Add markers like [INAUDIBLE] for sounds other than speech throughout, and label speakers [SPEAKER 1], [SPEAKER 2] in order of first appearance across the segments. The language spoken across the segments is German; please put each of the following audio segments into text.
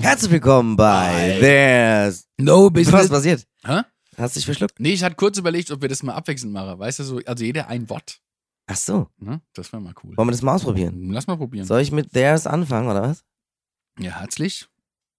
[SPEAKER 1] Herzlich willkommen bei There's.
[SPEAKER 2] No
[SPEAKER 1] Ist was passiert?
[SPEAKER 2] Hä?
[SPEAKER 1] Hast dich verschluckt?
[SPEAKER 2] Nee, ich hatte kurz überlegt, ob wir das mal abwechselnd machen. Weißt du, so, also jeder ein Wort.
[SPEAKER 1] Ach so.
[SPEAKER 2] Ne? Das wäre mal cool.
[SPEAKER 1] Wollen wir das mal ausprobieren?
[SPEAKER 2] Lass mal probieren.
[SPEAKER 1] Soll ich mit There's anfangen oder was?
[SPEAKER 2] Ja, herzlich.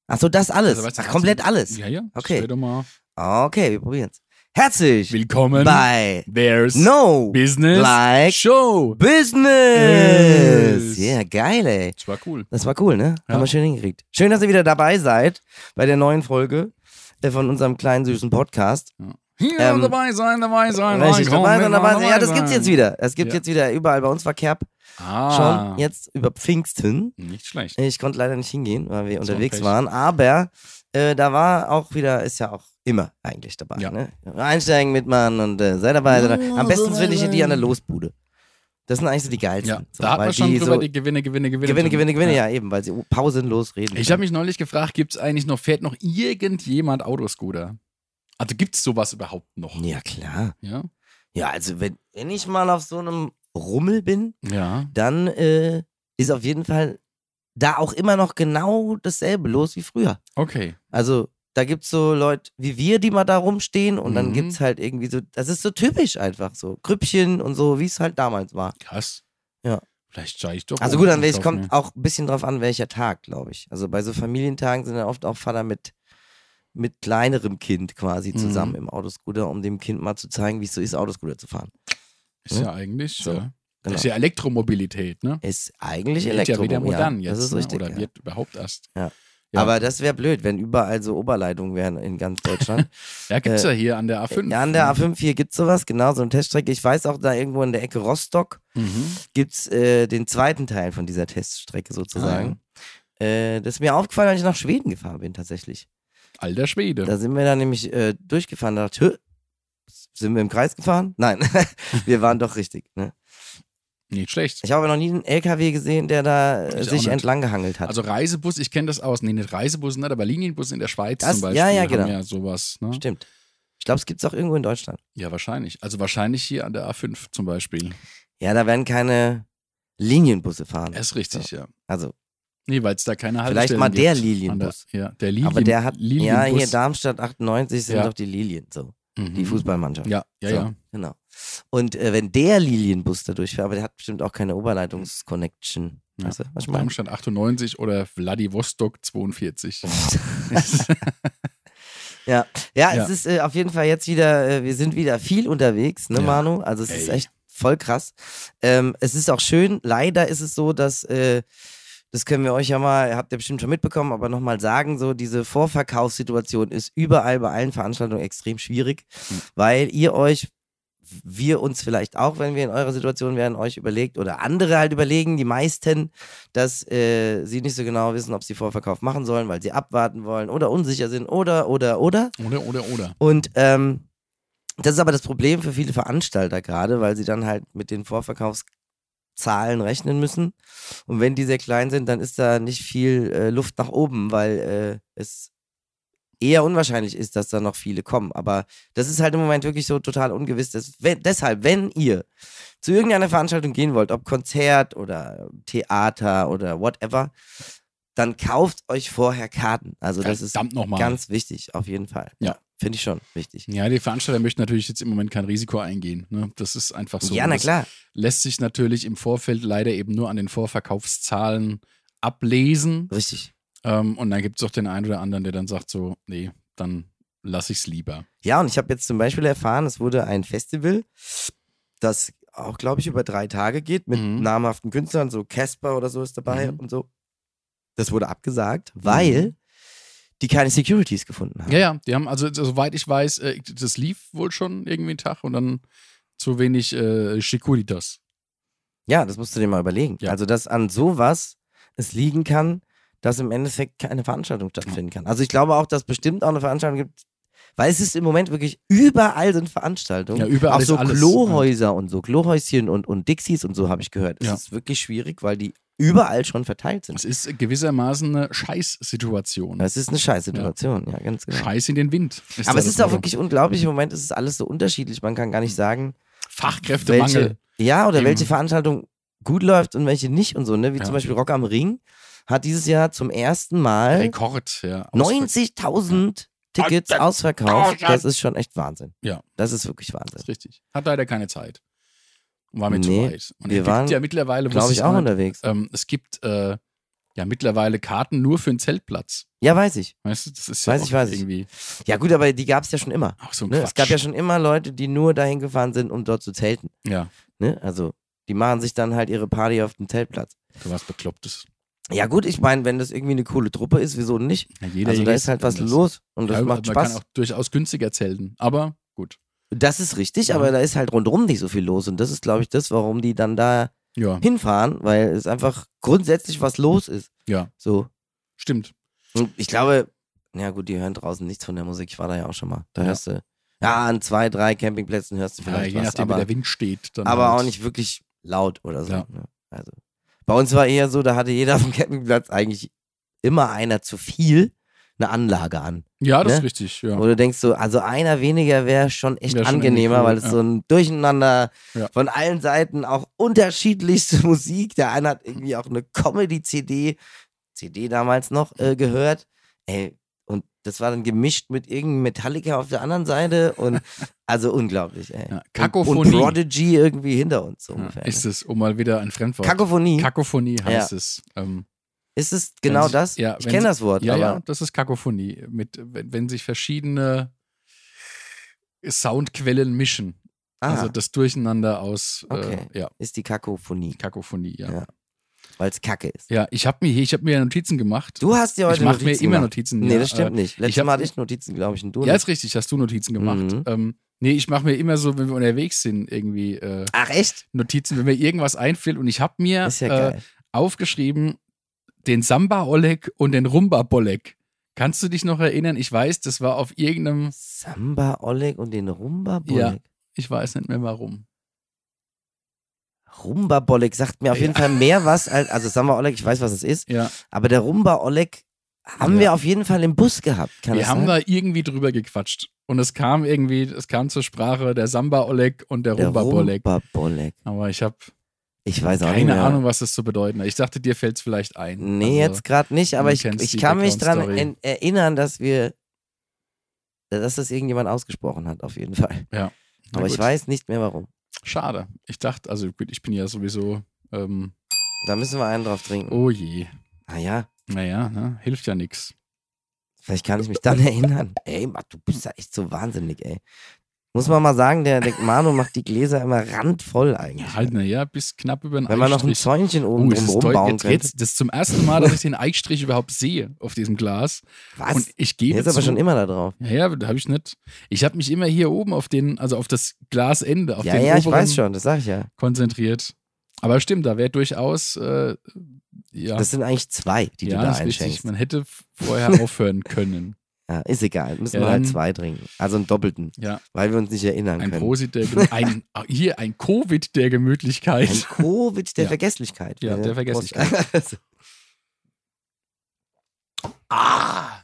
[SPEAKER 1] Ach so, das alles.
[SPEAKER 2] Also, weißt du,
[SPEAKER 1] Ach, komplett alles.
[SPEAKER 2] Ja, ja.
[SPEAKER 1] Okay.
[SPEAKER 2] Stell doch mal.
[SPEAKER 1] Okay, wir probieren's. Herzlich
[SPEAKER 2] Willkommen
[SPEAKER 1] bei
[SPEAKER 2] There's
[SPEAKER 1] No
[SPEAKER 2] Business
[SPEAKER 1] Like
[SPEAKER 2] Show.
[SPEAKER 1] Business.
[SPEAKER 2] Yes.
[SPEAKER 1] Ja, geil, ey.
[SPEAKER 2] Das war cool.
[SPEAKER 1] Das war cool, ne?
[SPEAKER 2] Ja.
[SPEAKER 1] Haben wir schön hingekriegt. Schön, dass ihr wieder dabei seid bei der neuen Folge äh, von unserem kleinen süßen Podcast.
[SPEAKER 2] Hier
[SPEAKER 1] Ähm,
[SPEAKER 2] dabei sein, dabei
[SPEAKER 1] Richtig,
[SPEAKER 2] sein, reinkommen,
[SPEAKER 1] dabei sein, dabei
[SPEAKER 2] mitmachen,
[SPEAKER 1] sein. Ja, das gibt's
[SPEAKER 2] sein.
[SPEAKER 1] jetzt wieder. Das gibt's
[SPEAKER 2] Ja.
[SPEAKER 1] jetzt wieder überall bei uns war Kerb.
[SPEAKER 2] Ah,
[SPEAKER 1] Schon jetzt über Pfingsten.
[SPEAKER 2] nicht schlecht.
[SPEAKER 1] Ich konnte leider nicht hingehen, weil wir
[SPEAKER 2] So ein
[SPEAKER 1] unterwegs
[SPEAKER 2] Pech.
[SPEAKER 1] waren. Aber äh, da war auch wieder, ist ja auch immer eigentlich dabei.
[SPEAKER 2] Ja.
[SPEAKER 1] Ne? Einsteigen, mitmachen und äh, sei dabei. Sei dabei. Am besten finde ich die an der Losbude. Das sind eigentlich so die geilsten.
[SPEAKER 2] Ja,
[SPEAKER 1] so,
[SPEAKER 2] da hat
[SPEAKER 1] weil
[SPEAKER 2] man schon
[SPEAKER 1] die
[SPEAKER 2] drüber
[SPEAKER 1] so
[SPEAKER 2] die Gewinne, Gewinne, Gewinne.
[SPEAKER 1] Gewinne,
[SPEAKER 2] drin.
[SPEAKER 1] Gewinne, Gewinne,
[SPEAKER 2] Ja.
[SPEAKER 1] ja. eben, weil sie pausenlos reden.
[SPEAKER 2] Ich habe mich neulich gefragt, gibt es eigentlich noch, fährt noch irgendjemand Autoscooter? Also gibt es sowas überhaupt noch?
[SPEAKER 1] ja, klar.
[SPEAKER 2] Ja.
[SPEAKER 1] Ja, also wenn, wenn ich mal auf so einem Rummel bin,
[SPEAKER 2] Ja.
[SPEAKER 1] dann äh, ist auf jeden Fall da auch immer noch genau dasselbe los wie früher.
[SPEAKER 2] Okay.
[SPEAKER 1] Also, da gibt's so Leute wie wir, die mal da rumstehen und dann
[SPEAKER 2] Mhm.
[SPEAKER 1] gibt's halt irgendwie so, das ist so typisch einfach so, Grüppchen und so, wie es halt damals war.
[SPEAKER 2] Krass.
[SPEAKER 1] Ja.
[SPEAKER 2] Vielleicht schaue ich doch.
[SPEAKER 1] Also
[SPEAKER 2] auch
[SPEAKER 1] gut,
[SPEAKER 2] mal
[SPEAKER 1] an welch
[SPEAKER 2] drauf,
[SPEAKER 1] kommt
[SPEAKER 2] ne?
[SPEAKER 1] auch ein bisschen drauf an, welcher Tag, glaube ich. Also bei so Familientagen sind dann oft auch Vater mit mit kleinerem Kind quasi
[SPEAKER 2] Mhm.
[SPEAKER 1] zusammen im Autoscooter, um dem Kind mal zu zeigen, wie es so ist, Autoscooter zu fahren.
[SPEAKER 2] Ist ja eigentlich.
[SPEAKER 1] ne? So,
[SPEAKER 2] ja. Das
[SPEAKER 1] Genau.
[SPEAKER 2] ist ja Elektromobilität, ne?
[SPEAKER 1] Ist eigentlich
[SPEAKER 2] Wird ja
[SPEAKER 1] Elektro.
[SPEAKER 2] wieder modern jetzt.
[SPEAKER 1] das ist
[SPEAKER 2] ne?
[SPEAKER 1] richtig.
[SPEAKER 2] Oder
[SPEAKER 1] ja.
[SPEAKER 2] wird überhaupt erst.
[SPEAKER 1] Ja.
[SPEAKER 2] Ja,
[SPEAKER 1] Aber das wäre blöd, wenn überall so Oberleitungen wären in ganz
[SPEAKER 2] [LAUGHS]
[SPEAKER 1] Deutschland.
[SPEAKER 2] ja gibt es ja hier an der ne? A5.
[SPEAKER 1] Äh, Ja, an der A5 hier gibt's sowas, genau, so eine Teststrecke. Ich weiß auch, da irgendwo in der Ecke Rostock
[SPEAKER 2] Mhm.
[SPEAKER 1] gibt's äh, den zweiten Teil von dieser Teststrecke sozusagen.
[SPEAKER 2] Ah,
[SPEAKER 1] Äh, das ist mir aufgefallen, als ich nach Schweden gefahren bin tatsächlich.
[SPEAKER 2] Alter Schwede.
[SPEAKER 1] Da sind wir dann nämlich äh, durchgefahren, da dachte, ich, "Hö, sind wir im Kreis gefahren? Nein, [LAUGHS] wir waren doch richtig. Ne?
[SPEAKER 2] Nicht schlecht.
[SPEAKER 1] Ich habe aber noch nie einen LKW gesehen, der da
[SPEAKER 2] Ich
[SPEAKER 1] äh,
[SPEAKER 2] auch
[SPEAKER 1] sich
[SPEAKER 2] nicht.
[SPEAKER 1] entlang gehangelt hat.
[SPEAKER 2] Also Reisebus, ich kenne das aus. Nee, nicht Reisebus, nicht, aber Linienbus in der Schweiz
[SPEAKER 1] Das-
[SPEAKER 2] zum Beispiel.
[SPEAKER 1] ja, ja, genau.
[SPEAKER 2] Haben ja, sowas, ne?
[SPEAKER 1] Stimmt. Ich glaube, es gibt's auch irgendwo in Deutschland.
[SPEAKER 2] ja, wahrscheinlich. Also wahrscheinlich hier an der A5 zum Beispiel.
[SPEAKER 1] Ja, da werden keine Linienbusse fahren.
[SPEAKER 2] Das ist richtig, ja.
[SPEAKER 1] Also,
[SPEAKER 2] Nee, weil es da keine
[SPEAKER 1] Vielleicht
[SPEAKER 2] Haltestellen
[SPEAKER 1] mal der
[SPEAKER 2] gibt. An
[SPEAKER 1] Lilienbus.
[SPEAKER 2] Der, ja, der Lilien,
[SPEAKER 1] aber der hat, ja, hier
[SPEAKER 2] Lilienbus.
[SPEAKER 1] Darmstadt 98 sind
[SPEAKER 2] Ja.
[SPEAKER 1] doch die Lilien, so,
[SPEAKER 2] Mhm.
[SPEAKER 1] die Fußballmannschaft.
[SPEAKER 2] Ja, ja,
[SPEAKER 1] so,
[SPEAKER 2] ja.
[SPEAKER 1] Genau. Und äh, wenn der Lilienbus da durchfährt, aber der hat bestimmt auch keine Oberleitungsconnection.
[SPEAKER 2] Ja.
[SPEAKER 1] Weißt du, was ich meine?
[SPEAKER 2] Darmstadt 98 oder Vladivostok 42.
[SPEAKER 1] [LAUGHS]
[SPEAKER 2] [LAUGHS]
[SPEAKER 1] Ja. ja,
[SPEAKER 2] Ja.
[SPEAKER 1] es ist äh, auf jeden Fall jetzt wieder, äh, wir sind wieder viel unterwegs, ne,
[SPEAKER 2] Ja.
[SPEAKER 1] Manu? Also es ist
[SPEAKER 2] Ey.
[SPEAKER 1] echt voll krass. Ähm, es ist auch schön, leider ist es so, dass, äh, das können wir euch ja mal, habt ihr bestimmt schon mitbekommen, aber nochmal sagen, so diese Vorverkaufssituation ist überall bei allen Veranstaltungen extrem schwierig, weil ihr euch wir uns vielleicht auch, wenn wir in eurer Situation wären, euch überlegt oder andere halt überlegen, die meisten, dass äh, sie nicht so genau wissen, ob sie Vorverkauf machen sollen, weil sie abwarten wollen oder unsicher sind oder, oder, oder.
[SPEAKER 2] oder, oder, oder.
[SPEAKER 1] Und ähm, das ist aber das Problem für viele Veranstalter gerade, weil sie dann halt mit den Vorverkaufszahlen rechnen müssen. Und wenn die sehr klein sind, dann ist da nicht viel äh, Luft nach oben, weil äh, es eher unwahrscheinlich ist, dass da noch viele kommen. Aber das ist halt im Moment wirklich so total ungewiss. Dass, wenn, deshalb, wenn ihr zu irgendeiner Veranstaltung gehen wollt, ob Konzert oder Theater oder whatever, dann kauft euch vorher Karten. Also das ist
[SPEAKER 2] Verdammt nochmal.
[SPEAKER 1] Ganz wichtig, auf jeden Fall.
[SPEAKER 2] Ja.
[SPEAKER 1] Finde ich schon wichtig.
[SPEAKER 2] ja, die Veranstalter möchten natürlich jetzt im Moment kein Risiko eingehen. Ne? Das ist einfach so.
[SPEAKER 1] ja, na
[SPEAKER 2] Das
[SPEAKER 1] klar.
[SPEAKER 2] Lässt sich natürlich im Vorfeld leider eben nur an den Vorverkaufszahlen ablesen.
[SPEAKER 1] Richtig.
[SPEAKER 2] Ähm, und dann gibt es auch den einen oder anderen, der dann sagt so, nee, dann lass ich's lieber.
[SPEAKER 1] Ja, und ich habe jetzt zum Beispiel erfahren, es wurde ein Festival, das auch, glaube ich, über drei Tage geht mit
[SPEAKER 2] Mhm.
[SPEAKER 1] namhaften Künstlern, so Casper oder so ist dabei
[SPEAKER 2] Mhm.
[SPEAKER 1] und so. Das wurde abgesagt, weil die keine Securities gefunden haben.
[SPEAKER 2] Ja, ja, die haben, also soweit ich weiß, äh, das lief wohl schon irgendwie einen Tag und dann zu wenig äh, Securitas.
[SPEAKER 1] Ja, das musst du dir mal überlegen.
[SPEAKER 2] Ja.
[SPEAKER 1] Also, dass an sowas es liegen kann, dass im Endeffekt keine Veranstaltung stattfinden kann. Also, ich glaube auch, dass bestimmt auch eine Veranstaltung gibt, weil es ist im Moment wirklich überall sind Veranstaltungen.
[SPEAKER 2] Ja, überall
[SPEAKER 1] auch
[SPEAKER 2] ist
[SPEAKER 1] so
[SPEAKER 2] alles.
[SPEAKER 1] Klohäuser und so, Klohäuschen und, und Dixies und so habe ich gehört. Es
[SPEAKER 2] Ja.
[SPEAKER 1] ist wirklich schwierig, weil die überall schon verteilt sind.
[SPEAKER 2] Es ist gewissermaßen eine Scheißsituation.
[SPEAKER 1] Es ist eine scheiß Situation, ja, ganz genau.
[SPEAKER 2] Scheiß in den Wind.
[SPEAKER 1] Aber
[SPEAKER 2] da
[SPEAKER 1] es
[SPEAKER 2] das
[SPEAKER 1] ist auch
[SPEAKER 2] Motto.
[SPEAKER 1] wirklich unglaublich. Im Moment ist es alles so unterschiedlich. Man kann gar nicht sagen,
[SPEAKER 2] Fachkräftemangel.
[SPEAKER 1] Welche, ja, oder
[SPEAKER 2] Eben.
[SPEAKER 1] welche Veranstaltung gut läuft und welche nicht und so, ne? Wie
[SPEAKER 2] Ja.
[SPEAKER 1] zum Beispiel Rock am Ring. hat dieses Jahr zum ersten Mal
[SPEAKER 2] Rekord, ja. Ausverkauf.
[SPEAKER 1] 90.000 Tickets
[SPEAKER 2] Alter,
[SPEAKER 1] ausverkauft.
[SPEAKER 2] Gott.
[SPEAKER 1] Das ist schon echt Wahnsinn.
[SPEAKER 2] Ja.
[SPEAKER 1] Das ist wirklich Wahnsinn.
[SPEAKER 2] Ist Richtig. Hat leider keine Zeit. Und war mir zu
[SPEAKER 1] Nee,
[SPEAKER 2] weit. Und
[SPEAKER 1] wir
[SPEAKER 2] es
[SPEAKER 1] waren,
[SPEAKER 2] gibt ja mittlerweile, wusste
[SPEAKER 1] Glaube ich auch
[SPEAKER 2] nicht,
[SPEAKER 1] unterwegs.
[SPEAKER 2] ähm, es gibt äh, ja mittlerweile Karten nur für einen Zeltplatz.
[SPEAKER 1] Ja, weiß ich.
[SPEAKER 2] Weißt du, das ist ja
[SPEAKER 1] Weiß
[SPEAKER 2] auch
[SPEAKER 1] ich, weiß ich.
[SPEAKER 2] irgendwie
[SPEAKER 1] Ja, gut, aber die gab es ja schon immer.
[SPEAKER 2] auch so ein
[SPEAKER 1] Ne?
[SPEAKER 2] Quatsch.
[SPEAKER 1] Es gab ja schon immer Leute, die nur dahin gefahren sind, um dort zu zelten.
[SPEAKER 2] Ja,
[SPEAKER 1] Ne? Also, die machen sich dann halt ihre Party auf dem Zeltplatz.
[SPEAKER 2] du warst beklopptes.
[SPEAKER 1] Ja, gut, ich meine, wenn das irgendwie eine coole Truppe ist, wieso nicht?
[SPEAKER 2] Ja, jeder
[SPEAKER 1] also, da
[SPEAKER 2] Jäger
[SPEAKER 1] ist halt was
[SPEAKER 2] anders.
[SPEAKER 1] los und das
[SPEAKER 2] ja,
[SPEAKER 1] macht
[SPEAKER 2] man
[SPEAKER 1] Spaß.
[SPEAKER 2] kann auch durchaus günstiger zelten, aber gut.
[SPEAKER 1] Das ist richtig,
[SPEAKER 2] Ja.
[SPEAKER 1] aber da ist halt rundherum nicht so viel los und das ist, glaube ich, das, warum die dann da
[SPEAKER 2] Ja,
[SPEAKER 1] hinfahren, weil es einfach grundsätzlich was los ist.
[SPEAKER 2] Ja.
[SPEAKER 1] So.
[SPEAKER 2] stimmt.
[SPEAKER 1] Und ich glaube, na gut, die hören draußen nichts von der Musik. Ich war da ja auch schon mal. Da
[SPEAKER 2] Ja.
[SPEAKER 1] hörst du, ja, an zwei, drei Campingplätzen hörst du
[SPEAKER 2] Ja,
[SPEAKER 1] vielleicht
[SPEAKER 2] je
[SPEAKER 1] was,
[SPEAKER 2] nachdem, wie
[SPEAKER 1] aber,
[SPEAKER 2] der Wind steht. Dann
[SPEAKER 1] aber
[SPEAKER 2] halt.
[SPEAKER 1] auch nicht wirklich laut oder so.
[SPEAKER 2] Ja.
[SPEAKER 1] Ne? Also. Bei uns war eher so, da hatte jeder auf dem Campingplatz eigentlich immer einer zu viel eine Anlage an.
[SPEAKER 2] Ja, das
[SPEAKER 1] ne?
[SPEAKER 2] ist richtig. Ja.
[SPEAKER 1] Wo du denkst so, also einer weniger wäre schon echt
[SPEAKER 2] Wär schon
[SPEAKER 1] angenehmer,
[SPEAKER 2] irgendwie cool,
[SPEAKER 1] weil es
[SPEAKER 2] ja.
[SPEAKER 1] so ein Durcheinander
[SPEAKER 2] Ja.
[SPEAKER 1] von allen Seiten, auch unterschiedlichste [LAUGHS] Musik. Der eine hat irgendwie auch eine Comedy-CD, CD damals noch, äh, gehört. Ey, und das war dann gemischt mit irgendeinem Metallica auf der anderen Seite
[SPEAKER 2] [LAUGHS]
[SPEAKER 1] und also unglaublich, ey.
[SPEAKER 2] Ja,
[SPEAKER 1] Und,
[SPEAKER 2] Kakophonie
[SPEAKER 1] und Prodigy irgendwie hinter uns so
[SPEAKER 2] ja,
[SPEAKER 1] ungefähr.
[SPEAKER 2] ist
[SPEAKER 1] ne?
[SPEAKER 2] es, um mal wieder ein Fremdwort.
[SPEAKER 1] Kakophonie,
[SPEAKER 2] Kakophonie heißt es. Ähm,
[SPEAKER 1] ist es genau
[SPEAKER 2] Wenn-
[SPEAKER 1] das?
[SPEAKER 2] ja,
[SPEAKER 1] ich
[SPEAKER 2] wenn-
[SPEAKER 1] kenne das Wort,
[SPEAKER 2] Ja,
[SPEAKER 1] aber
[SPEAKER 2] ja, das ist Kakophonie. Mit, wenn, wenn sich verschiedene Soundquellen mischen.
[SPEAKER 1] aha,
[SPEAKER 2] Also das Durcheinander aus
[SPEAKER 1] Ah. Okay.
[SPEAKER 2] äh, ja,
[SPEAKER 1] ist die Kakophonie,
[SPEAKER 2] Kakophonie, ja.
[SPEAKER 1] Ja.
[SPEAKER 2] Ja,
[SPEAKER 1] weil es Kacke ist.
[SPEAKER 2] ich habe mir hier, ich habe mir Notizen gemacht.
[SPEAKER 1] Du hast dir heute
[SPEAKER 2] ich mache mir
[SPEAKER 1] Notizen
[SPEAKER 2] immer
[SPEAKER 1] gemacht.
[SPEAKER 2] Notizen.
[SPEAKER 1] Nee,
[SPEAKER 2] ja, äh,
[SPEAKER 1] das stimmt nicht. Letztes
[SPEAKER 2] hab-
[SPEAKER 1] Mal hatte ich Notizen, glaube ich, und du
[SPEAKER 2] Äh, ja,
[SPEAKER 1] nicht.
[SPEAKER 2] ist richtig, hast du Notizen gemacht.
[SPEAKER 1] Mhm.
[SPEAKER 2] Ähm, nee, ich mache mir immer so, wenn wir unterwegs sind, irgendwie äh,
[SPEAKER 1] Ach, echt?
[SPEAKER 2] Notizen, wenn mir irgendwas einfällt. Und ich habe mir
[SPEAKER 1] Ist ja hm.
[SPEAKER 2] äh,
[SPEAKER 1] geil.
[SPEAKER 2] aufgeschrieben den Samba-Oleg und den Rumba-Bolek. Kannst du dich noch erinnern? Ich weiß, das war auf irgendeinem
[SPEAKER 1] Samba Oleg und den Rumba
[SPEAKER 2] Ja.
[SPEAKER 1] Bolek.
[SPEAKER 2] Ich weiß nicht mehr warum.
[SPEAKER 1] Rumba Bolek sagt mir auf jeden Fall mehr was als, also Samba Oleg, ich weiß, was es ist,
[SPEAKER 2] Ja,
[SPEAKER 1] aber der Rumba Oleg haben
[SPEAKER 2] Ja.
[SPEAKER 1] wir auf jeden Fall im Bus gehabt. Kann
[SPEAKER 2] wir
[SPEAKER 1] das
[SPEAKER 2] haben
[SPEAKER 1] sein?
[SPEAKER 2] da irgendwie drüber gequatscht. Und es kam irgendwie, es kam zur Sprache der Samba-Oleg und der
[SPEAKER 1] der
[SPEAKER 2] Rumba-Bolek.
[SPEAKER 1] Rumba Bolek.
[SPEAKER 2] Aber ich habe
[SPEAKER 1] Ich weiß auch nicht
[SPEAKER 2] keine
[SPEAKER 1] mehr.
[SPEAKER 2] Ahnung, was das zu bedeuten hat. Ich dachte, dir fällt es vielleicht ein.
[SPEAKER 1] Nee,
[SPEAKER 2] Also,
[SPEAKER 1] jetzt gerade nicht, aber
[SPEAKER 2] du
[SPEAKER 1] ich,
[SPEAKER 2] kennst
[SPEAKER 1] ich
[SPEAKER 2] die
[SPEAKER 1] kann mich dran
[SPEAKER 2] Background-Story.
[SPEAKER 1] en- erinnern, dass wir, dass das irgendjemand ausgesprochen hat, auf jeden Fall.
[SPEAKER 2] na
[SPEAKER 1] aber ich
[SPEAKER 2] gut.
[SPEAKER 1] weiß nicht mehr warum.
[SPEAKER 2] Schade. Ich dachte, also gut, ich bin ja sowieso. Ähm,
[SPEAKER 1] Da müssen wir einen drauf trinken. Ah
[SPEAKER 2] oh je.
[SPEAKER 1] Naja,
[SPEAKER 2] Naja, ne? hilft ja nichts.
[SPEAKER 1] Vielleicht kann ich mich dann [LAUGHS] erinnern. Ey, Mann, du bist ja echt so wahnsinnig, ey. Muss man mal sagen, der, der Manu macht die Gläser immer randvoll eigentlich.
[SPEAKER 2] Ja, halt, naja, bis knapp über den
[SPEAKER 1] Wenn man noch ein
[SPEAKER 2] Eichstrich.
[SPEAKER 1] Zäunchen oben
[SPEAKER 2] Oh, es
[SPEAKER 1] drum
[SPEAKER 2] ist deut-
[SPEAKER 1] rumbauen
[SPEAKER 2] jetzt,
[SPEAKER 1] könnte.
[SPEAKER 2] jetzt, das ist zum ersten Mal, dass ich den Eichstrich überhaupt sehe auf diesem Glas.
[SPEAKER 1] Was?
[SPEAKER 2] Und ich
[SPEAKER 1] der
[SPEAKER 2] gebe
[SPEAKER 1] ist aber
[SPEAKER 2] zu,
[SPEAKER 1] schon immer da drauf.
[SPEAKER 2] Ja, ja, da habe ich nicht. Ich habe mich immer hier oben auf den, also auf das Glasende, auf
[SPEAKER 1] ja,
[SPEAKER 2] den
[SPEAKER 1] ja, ich
[SPEAKER 2] oberen
[SPEAKER 1] weiß schon, das sag ich ja.
[SPEAKER 2] konzentriert. Aber stimmt, da wäre durchaus, äh, ja,
[SPEAKER 1] Das sind eigentlich zwei, die
[SPEAKER 2] ja
[SPEAKER 1] du da
[SPEAKER 2] das ist richtig.
[SPEAKER 1] einschenkst.
[SPEAKER 2] Man hätte f-
[SPEAKER 1] [LAUGHS]
[SPEAKER 2] vorher aufhören können.
[SPEAKER 1] Ja, ist egal, müssen
[SPEAKER 2] Ja,
[SPEAKER 1] wir halt
[SPEAKER 2] dann-
[SPEAKER 1] zwei trinken. Also einen doppelten,
[SPEAKER 2] Ähm, Ja,
[SPEAKER 1] weil wir uns nicht erinnern
[SPEAKER 2] ein
[SPEAKER 1] können.
[SPEAKER 2] Prosit
[SPEAKER 1] [LAUGHS]
[SPEAKER 2] der, Gem- ein, hier ein Covid der
[SPEAKER 1] ein
[SPEAKER 2] Gemütlichkeit.
[SPEAKER 1] Covid der
[SPEAKER 2] [LAUGHS] Ja.
[SPEAKER 1] Vergesslichkeit.
[SPEAKER 2] Ja, der
[SPEAKER 1] [LAUGHS]
[SPEAKER 2] Vergesslichkeit.
[SPEAKER 1] Prost.
[SPEAKER 2] Ah,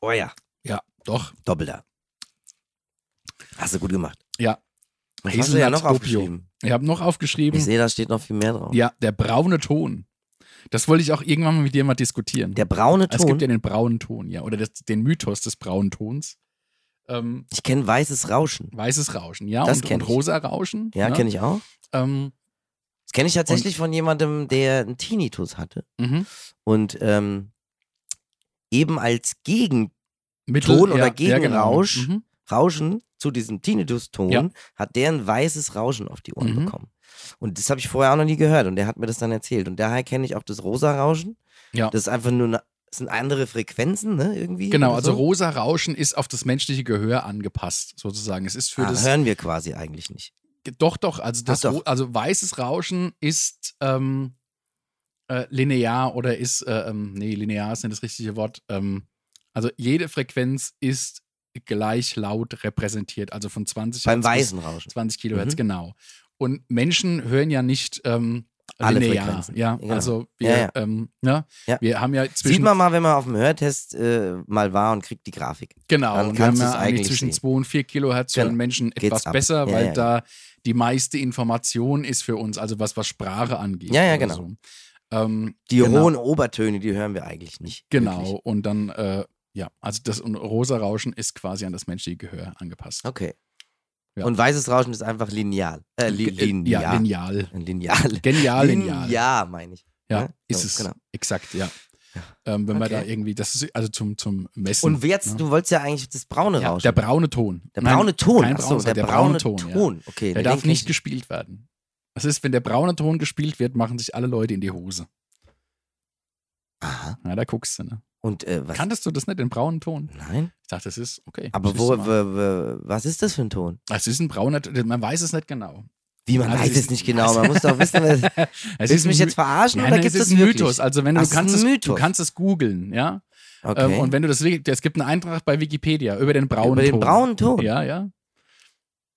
[SPEAKER 1] oh ja,
[SPEAKER 2] ja, doch.
[SPEAKER 1] doppelter. Hast du gut gemacht.
[SPEAKER 2] Ja,
[SPEAKER 1] Was hast du ja noch
[SPEAKER 2] Haselnuss-Dopio.
[SPEAKER 1] aufgeschrieben?
[SPEAKER 2] ich habe noch
[SPEAKER 1] Ich
[SPEAKER 2] aufgeschrieben,
[SPEAKER 1] sehe, da steht noch viel mehr drauf.
[SPEAKER 2] ja, der braune Ton. Das wollte ich auch irgendwann mal mit dir mal diskutieren.
[SPEAKER 1] Der braune
[SPEAKER 2] Es gibt
[SPEAKER 1] Ton.
[SPEAKER 2] ja den braunen Ton, ja, oder das, den Mythos des braunen Tons. Ähm,
[SPEAKER 1] ich kenne weißes Rauschen.
[SPEAKER 2] weißes Rauschen, ja,
[SPEAKER 1] Das
[SPEAKER 2] und,
[SPEAKER 1] kenn
[SPEAKER 2] und
[SPEAKER 1] ich.
[SPEAKER 2] rosa Rauschen. ne?
[SPEAKER 1] Ja, kenne ich auch.
[SPEAKER 2] Ähm,
[SPEAKER 1] Das kenne ich tatsächlich von jemandem, der einen Tinnitus hatte.
[SPEAKER 2] mhm.
[SPEAKER 1] Und ähm, eben als Gegenrauschen
[SPEAKER 2] Mittel-
[SPEAKER 1] Ton oder
[SPEAKER 2] genau.
[SPEAKER 1] Gegenrausch.
[SPEAKER 2] Mhm.
[SPEAKER 1] zu diesem Tinnitus-Ton
[SPEAKER 2] Ja.
[SPEAKER 1] hat der ein weißes Rauschen auf die Ohren
[SPEAKER 2] Mhm.
[SPEAKER 1] bekommen. Und das habe ich vorher auch noch nie gehört und der hat mir das dann erzählt. Und daher kenne ich auch das rosa Rauschen.
[SPEAKER 2] Ja.
[SPEAKER 1] Das ist einfach nur, eine, das sind andere Frequenzen, ne, irgendwie.
[SPEAKER 2] Genau,
[SPEAKER 1] oder
[SPEAKER 2] also
[SPEAKER 1] so.
[SPEAKER 2] rosa Rauschen ist auf das menschliche Gehör angepasst, sozusagen. Es ist für
[SPEAKER 1] ah,
[SPEAKER 2] das.
[SPEAKER 1] hören wir quasi eigentlich nicht.
[SPEAKER 2] Doch, doch, also das
[SPEAKER 1] Ach, doch.
[SPEAKER 2] Ro- also weißes Rauschen ist ähm, äh, linear oder ist, äh, ähm, nee, linear ist nicht das richtige Wort. Ähm, also jede Frequenz ist gleich laut repräsentiert, also von 20
[SPEAKER 1] Beim
[SPEAKER 2] Hertz bis
[SPEAKER 1] weißen Rauschen.
[SPEAKER 2] 20 Kilohertz,
[SPEAKER 1] Mhm.
[SPEAKER 2] genau. Und Menschen hören ja nicht ähm,
[SPEAKER 1] Alle
[SPEAKER 2] linear.
[SPEAKER 1] Frequenzen.
[SPEAKER 2] Ja,
[SPEAKER 1] Genau.
[SPEAKER 2] also wir,
[SPEAKER 1] Ja, ja.
[SPEAKER 2] Ähm, ne?
[SPEAKER 1] Ja.
[SPEAKER 2] wir haben ja
[SPEAKER 1] Sieht
[SPEAKER 2] zwischen
[SPEAKER 1] man mal, wenn man auf dem Hörtest äh, mal war und kriegt die Grafik.
[SPEAKER 2] genau,
[SPEAKER 1] dann
[SPEAKER 2] und wir haben
[SPEAKER 1] kannst
[SPEAKER 2] ja
[SPEAKER 1] du's
[SPEAKER 2] eigentlich
[SPEAKER 1] eigentlich
[SPEAKER 2] zwischen
[SPEAKER 1] sehen.
[SPEAKER 2] 2 und 4 Kilohertz
[SPEAKER 1] Genau.
[SPEAKER 2] hören Menschen
[SPEAKER 1] Geht's
[SPEAKER 2] etwas
[SPEAKER 1] ab.
[SPEAKER 2] besser,
[SPEAKER 1] Ja,
[SPEAKER 2] weil
[SPEAKER 1] ja,
[SPEAKER 2] da die meiste Information ist für uns, also was was Sprache angeht.
[SPEAKER 1] Ja, ja,
[SPEAKER 2] oder
[SPEAKER 1] genau.
[SPEAKER 2] So. Ähm,
[SPEAKER 1] Die
[SPEAKER 2] genau.
[SPEAKER 1] hohen Obertöne, die hören wir eigentlich nicht.
[SPEAKER 2] Genau,
[SPEAKER 1] wirklich.
[SPEAKER 2] und dann, äh, ja, also das und rosa Rauschen ist quasi an das menschliche Gehör angepasst.
[SPEAKER 1] Okay.
[SPEAKER 2] Ja.
[SPEAKER 1] Und weißes Rauschen ist einfach lineal. Äh, li
[SPEAKER 2] Ge- äh,
[SPEAKER 1] lineal.
[SPEAKER 2] Ja, lineal.
[SPEAKER 1] Ein Lineal.
[SPEAKER 2] Genial, lineal.
[SPEAKER 1] Linear, meine ich.
[SPEAKER 2] Ja,
[SPEAKER 1] ne?
[SPEAKER 2] ist
[SPEAKER 1] So,
[SPEAKER 2] es.
[SPEAKER 1] genau.
[SPEAKER 2] Exakt, ja. Ähm, wenn man
[SPEAKER 1] Okay.
[SPEAKER 2] da irgendwie, das ist also zum, zum Messen.
[SPEAKER 1] Und jetzt,
[SPEAKER 2] ne?
[SPEAKER 1] du wolltest ja eigentlich das braune
[SPEAKER 2] ja,
[SPEAKER 1] Rauschen.
[SPEAKER 2] der braune Ton.
[SPEAKER 1] Der
[SPEAKER 2] Nein,
[SPEAKER 1] braune Ton.
[SPEAKER 2] kein
[SPEAKER 1] Achso,
[SPEAKER 2] braunes,
[SPEAKER 1] der, braune Ton.
[SPEAKER 2] ja.
[SPEAKER 1] Okay.
[SPEAKER 2] Der
[SPEAKER 1] na, den
[SPEAKER 2] darf
[SPEAKER 1] kenn
[SPEAKER 2] nicht
[SPEAKER 1] ich.
[SPEAKER 2] gespielt werden. Das ist, wenn der braune Ton gespielt wird, machen sich alle Leute in die Hose.
[SPEAKER 1] Aha.
[SPEAKER 2] Na, da guckst du, ne?
[SPEAKER 1] Und äh, was?
[SPEAKER 2] Kanntest du das nicht, den braunen Ton?
[SPEAKER 1] Nein.
[SPEAKER 2] Ich dachte, das ist okay.
[SPEAKER 1] Aber
[SPEAKER 2] das
[SPEAKER 1] wo,
[SPEAKER 2] ist
[SPEAKER 1] wo,
[SPEAKER 2] normal.
[SPEAKER 1] wo, was ist das für ein Ton?
[SPEAKER 2] Es ist ein brauner, Ton, man weiß es
[SPEAKER 1] [LAUGHS]
[SPEAKER 2] nicht genau.
[SPEAKER 1] Wie, man
[SPEAKER 2] Also
[SPEAKER 1] weiß
[SPEAKER 2] es
[SPEAKER 1] es
[SPEAKER 2] ist- [LAUGHS]
[SPEAKER 1] nicht genau. Man muss doch wissen, was-
[SPEAKER 2] Es
[SPEAKER 1] willst du mich
[SPEAKER 2] ein
[SPEAKER 1] jetzt verarschen
[SPEAKER 2] Nein,
[SPEAKER 1] oder
[SPEAKER 2] nein,
[SPEAKER 1] gibt
[SPEAKER 2] es
[SPEAKER 1] es
[SPEAKER 2] ist ein
[SPEAKER 1] wirklich?
[SPEAKER 2] Mythos. Also wenn du,
[SPEAKER 1] Ach,
[SPEAKER 2] du
[SPEAKER 1] es ist
[SPEAKER 2] kannst
[SPEAKER 1] ein
[SPEAKER 2] es, du
[SPEAKER 1] Mythos.
[SPEAKER 2] kannst es googeln, ja.
[SPEAKER 1] Okay.
[SPEAKER 2] Ähm, und wenn du das, es gibt einen Eintrag bei Wikipedia über den braunen
[SPEAKER 1] Über den
[SPEAKER 2] Ton.
[SPEAKER 1] braunen Ton.
[SPEAKER 2] Ja, ja.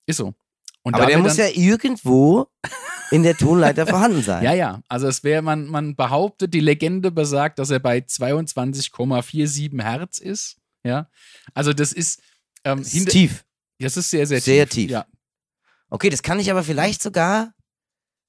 [SPEAKER 2] Ist so. Und
[SPEAKER 1] Aber
[SPEAKER 2] da
[SPEAKER 1] der
[SPEAKER 2] wird
[SPEAKER 1] muss
[SPEAKER 2] dann,
[SPEAKER 1] ja irgendwo in der Tonleiter vorhanden sein.
[SPEAKER 2] [LAUGHS] ja, ja. Also es wäre, man, man behauptet, die Legende besagt, dass er bei 22,47 Hertz ist. Ja. Also das ist, ähm,
[SPEAKER 1] Das ist
[SPEAKER 2] hinter-
[SPEAKER 1] tief.
[SPEAKER 2] das ist sehr, sehr,
[SPEAKER 1] Sehr tief.
[SPEAKER 2] Ja.
[SPEAKER 1] Okay, das kann ich aber vielleicht sogar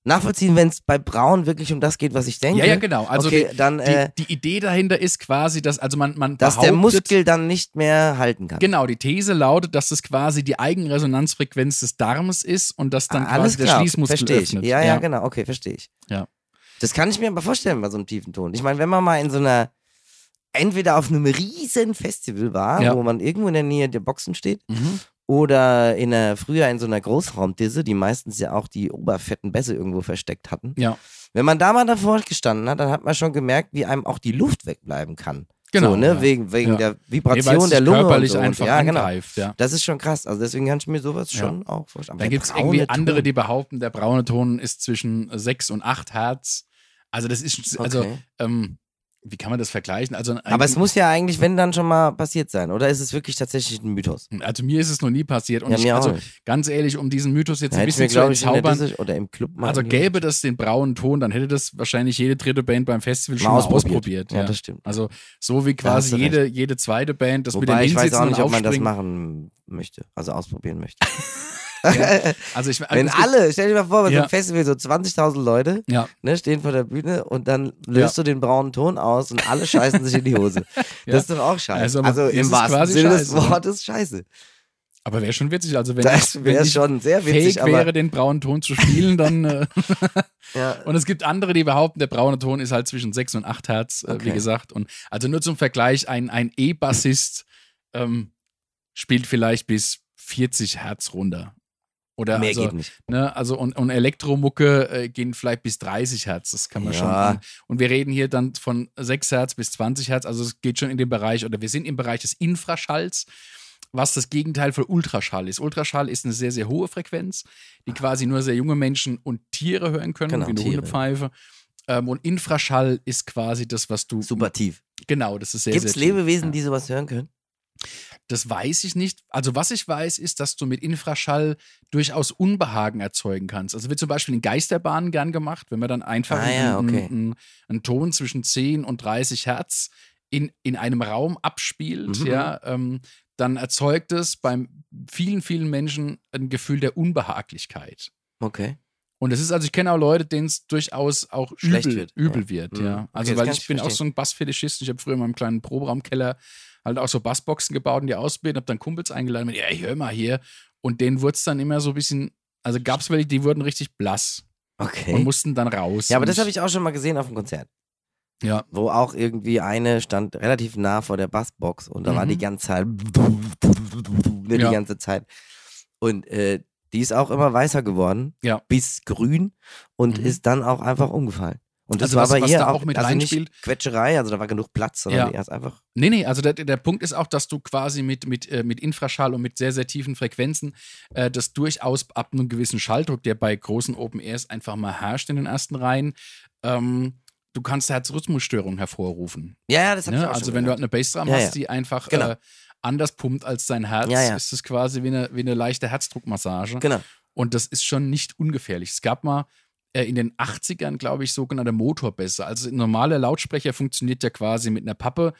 [SPEAKER 1] nachvollziehen, wenn es bei Braun wirklich um das geht, was ich denke.
[SPEAKER 2] ja, ja, genau. Also
[SPEAKER 1] okay, dann,
[SPEAKER 2] die,
[SPEAKER 1] äh,
[SPEAKER 2] die, die Idee dahinter ist quasi, dass, also man, man
[SPEAKER 1] dass
[SPEAKER 2] behauptet,
[SPEAKER 1] der Muskel dann nicht mehr halten kann.
[SPEAKER 2] Genau, die These lautet, dass es quasi die Eigenresonanzfrequenz des Darmes ist und dass dann
[SPEAKER 1] Ah,
[SPEAKER 2] quasi der Schließmuskel
[SPEAKER 1] verstehe ich.
[SPEAKER 2] öffnet.
[SPEAKER 1] Ja, ja, genau, okay, verstehe ich.
[SPEAKER 2] Ja.
[SPEAKER 1] Das kann ich mir aber vorstellen bei so einem tiefen Ton. Ich meine, wenn man mal in so einer, entweder auf einem riesen Festival war,
[SPEAKER 2] Ja.
[SPEAKER 1] wo man irgendwo in der Nähe der Boxen steht,
[SPEAKER 2] Mhm.
[SPEAKER 1] oder in einer, früher in so einer Großraumdisse, die meistens ja auch die oberfetten Bässe irgendwo versteckt hatten.
[SPEAKER 2] Ja.
[SPEAKER 1] Wenn man da mal davor gestanden hat, dann hat man schon gemerkt, wie einem auch die Luft wegbleiben kann.
[SPEAKER 2] Genau.
[SPEAKER 1] So, ne?
[SPEAKER 2] ja.
[SPEAKER 1] Wegen, wegen
[SPEAKER 2] Ja.
[SPEAKER 1] der
[SPEAKER 2] Nee, weil
[SPEAKER 1] Vibration
[SPEAKER 2] es sich
[SPEAKER 1] der Lunge.
[SPEAKER 2] körperlich
[SPEAKER 1] und so.
[SPEAKER 2] einfach
[SPEAKER 1] und, ja, genau.
[SPEAKER 2] angreift, ja.
[SPEAKER 1] Das ist schon krass. Also deswegen kann ich mir sowas
[SPEAKER 2] Ja.
[SPEAKER 1] schon auch vorstellen.
[SPEAKER 2] Dann gibt es irgendwie andere, die behaupten, der braune Ton ist zwischen 6 und 8 Hertz. Also das ist, also,
[SPEAKER 1] Okay.
[SPEAKER 2] ähm, wie kann man das vergleichen? Also, ein-
[SPEAKER 1] Aber es muss ja eigentlich, wenn dann schon mal passiert sein, oder ist es wirklich tatsächlich ein Mythos?
[SPEAKER 2] also mir ist es noch nie passiert. Und
[SPEAKER 1] Ja,
[SPEAKER 2] ich,
[SPEAKER 1] mir auch
[SPEAKER 2] also
[SPEAKER 1] nicht.
[SPEAKER 2] ganz ehrlich, um diesen Mythos jetzt
[SPEAKER 1] Da
[SPEAKER 2] ein
[SPEAKER 1] hätte ich mir,
[SPEAKER 2] bisschen zu
[SPEAKER 1] glaube ich, in der
[SPEAKER 2] entzaubern,
[SPEAKER 1] Disse oder im Club mal.
[SPEAKER 2] also
[SPEAKER 1] irgendwie
[SPEAKER 2] gäbe das den braunen Ton, dann hätte das wahrscheinlich jede dritte Band beim Festival schon
[SPEAKER 1] mal
[SPEAKER 2] mal
[SPEAKER 1] ausprobiert.
[SPEAKER 2] ausprobiert.
[SPEAKER 1] ja.
[SPEAKER 2] ja.
[SPEAKER 1] das stimmt.
[SPEAKER 2] Also so wie
[SPEAKER 1] Da hast
[SPEAKER 2] quasi
[SPEAKER 1] du
[SPEAKER 2] jede, jede zweite Band das
[SPEAKER 1] Wobei
[SPEAKER 2] mit
[SPEAKER 1] ich
[SPEAKER 2] dem
[SPEAKER 1] weiß
[SPEAKER 2] Hinsitzen
[SPEAKER 1] auch nicht,
[SPEAKER 2] und
[SPEAKER 1] ob man das
[SPEAKER 2] Aufspringen.
[SPEAKER 1] machen möchte, also ausprobieren
[SPEAKER 2] [LAUGHS]
[SPEAKER 1] möchte.
[SPEAKER 2] Also ich, also
[SPEAKER 1] Wenn
[SPEAKER 2] es gibt-
[SPEAKER 1] alle, stell dir mal vor, bei so
[SPEAKER 2] Ja.
[SPEAKER 1] einem Festival so 20.000 Leute
[SPEAKER 2] Ja.
[SPEAKER 1] ne, stehen vor der Bühne und dann löst du den braunen Ton aus und alle scheißen sich in die
[SPEAKER 2] [LAUGHS]
[SPEAKER 1] Hose.
[SPEAKER 2] Ja.
[SPEAKER 1] Das ist doch auch scheiße.
[SPEAKER 2] Also,
[SPEAKER 1] Also,
[SPEAKER 2] das
[SPEAKER 1] im
[SPEAKER 2] ist
[SPEAKER 1] wahrsten
[SPEAKER 2] quasi
[SPEAKER 1] Sinne des
[SPEAKER 2] scheiße, ne?
[SPEAKER 1] Wortes scheiße.
[SPEAKER 2] Aber wäre schon witzig. Also wenn
[SPEAKER 1] Das
[SPEAKER 2] wenn
[SPEAKER 1] wäre
[SPEAKER 2] ich
[SPEAKER 1] schon sehr witzig,
[SPEAKER 2] fähig wäre,
[SPEAKER 1] aber
[SPEAKER 2] den braunen Ton zu spielen, dann äh,
[SPEAKER 1] ja,
[SPEAKER 2] und es gibt andere, die behaupten, der braune Ton ist halt zwischen 6 und 8 Hertz, äh, wie
[SPEAKER 1] Okay.
[SPEAKER 2] gesagt. Und also nur zum Vergleich, ein, ein E-Bassist ähm, spielt vielleicht bis 40 Hertz runter. Oder
[SPEAKER 1] mehr
[SPEAKER 2] also,
[SPEAKER 1] geht nicht.
[SPEAKER 2] Ne, also und, und Elektromucke äh, gehen vielleicht bis 30 Hertz, das kann man
[SPEAKER 1] Ja.
[SPEAKER 2] schon. an- Und wir reden hier dann von 6 Hertz bis 20 Hertz, also es geht schon in den Bereich, oder wir sind im Bereich des Infraschalls, was das Gegenteil von Ultraschall ist. Ultraschall ist eine sehr, sehr hohe Frequenz, die quasi nur sehr junge Menschen und Tiere hören können,
[SPEAKER 1] Genau,
[SPEAKER 2] wie eine
[SPEAKER 1] Tiere.
[SPEAKER 2] Hundepfeife. Ähm, und Infraschall ist quasi das, was du.
[SPEAKER 1] Super tief.
[SPEAKER 2] Genau, das ist sehr,
[SPEAKER 1] Gibt es
[SPEAKER 2] sehr. tief.
[SPEAKER 1] Lebewesen,
[SPEAKER 2] Ja.
[SPEAKER 1] die sowas hören können?
[SPEAKER 2] Das weiß ich nicht. Also, was ich weiß, ist, dass du mit Infraschall durchaus Unbehagen erzeugen kannst. Also, wird zum Beispiel in Geisterbahnen gern gemacht, wenn man dann einfach
[SPEAKER 1] Ah,
[SPEAKER 2] einen-
[SPEAKER 1] ja, okay.
[SPEAKER 2] einen, einen, einen Ton zwischen 10 und 30 Hertz in, in einem Raum abspielt,
[SPEAKER 1] Mhm.
[SPEAKER 2] ja, ähm, dann erzeugt es bei vielen, vielen Menschen ein Gefühl der Unbehaglichkeit.
[SPEAKER 1] Okay.
[SPEAKER 2] Und es ist, also ich kenne auch Leute, denen es durchaus auch
[SPEAKER 1] Schlecht
[SPEAKER 2] übel
[SPEAKER 1] wird,
[SPEAKER 2] Übel
[SPEAKER 1] ja.
[SPEAKER 2] wird
[SPEAKER 1] Mhm.
[SPEAKER 2] ja.
[SPEAKER 1] Okay,
[SPEAKER 2] Also,
[SPEAKER 1] das
[SPEAKER 2] weil
[SPEAKER 1] kann
[SPEAKER 2] ich
[SPEAKER 1] ich
[SPEAKER 2] bin auch
[SPEAKER 1] verstehen.
[SPEAKER 2] so ein Bassfetischist. Ich habe früher in meinem kleinen Proberaumkeller halt auch so Bassboxen gebaut in die Ausbildung, habe dann Kumpels eingeladen mit, ja, ich hör mal hier. Und denen wurde es dann immer so ein bisschen, also gab es welche, die wurden richtig blass und
[SPEAKER 1] Okay.
[SPEAKER 2] mussten dann raus.
[SPEAKER 1] Ja, aber
[SPEAKER 2] Und
[SPEAKER 1] das habe ich auch schon mal gesehen auf dem Konzert.
[SPEAKER 2] Ja.
[SPEAKER 1] Wo auch irgendwie eine stand relativ nah vor der Bassbox und da war
[SPEAKER 2] Mhm.
[SPEAKER 1] die ganze Zeit, [LAUGHS] ne, die
[SPEAKER 2] Ja.
[SPEAKER 1] ganze Zeit. Und äh, die ist auch immer weißer geworden,
[SPEAKER 2] Ja.
[SPEAKER 1] bis grün und
[SPEAKER 2] Mhm.
[SPEAKER 1] ist dann auch einfach umgefallen. Und das
[SPEAKER 2] Also
[SPEAKER 1] war
[SPEAKER 2] was-
[SPEAKER 1] bei
[SPEAKER 2] was
[SPEAKER 1] ihr
[SPEAKER 2] da
[SPEAKER 1] auch,
[SPEAKER 2] auch mit
[SPEAKER 1] also
[SPEAKER 2] reinspielt-
[SPEAKER 1] nicht Quetscherei, also da war genug Platz, sondern
[SPEAKER 2] Ja.
[SPEAKER 1] die ist einfach.
[SPEAKER 2] Nee, nee, also der, der Punkt ist auch, dass du quasi mit, mit, äh, mit Infraschall und mit sehr, sehr tiefen Frequenzen äh, das durchaus ab einem gewissen Schalldruck, der bei großen Open Airs einfach mal herrscht in den ersten Reihen, ähm, du kannst Herzrhythmusstörungen hervorrufen.
[SPEAKER 1] Ja, ja, das hab ich
[SPEAKER 2] Ne?
[SPEAKER 1] auch
[SPEAKER 2] Also
[SPEAKER 1] schon
[SPEAKER 2] wenn du
[SPEAKER 1] gehört.
[SPEAKER 2] halt eine Bassdrum
[SPEAKER 1] Ja,
[SPEAKER 2] hast,
[SPEAKER 1] ja.
[SPEAKER 2] die einfach
[SPEAKER 1] Genau.
[SPEAKER 2] äh, anders pumpt als dein Herz,
[SPEAKER 1] Ja, ja.
[SPEAKER 2] ist es quasi wie eine, wie eine leichte Herzdruckmassage.
[SPEAKER 1] Genau.
[SPEAKER 2] Und das ist schon nicht ungefährlich. Es gab mal äh, in den 80ern, glaube ich, sogenannte Motorbässe. Also ein normaler Lautsprecher funktioniert ja quasi mit einer Pappe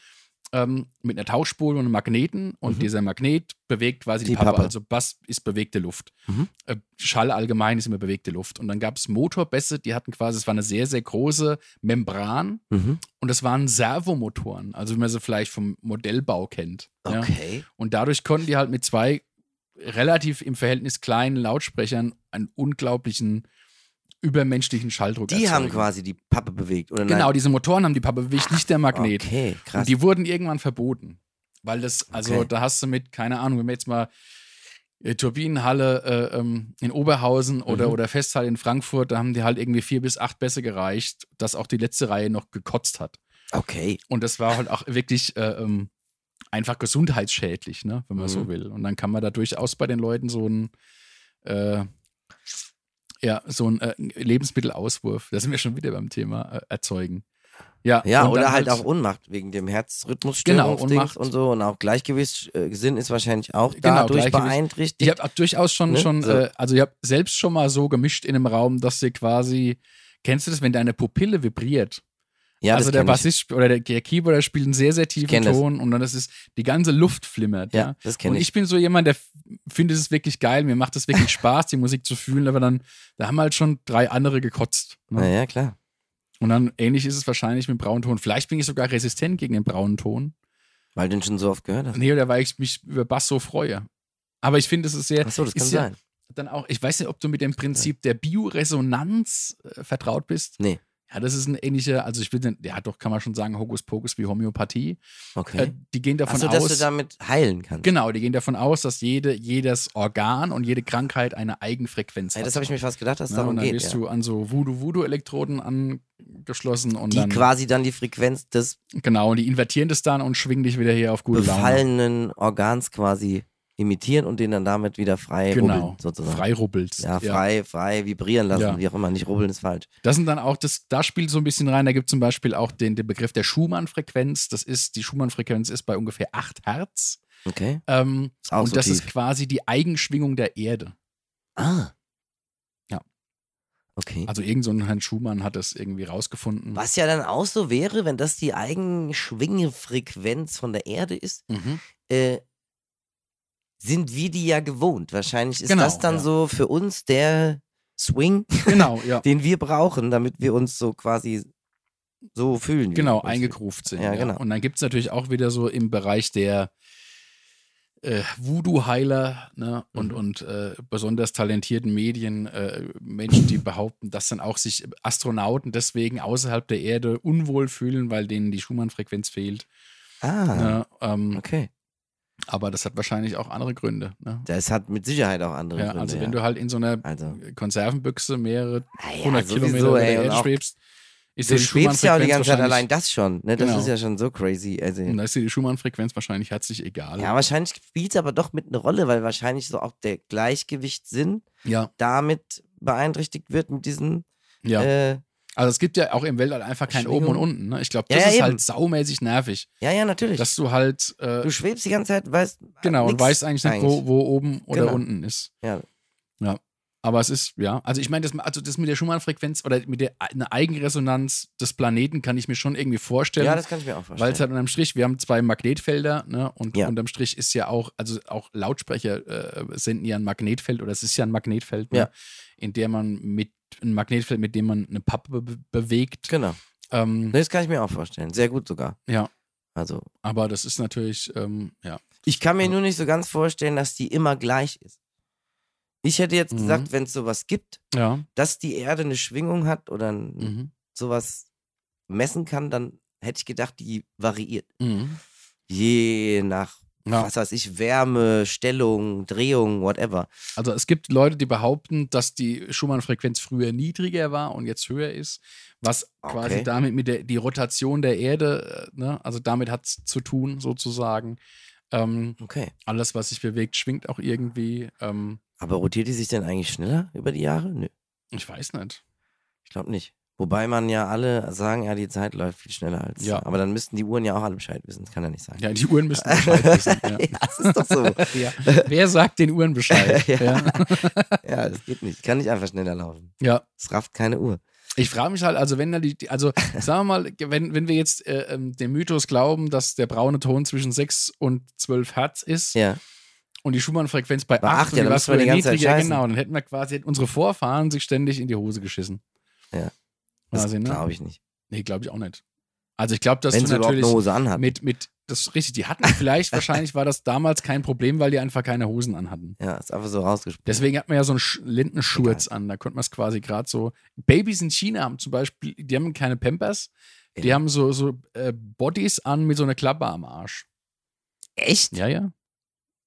[SPEAKER 2] ähm, mit einer Tauschspule und einem Magneten und
[SPEAKER 1] Mhm.
[SPEAKER 2] dieser Magnet bewegt quasi die,
[SPEAKER 1] Die
[SPEAKER 2] Pappe.
[SPEAKER 1] Pappe.
[SPEAKER 2] Also Bass ist bewegte Luft.
[SPEAKER 1] Mhm.
[SPEAKER 2] Äh, Schall allgemein ist immer bewegte Luft. Und dann gab es Motorbässe, die hatten quasi, es war eine sehr, sehr große Membran
[SPEAKER 1] Mhm.
[SPEAKER 2] und das waren Servomotoren, also wie man sie vielleicht vom Modellbau kennt. Ja. Oh
[SPEAKER 1] Okay.
[SPEAKER 2] Und dadurch konnten die halt mit zwei relativ im Verhältnis kleinen Lautsprechern einen unglaublichen übermenschlichen Schalldruck
[SPEAKER 1] Die haben
[SPEAKER 2] erzeugen.
[SPEAKER 1] quasi die Pappe bewegt, oder?
[SPEAKER 2] Genau,
[SPEAKER 1] nein?
[SPEAKER 2] diese Motoren haben die Pappe bewegt, nicht der Magnet.
[SPEAKER 1] Okay, krass.
[SPEAKER 2] Und die wurden irgendwann verboten. Weil das, also
[SPEAKER 1] Okay.
[SPEAKER 2] da hast du mit, keine Ahnung, wenn wir jetzt mal äh, Turbinenhalle äh, ähm, in Oberhausen oder,
[SPEAKER 1] Mhm.
[SPEAKER 2] oder Festhalle in Frankfurt, da haben die halt irgendwie vier bis acht Bässe gereicht, dass auch die letzte Reihe noch gekotzt hat.
[SPEAKER 1] okay.
[SPEAKER 2] Und das war halt auch wirklich äh, ähm, einfach gesundheitsschädlich, ne, wenn man
[SPEAKER 1] Mhm.
[SPEAKER 2] so will. Und dann kann man da durchaus bei den Leuten so ein äh, ja, so ein äh, Lebensmittelauswurf, da sind wir schon wieder beim Thema, äh, erzeugen. Ja,
[SPEAKER 1] Ja,
[SPEAKER 2] und dann
[SPEAKER 1] oder halt auch Ohnmacht wegen dem
[SPEAKER 2] Genau, Ohnmacht.
[SPEAKER 1] Herzrhythmusstörungsdings und so und auch Gleichgewichtssinn ist wahrscheinlich auch
[SPEAKER 2] Genau,
[SPEAKER 1] dadurch
[SPEAKER 2] Gleichgewicht. Ich
[SPEAKER 1] beeinträchtigt.
[SPEAKER 2] habe durchaus schon,
[SPEAKER 1] Ne?
[SPEAKER 2] schon
[SPEAKER 1] So.
[SPEAKER 2] äh, also ich habe selbst schon mal so gemischt in einem Raum, dass dir quasi, kennst du das, wenn deine Pupille vibriert?
[SPEAKER 1] ja,
[SPEAKER 2] also
[SPEAKER 1] das
[SPEAKER 2] der
[SPEAKER 1] kenn ich.
[SPEAKER 2] Bassist sp- oder der, der Keyboarder spielt einen sehr, sehr tiefen
[SPEAKER 1] kenn das.
[SPEAKER 2] Ton und dann ist es, die ganze Luft flimmert. Ja,
[SPEAKER 1] Ja, das
[SPEAKER 2] Und
[SPEAKER 1] kenne ich.
[SPEAKER 2] ich bin so jemand, der f- findet es wirklich geil, mir macht es
[SPEAKER 1] [LAUGHS]
[SPEAKER 2] wirklich Spaß, die Musik zu fühlen, aber dann, da haben halt schon drei andere gekotzt. Ne?
[SPEAKER 1] Na ja, klar.
[SPEAKER 2] Und dann ähnlich ist es wahrscheinlich mit dem braunen Ton. Vielleicht bin ich sogar resistent gegen den braunen Ton.
[SPEAKER 1] Weil du ihn schon so oft gehört hast.
[SPEAKER 2] Nee, oder weil ich mich über Bass so freue. Aber ich finde, es ist sehr,
[SPEAKER 1] Achso, das
[SPEAKER 2] ist
[SPEAKER 1] kann
[SPEAKER 2] ja-
[SPEAKER 1] sein.
[SPEAKER 2] dann auch, ich weiß nicht, ob du mit dem Prinzip der Bioresonanz äh, vertraut bist.
[SPEAKER 1] Nee.
[SPEAKER 2] Ja, das ist ein ähnlicher, also ich will den, ja doch, kann man schon sagen, Hokuspokus wie Homöopathie. Äh,
[SPEAKER 1] Okay.
[SPEAKER 2] die gehen davon
[SPEAKER 1] Achso, dass du
[SPEAKER 2] aus.
[SPEAKER 1] damit heilen kannst.
[SPEAKER 2] genau, die gehen davon aus, dass jede, jedes Organ und jede Krankheit eine Eigenfrequenz
[SPEAKER 1] Ey,
[SPEAKER 2] hat.
[SPEAKER 1] das habe ich mir fast gedacht, dass es
[SPEAKER 2] ja,
[SPEAKER 1] darum
[SPEAKER 2] und dann
[SPEAKER 1] geht.
[SPEAKER 2] wirst
[SPEAKER 1] Ja.
[SPEAKER 2] du an so Voodoo-Voodoo-Elektroden angeschlossen und
[SPEAKER 1] Die
[SPEAKER 2] dann
[SPEAKER 1] quasi dann die Frequenz des
[SPEAKER 2] genau, und die invertieren das dann und schwingen dich wieder hier auf gute Laune.
[SPEAKER 1] befallenen Organs quasi imitieren und den dann damit wieder frei
[SPEAKER 2] Genau,
[SPEAKER 1] rubbeln, sozusagen.
[SPEAKER 2] freirubbelst.
[SPEAKER 1] ja, frei, frei vibrieren lassen,
[SPEAKER 2] Ja.
[SPEAKER 1] wie auch immer. Nicht rubbeln ist falsch.
[SPEAKER 2] Das sind dann auch, das, da spielt so ein bisschen rein, da gibt es zum Beispiel auch den, den Begriff der Schumann-Frequenz. Das ist, die Schumann-Frequenz ist bei ungefähr 8 Hertz.
[SPEAKER 1] Okay.
[SPEAKER 2] Ähm,
[SPEAKER 1] Ist auch
[SPEAKER 2] und
[SPEAKER 1] so
[SPEAKER 2] das
[SPEAKER 1] tief.
[SPEAKER 2] ist quasi die Eigenschwingung der Erde.
[SPEAKER 1] ah.
[SPEAKER 2] Ja.
[SPEAKER 1] Okay.
[SPEAKER 2] Also hm. irgend so ein Herrn Schumann hat das irgendwie rausgefunden.
[SPEAKER 1] Was ja dann auch so wäre, wenn das die Eigenschwingefrequenz von der Erde ist,
[SPEAKER 2] Mhm.
[SPEAKER 1] äh, sind wir die ja gewohnt. Wahrscheinlich ist
[SPEAKER 2] Genau,
[SPEAKER 1] das dann
[SPEAKER 2] ja.
[SPEAKER 1] so für uns der Swing, [LAUGHS]
[SPEAKER 2] Genau, ja.
[SPEAKER 1] den wir brauchen, damit wir uns so quasi so fühlen. wie
[SPEAKER 2] genau,
[SPEAKER 1] wir uns
[SPEAKER 2] eingegruft sind.
[SPEAKER 1] Ja, genau.
[SPEAKER 2] Und dann gibt es natürlich auch wieder so im Bereich der äh, Voodoo-Heiler ne? und,
[SPEAKER 1] Mhm.
[SPEAKER 2] und äh, besonders talentierten Medien, äh, Menschen, die behaupten, dass dann auch sich Astronauten deswegen außerhalb der Erde unwohl fühlen, weil denen die Schumann-Frequenz fehlt.
[SPEAKER 1] fühlen. Ah,
[SPEAKER 2] Ne? Ähm,
[SPEAKER 1] okay.
[SPEAKER 2] aber das hat wahrscheinlich auch andere Gründe. Ne?
[SPEAKER 1] Das hat mit Sicherheit auch andere
[SPEAKER 2] Ja,
[SPEAKER 1] Gründe.
[SPEAKER 2] also wenn
[SPEAKER 1] ja.
[SPEAKER 2] du halt in so einer
[SPEAKER 1] also,
[SPEAKER 2] Konservenbüchse mehrere
[SPEAKER 1] ah ja,
[SPEAKER 2] 100
[SPEAKER 1] sowieso,
[SPEAKER 2] Kilometer über
[SPEAKER 1] ey,
[SPEAKER 2] der
[SPEAKER 1] und
[SPEAKER 2] Erde
[SPEAKER 1] auch,
[SPEAKER 2] schwebst, ist dir
[SPEAKER 1] Du
[SPEAKER 2] die
[SPEAKER 1] schwebst ja auch die
[SPEAKER 2] Schumann-Frequenz
[SPEAKER 1] ganze Zeit
[SPEAKER 2] wahrscheinlich-
[SPEAKER 1] allein das schon. Ne? Das
[SPEAKER 2] Genau.
[SPEAKER 1] ist ja schon so crazy. Also,
[SPEAKER 2] Und da ist dir die Schumann-Frequenz wahrscheinlich herzlich egal.
[SPEAKER 1] Ja, wahrscheinlich spielt es aber doch mit einer Rolle, weil wahrscheinlich so auch der Gleichgewichtssinn
[SPEAKER 2] Ja,
[SPEAKER 1] damit beeinträchtigt wird mit diesen.
[SPEAKER 2] ja.
[SPEAKER 1] Äh,
[SPEAKER 2] also es gibt ja auch im Weltall einfach kein Oben und
[SPEAKER 1] Schwingung.
[SPEAKER 2] Unten. Ne? Ich glaube, das
[SPEAKER 1] Ja, ja,
[SPEAKER 2] ist
[SPEAKER 1] eben.
[SPEAKER 2] halt saumäßig nervig,
[SPEAKER 1] ja, ja, natürlich.
[SPEAKER 2] dass du halt, äh,
[SPEAKER 1] du schwebst die ganze Zeit, weißt.
[SPEAKER 2] genau, und
[SPEAKER 1] nix
[SPEAKER 2] weißt eigentlich nicht, wo, wo oben oder
[SPEAKER 1] Genau.
[SPEAKER 2] unten ist.
[SPEAKER 1] Ja.
[SPEAKER 2] ja. Aber es ist, ja, also ich meine, das, also das mit der Schumann-Frequenz oder mit der eine Eigenresonanz des Planeten kann ich mir schon irgendwie vorstellen.
[SPEAKER 1] Ja, das kann ich mir auch vorstellen.
[SPEAKER 2] Weil es halt unterm Strich, wir haben zwei Magnetfelder, ne? Und
[SPEAKER 1] Ja.
[SPEAKER 2] unterm Strich ist ja auch, also auch Lautsprecher äh, senden ja ein Magnetfeld oder es ist ja ein Magnetfeld, ne?
[SPEAKER 1] Ja.
[SPEAKER 2] in der man mit ein Magnetfeld, mit dem man eine Pappe be bewegt.
[SPEAKER 1] genau.
[SPEAKER 2] Ähm,
[SPEAKER 1] Nee, Das kann ich mir auch vorstellen. Sehr gut sogar.
[SPEAKER 2] Ja.
[SPEAKER 1] Also,
[SPEAKER 2] aber das ist natürlich, ähm, ja.
[SPEAKER 1] ich kann mir
[SPEAKER 2] Also-
[SPEAKER 1] nur nicht so ganz vorstellen, dass die immer gleich ist. Ich hätte jetzt
[SPEAKER 2] Mhm.
[SPEAKER 1] gesagt, wenn es sowas gibt,
[SPEAKER 2] Ja.
[SPEAKER 1] dass die Erde eine Schwingung hat oder ein-
[SPEAKER 2] Mhm.
[SPEAKER 1] sowas messen kann, dann hätte ich gedacht, die variiert.
[SPEAKER 2] Mhm.
[SPEAKER 1] je nach,
[SPEAKER 2] Ja.
[SPEAKER 1] was weiß ich, Wärme, Stellung, Drehung, whatever.
[SPEAKER 2] Also es gibt Leute, die behaupten, dass die Schumann-Frequenz früher niedriger war und jetzt höher ist, was quasi
[SPEAKER 1] Okay.
[SPEAKER 2] damit mit der die Rotation der Erde, äh, ne? also damit hat es zu tun, sozusagen. Ähm,
[SPEAKER 1] Okay.
[SPEAKER 2] alles, was sich bewegt, schwingt auch irgendwie. Ähm,
[SPEAKER 1] Aber rotiert die sich denn eigentlich schneller über die Jahre? Nö,
[SPEAKER 2] ich weiß nicht.
[SPEAKER 1] ich glaube nicht. Wobei man ja alle sagen, ja, die Zeit läuft viel schneller als.
[SPEAKER 2] Ja.
[SPEAKER 1] Aber dann müssten die Uhren ja auch alle Bescheid wissen. Das kann ja nicht sein.
[SPEAKER 2] Ja, die Uhren [LAUGHS] müssen Bescheid wissen.
[SPEAKER 1] [LAUGHS]
[SPEAKER 2] Ja.
[SPEAKER 1] Ja, das ist doch
[SPEAKER 2] [LAUGHS]
[SPEAKER 1] so.
[SPEAKER 2] Ja. Wer sagt den Uhren
[SPEAKER 1] [LAUGHS]
[SPEAKER 2] Bescheid?
[SPEAKER 1] Ja.
[SPEAKER 2] ja.
[SPEAKER 1] ja, das geht nicht. Kann nicht einfach schneller laufen.
[SPEAKER 2] ja,
[SPEAKER 1] Es rafft keine Uhr.
[SPEAKER 2] Ich frage mich halt, also wenn da die, die- also sagen wir mal, wenn, wenn wir jetzt äh, ähm, dem Mythos glauben, dass der braune Ton zwischen 6 und 12 Hertz ist
[SPEAKER 1] Ja.
[SPEAKER 2] und die Schumann-Frequenz bei 8,
[SPEAKER 1] Bei 8,
[SPEAKER 2] und
[SPEAKER 1] ja, dann
[SPEAKER 2] war
[SPEAKER 1] müssen wir die
[SPEAKER 2] früher
[SPEAKER 1] ganze Zeit
[SPEAKER 2] niedriger,
[SPEAKER 1] scheißen.
[SPEAKER 2] genau, dann hätten wir quasi, hätten unsere Vorfahren sich ständig in die Hose geschissen.
[SPEAKER 1] Ja. Das
[SPEAKER 2] Quasi, ne?
[SPEAKER 1] glaube ich nicht.
[SPEAKER 2] Nee, glaube ich auch nicht. Also ich glaube, dass
[SPEAKER 1] Wenn
[SPEAKER 2] du
[SPEAKER 1] sie überhaupt eine
[SPEAKER 2] natürlich
[SPEAKER 1] Hose anhatten.
[SPEAKER 2] mit, mit, das ist richtig, die hatten
[SPEAKER 1] [LAUGHS]
[SPEAKER 2] vielleicht, wahrscheinlich war das damals kein Problem, weil die einfach keine Hosen anhatten.
[SPEAKER 1] ja, ist einfach so rausgesprungen.
[SPEAKER 2] Deswegen hat man ja so einen Sch- Lendenschurz an. Da konnte man es quasi gerade so. Babys in China haben zum Beispiel, die haben keine Pampers, die
[SPEAKER 1] Ja.
[SPEAKER 2] haben so, so äh, Bodies an mit so einer Klappe am Arsch.
[SPEAKER 1] Echt?
[SPEAKER 2] Ja, ja.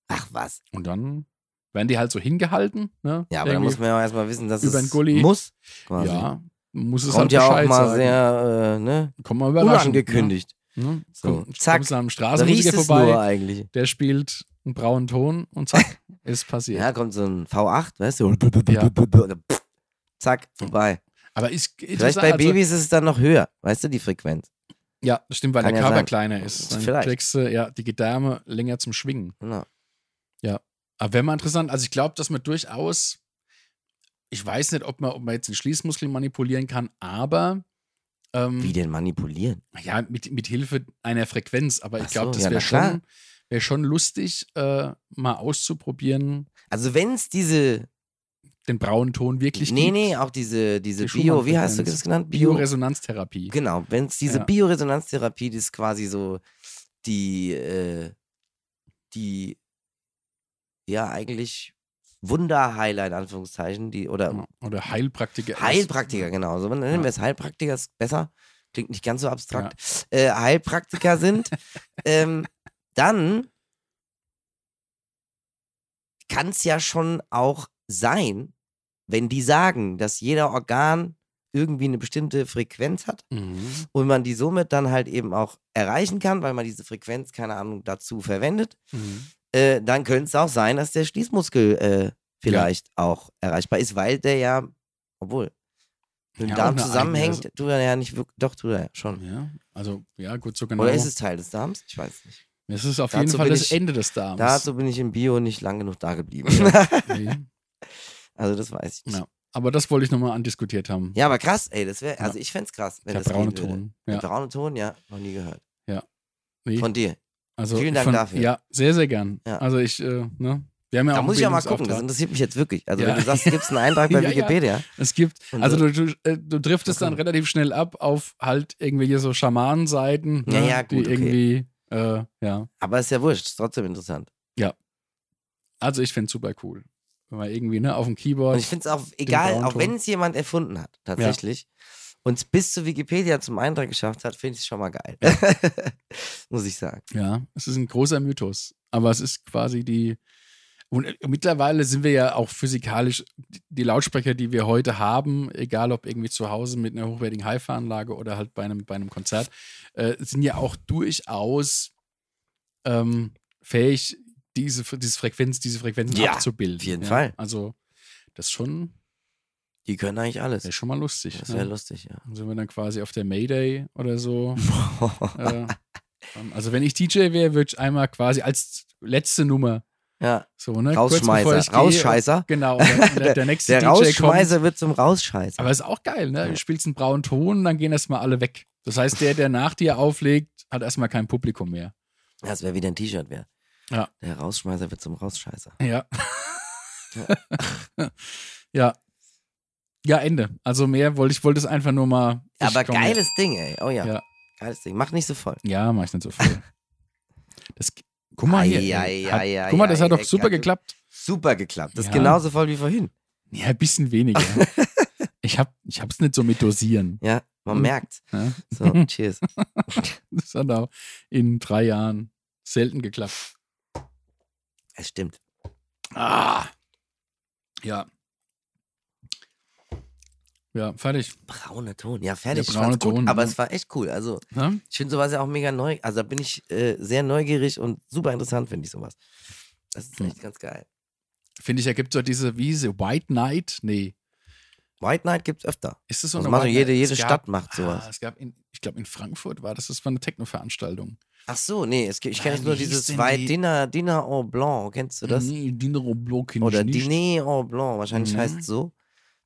[SPEAKER 1] Ach was.
[SPEAKER 2] Und dann werden die halt so hingehalten. Ne?
[SPEAKER 1] Ja, aber da
[SPEAKER 2] Irgendwie-
[SPEAKER 1] muss man ja auch erstmal wissen, dass
[SPEAKER 2] über
[SPEAKER 1] es
[SPEAKER 2] den Gulli.
[SPEAKER 1] muss. Quasi.
[SPEAKER 2] ja, muss es
[SPEAKER 1] Kommt
[SPEAKER 2] halt
[SPEAKER 1] ja auch
[SPEAKER 2] Bescheid
[SPEAKER 1] mal
[SPEAKER 2] sagen.
[SPEAKER 1] sehr äh, ne,
[SPEAKER 2] Kommt mal überraschend.
[SPEAKER 1] unangekündigt.
[SPEAKER 2] Ne? Ne?
[SPEAKER 1] So,
[SPEAKER 2] Kommt-
[SPEAKER 1] zack.
[SPEAKER 2] kommst du am
[SPEAKER 1] Da riecht
[SPEAKER 2] Straßenmusiker
[SPEAKER 1] es
[SPEAKER 2] vorbei,
[SPEAKER 1] Also nur eigentlich.
[SPEAKER 2] der spielt einen braunen Ton und zack,
[SPEAKER 1] [LAUGHS]
[SPEAKER 2] ist passiert.
[SPEAKER 1] Ja, kommt so ein V8, weißt du? und dann pff, Zack, vorbei.
[SPEAKER 2] Aber ist
[SPEAKER 1] Vielleicht
[SPEAKER 2] interessant,
[SPEAKER 1] bei
[SPEAKER 2] also-
[SPEAKER 1] Babys ist es dann noch höher, weißt du, die Frequenz.
[SPEAKER 2] Ja, das stimmt, weil
[SPEAKER 1] Kann
[SPEAKER 2] der
[SPEAKER 1] ja
[SPEAKER 2] Körper
[SPEAKER 1] sein.
[SPEAKER 2] kleiner ist. Dann
[SPEAKER 1] Vielleicht.
[SPEAKER 2] kriegst du ja die Gedärme länger zum Schwingen.
[SPEAKER 1] Genau.
[SPEAKER 2] Aber wäre mal interessant. Also ich glaube, dass man durchaus, ich weiß nicht, ob man, ob man jetzt den Schließmuskel manipulieren kann, aber
[SPEAKER 1] Wie
[SPEAKER 2] ähm,
[SPEAKER 1] den manipulieren?
[SPEAKER 2] ja, mit, mit Hilfe einer Frequenz. Aber ich
[SPEAKER 1] Ach
[SPEAKER 2] glaube,
[SPEAKER 1] so,
[SPEAKER 2] das
[SPEAKER 1] ja, na
[SPEAKER 2] wäre
[SPEAKER 1] klar.
[SPEAKER 2] schon, wär schon lustig, äh, mal auszuprobieren,
[SPEAKER 1] Also wenn es diese,
[SPEAKER 2] den braunen Ton wirklich
[SPEAKER 1] nee,
[SPEAKER 2] gibt.
[SPEAKER 1] nee, auch diese, diese
[SPEAKER 2] Die
[SPEAKER 1] Bio, wie hast du
[SPEAKER 2] Schumann-Frequenz.
[SPEAKER 1] das genannt?
[SPEAKER 2] Bioresonanztherapie.
[SPEAKER 1] Genau, wenn es diese
[SPEAKER 2] Ja.
[SPEAKER 1] Bioresonanztherapie, die ist quasi so die, äh, die, ja, eigentlich Wunderheiler in Anführungszeichen, die, oder
[SPEAKER 2] Ja, Oder Heilpraktiker.
[SPEAKER 1] Heilpraktiker, genau. So, nennen
[SPEAKER 2] Ja.
[SPEAKER 1] wir es Heilpraktiker, ist besser. Klingt nicht ganz so abstrakt. Äh, Heilpraktiker sind, ähm, dann kann es ja schon auch sein, wenn die sagen, dass jeder Organ irgendwie eine bestimmte Frequenz hat
[SPEAKER 2] Mhm.
[SPEAKER 1] und man die somit dann halt eben auch erreichen kann, weil man diese Frequenz, keine Ahnung, dazu verwendet,
[SPEAKER 2] Mhm.
[SPEAKER 1] äh, dann könnte es auch sein, dass der Schließmuskel äh, vielleicht auch erreichbar ist, weil der ja, obwohl, mit dem
[SPEAKER 2] Ja,
[SPEAKER 1] Darm
[SPEAKER 2] auch eine
[SPEAKER 1] zusammenhängt,
[SPEAKER 2] eigene-
[SPEAKER 1] tut er ja nicht wirklich, doch tut er ja schon.
[SPEAKER 2] Ja, also ja, gut, so genau.
[SPEAKER 1] Hm. Oder ist es Teil des Darms? Ich weiß nicht.
[SPEAKER 2] Es ist auf
[SPEAKER 1] Dazu
[SPEAKER 2] jeden Fall
[SPEAKER 1] bin
[SPEAKER 2] das
[SPEAKER 1] ich-
[SPEAKER 2] Ende des Darms.
[SPEAKER 1] Dazu bin ich im Bio nicht lang genug da geblieben.
[SPEAKER 2] [LAUGHS] Nee.
[SPEAKER 1] [LAUGHS] also das weiß ich nicht.
[SPEAKER 2] Ja.
[SPEAKER 1] Ja.
[SPEAKER 2] Aber das wollte ich nochmal andiskutiert haben.
[SPEAKER 1] aber krass, ey, das wäre,
[SPEAKER 2] Ja.
[SPEAKER 1] also ich fände es krass, wenn
[SPEAKER 2] Der
[SPEAKER 1] das gehen
[SPEAKER 2] braune
[SPEAKER 1] würde.
[SPEAKER 2] Ton.
[SPEAKER 1] Der
[SPEAKER 2] Ja,
[SPEAKER 1] braune Ton, ja, noch nie gehört.
[SPEAKER 2] nee.
[SPEAKER 1] Von dir.
[SPEAKER 2] also
[SPEAKER 1] vielen
[SPEAKER 2] ich
[SPEAKER 1] Dank
[SPEAKER 2] fand-
[SPEAKER 1] dafür.
[SPEAKER 2] Ja, sehr, sehr gern.
[SPEAKER 1] Ja.
[SPEAKER 2] Also ich, äh, ne? Wir haben ja
[SPEAKER 1] Da
[SPEAKER 2] auch
[SPEAKER 1] muss ich ja mal gucken, das
[SPEAKER 2] Bildungsauftrag.
[SPEAKER 1] interessiert mich jetzt wirklich. Also
[SPEAKER 2] Ja.
[SPEAKER 1] wenn du sagst, gibt es einen Eintrag
[SPEAKER 2] [LAUGHS]
[SPEAKER 1] bei
[SPEAKER 2] Ja, ja.
[SPEAKER 1] Wikipedia,
[SPEAKER 2] Es gibt,
[SPEAKER 1] Und
[SPEAKER 2] also
[SPEAKER 1] so.
[SPEAKER 2] du, du, äh, du driftest
[SPEAKER 1] Mal
[SPEAKER 2] dann
[SPEAKER 1] gucken.
[SPEAKER 2] relativ schnell ab auf halt irgendwelche so Schamanenseiten, ne?
[SPEAKER 1] Ja, ja, gut,
[SPEAKER 2] die
[SPEAKER 1] okay.
[SPEAKER 2] irgendwie, äh, ja.
[SPEAKER 1] aber ist ja wurscht, ist trotzdem interessant.
[SPEAKER 2] Also ich finde es super cool. Wenn man irgendwie, ne, auf dem Keyboard.
[SPEAKER 1] Und ich finde es auch egal,
[SPEAKER 2] braunen
[SPEAKER 1] auch
[SPEAKER 2] Ton.
[SPEAKER 1] wenn es jemand erfunden hat, tatsächlich, und es bis zu Wikipedia zum Eintrag geschafft hat, finde ich es schon mal geil. [LAUGHS] Muss ich sagen.
[SPEAKER 2] Ja, es ist ein großer Mythos. Aber es ist quasi die. Und äh, mittlerweile sind wir ja auch physikalisch, die- die Lautsprecher, die wir heute haben, egal ob irgendwie zu Hause mit einer hochwertigen Hi-Fi-Anlage oder halt bei einem, bei einem Konzert, äh, sind ja auch durchaus ähm, fähig, diese, Fre- diese Frequenz, diese Frequenzen
[SPEAKER 1] Ja,
[SPEAKER 2] abzubilden.
[SPEAKER 1] auf jeden
[SPEAKER 2] ja.
[SPEAKER 1] Fall.
[SPEAKER 2] Also, das ist schon,
[SPEAKER 1] Die können eigentlich alles.
[SPEAKER 2] wäre schon mal lustig.
[SPEAKER 1] Das
[SPEAKER 2] ne?
[SPEAKER 1] wäre lustig, ja.
[SPEAKER 2] Dann sind wir dann quasi auf der Mayday oder so. äh, ähm, also wenn ich DJ wäre, würde ich einmal quasi als letzte Nummer
[SPEAKER 1] [LAUGHS] ja.
[SPEAKER 2] so, ne? Kurz bevor
[SPEAKER 1] Rausschmeißer.
[SPEAKER 2] ich gehe,
[SPEAKER 1] Rausscheißer.
[SPEAKER 2] Genau, und dann- und der, der
[SPEAKER 1] [LAUGHS]
[SPEAKER 2] nächste
[SPEAKER 1] Der
[SPEAKER 2] DJ kommt.
[SPEAKER 1] Rausschmeißer wird zum Rausscheißer.
[SPEAKER 2] Aber ist auch geil, ne?
[SPEAKER 1] Ja.
[SPEAKER 2] Du spielst einen braunen Ton, dann gehen erstmal alle weg. Das heißt, der, der nach dir auflegt, hat erstmal kein Publikum mehr.
[SPEAKER 1] Ja, Das wäre wieder ein T-Shirt wert.
[SPEAKER 2] Ja.
[SPEAKER 1] Der Rausschmeißer wird zum Rausscheißer.
[SPEAKER 2] Ja. [LAUGHS] ja. Ja, Ende. Also mehr wollte ich wollte es einfach nur mal. ich
[SPEAKER 1] Aber
[SPEAKER 2] komm-
[SPEAKER 1] geiles Ding, ey. Oh ja.
[SPEAKER 2] Ja.
[SPEAKER 1] Geiles Ding. Mach nicht so voll.
[SPEAKER 2] Ja, mach ich nicht so viel. Das, guck mal hier.
[SPEAKER 1] Ei,
[SPEAKER 2] ey.
[SPEAKER 1] ei,
[SPEAKER 2] hat,
[SPEAKER 1] ei,
[SPEAKER 2] guck mal, das
[SPEAKER 1] ei,
[SPEAKER 2] hat doch
[SPEAKER 1] ey,
[SPEAKER 2] super
[SPEAKER 1] Katze.
[SPEAKER 2] geklappt.
[SPEAKER 1] Super geklappt. Das ist
[SPEAKER 2] Ja.
[SPEAKER 1] genauso voll wie vorhin.
[SPEAKER 2] Ja, ein bisschen weniger.
[SPEAKER 1] [LAUGHS]
[SPEAKER 2] ich habe es nicht so mit dosieren.
[SPEAKER 1] Ja, man
[SPEAKER 2] Mhm.
[SPEAKER 1] merkt. [LAUGHS]
[SPEAKER 2] Ne? [LAUGHS]
[SPEAKER 1] So, cheers.
[SPEAKER 2] Das hat auch in drei Jahren selten geklappt.
[SPEAKER 1] Es stimmt.
[SPEAKER 2] Ah. Ja. Ja, fertig.
[SPEAKER 1] Braune Ton. Ja, fertig.
[SPEAKER 2] Der
[SPEAKER 1] Ich fand's
[SPEAKER 2] braune Ton,
[SPEAKER 1] Gut, aber
[SPEAKER 2] ja.
[SPEAKER 1] es war echt cool. Also,
[SPEAKER 2] Ne?
[SPEAKER 1] ich finde sowas ja auch mega neu. Also, da bin ich äh, sehr neugierig und super interessant, finde ich sowas. Das ist
[SPEAKER 2] Ja.
[SPEAKER 1] echt ganz geil.
[SPEAKER 2] Finde ich, ergibt so diese Wiese White Knight. Nee.
[SPEAKER 1] White Night gibt's öfter.
[SPEAKER 2] Ist das so
[SPEAKER 1] Das
[SPEAKER 2] eine
[SPEAKER 1] machen
[SPEAKER 2] White
[SPEAKER 1] jede,
[SPEAKER 2] Knight?
[SPEAKER 1] jede
[SPEAKER 2] Es gab-
[SPEAKER 1] Stadt macht
[SPEAKER 2] Ah,
[SPEAKER 1] sowas.
[SPEAKER 2] es gab in, ich glaube, in Frankfurt war das, das war eine Techno-Veranstaltung.
[SPEAKER 1] Ach so, nee, es, gibt- ich kenne
[SPEAKER 2] Nein,
[SPEAKER 1] jetzt nur
[SPEAKER 2] wie hieß
[SPEAKER 1] dieses
[SPEAKER 2] denn
[SPEAKER 1] White
[SPEAKER 2] die-
[SPEAKER 1] Dinner, Dinner au Blanc. Kennst du das?
[SPEAKER 2] Nee, Dinero Block
[SPEAKER 1] Oder Diner au Blanc. Wahrscheinlich
[SPEAKER 2] Mhm.
[SPEAKER 1] heißt es so.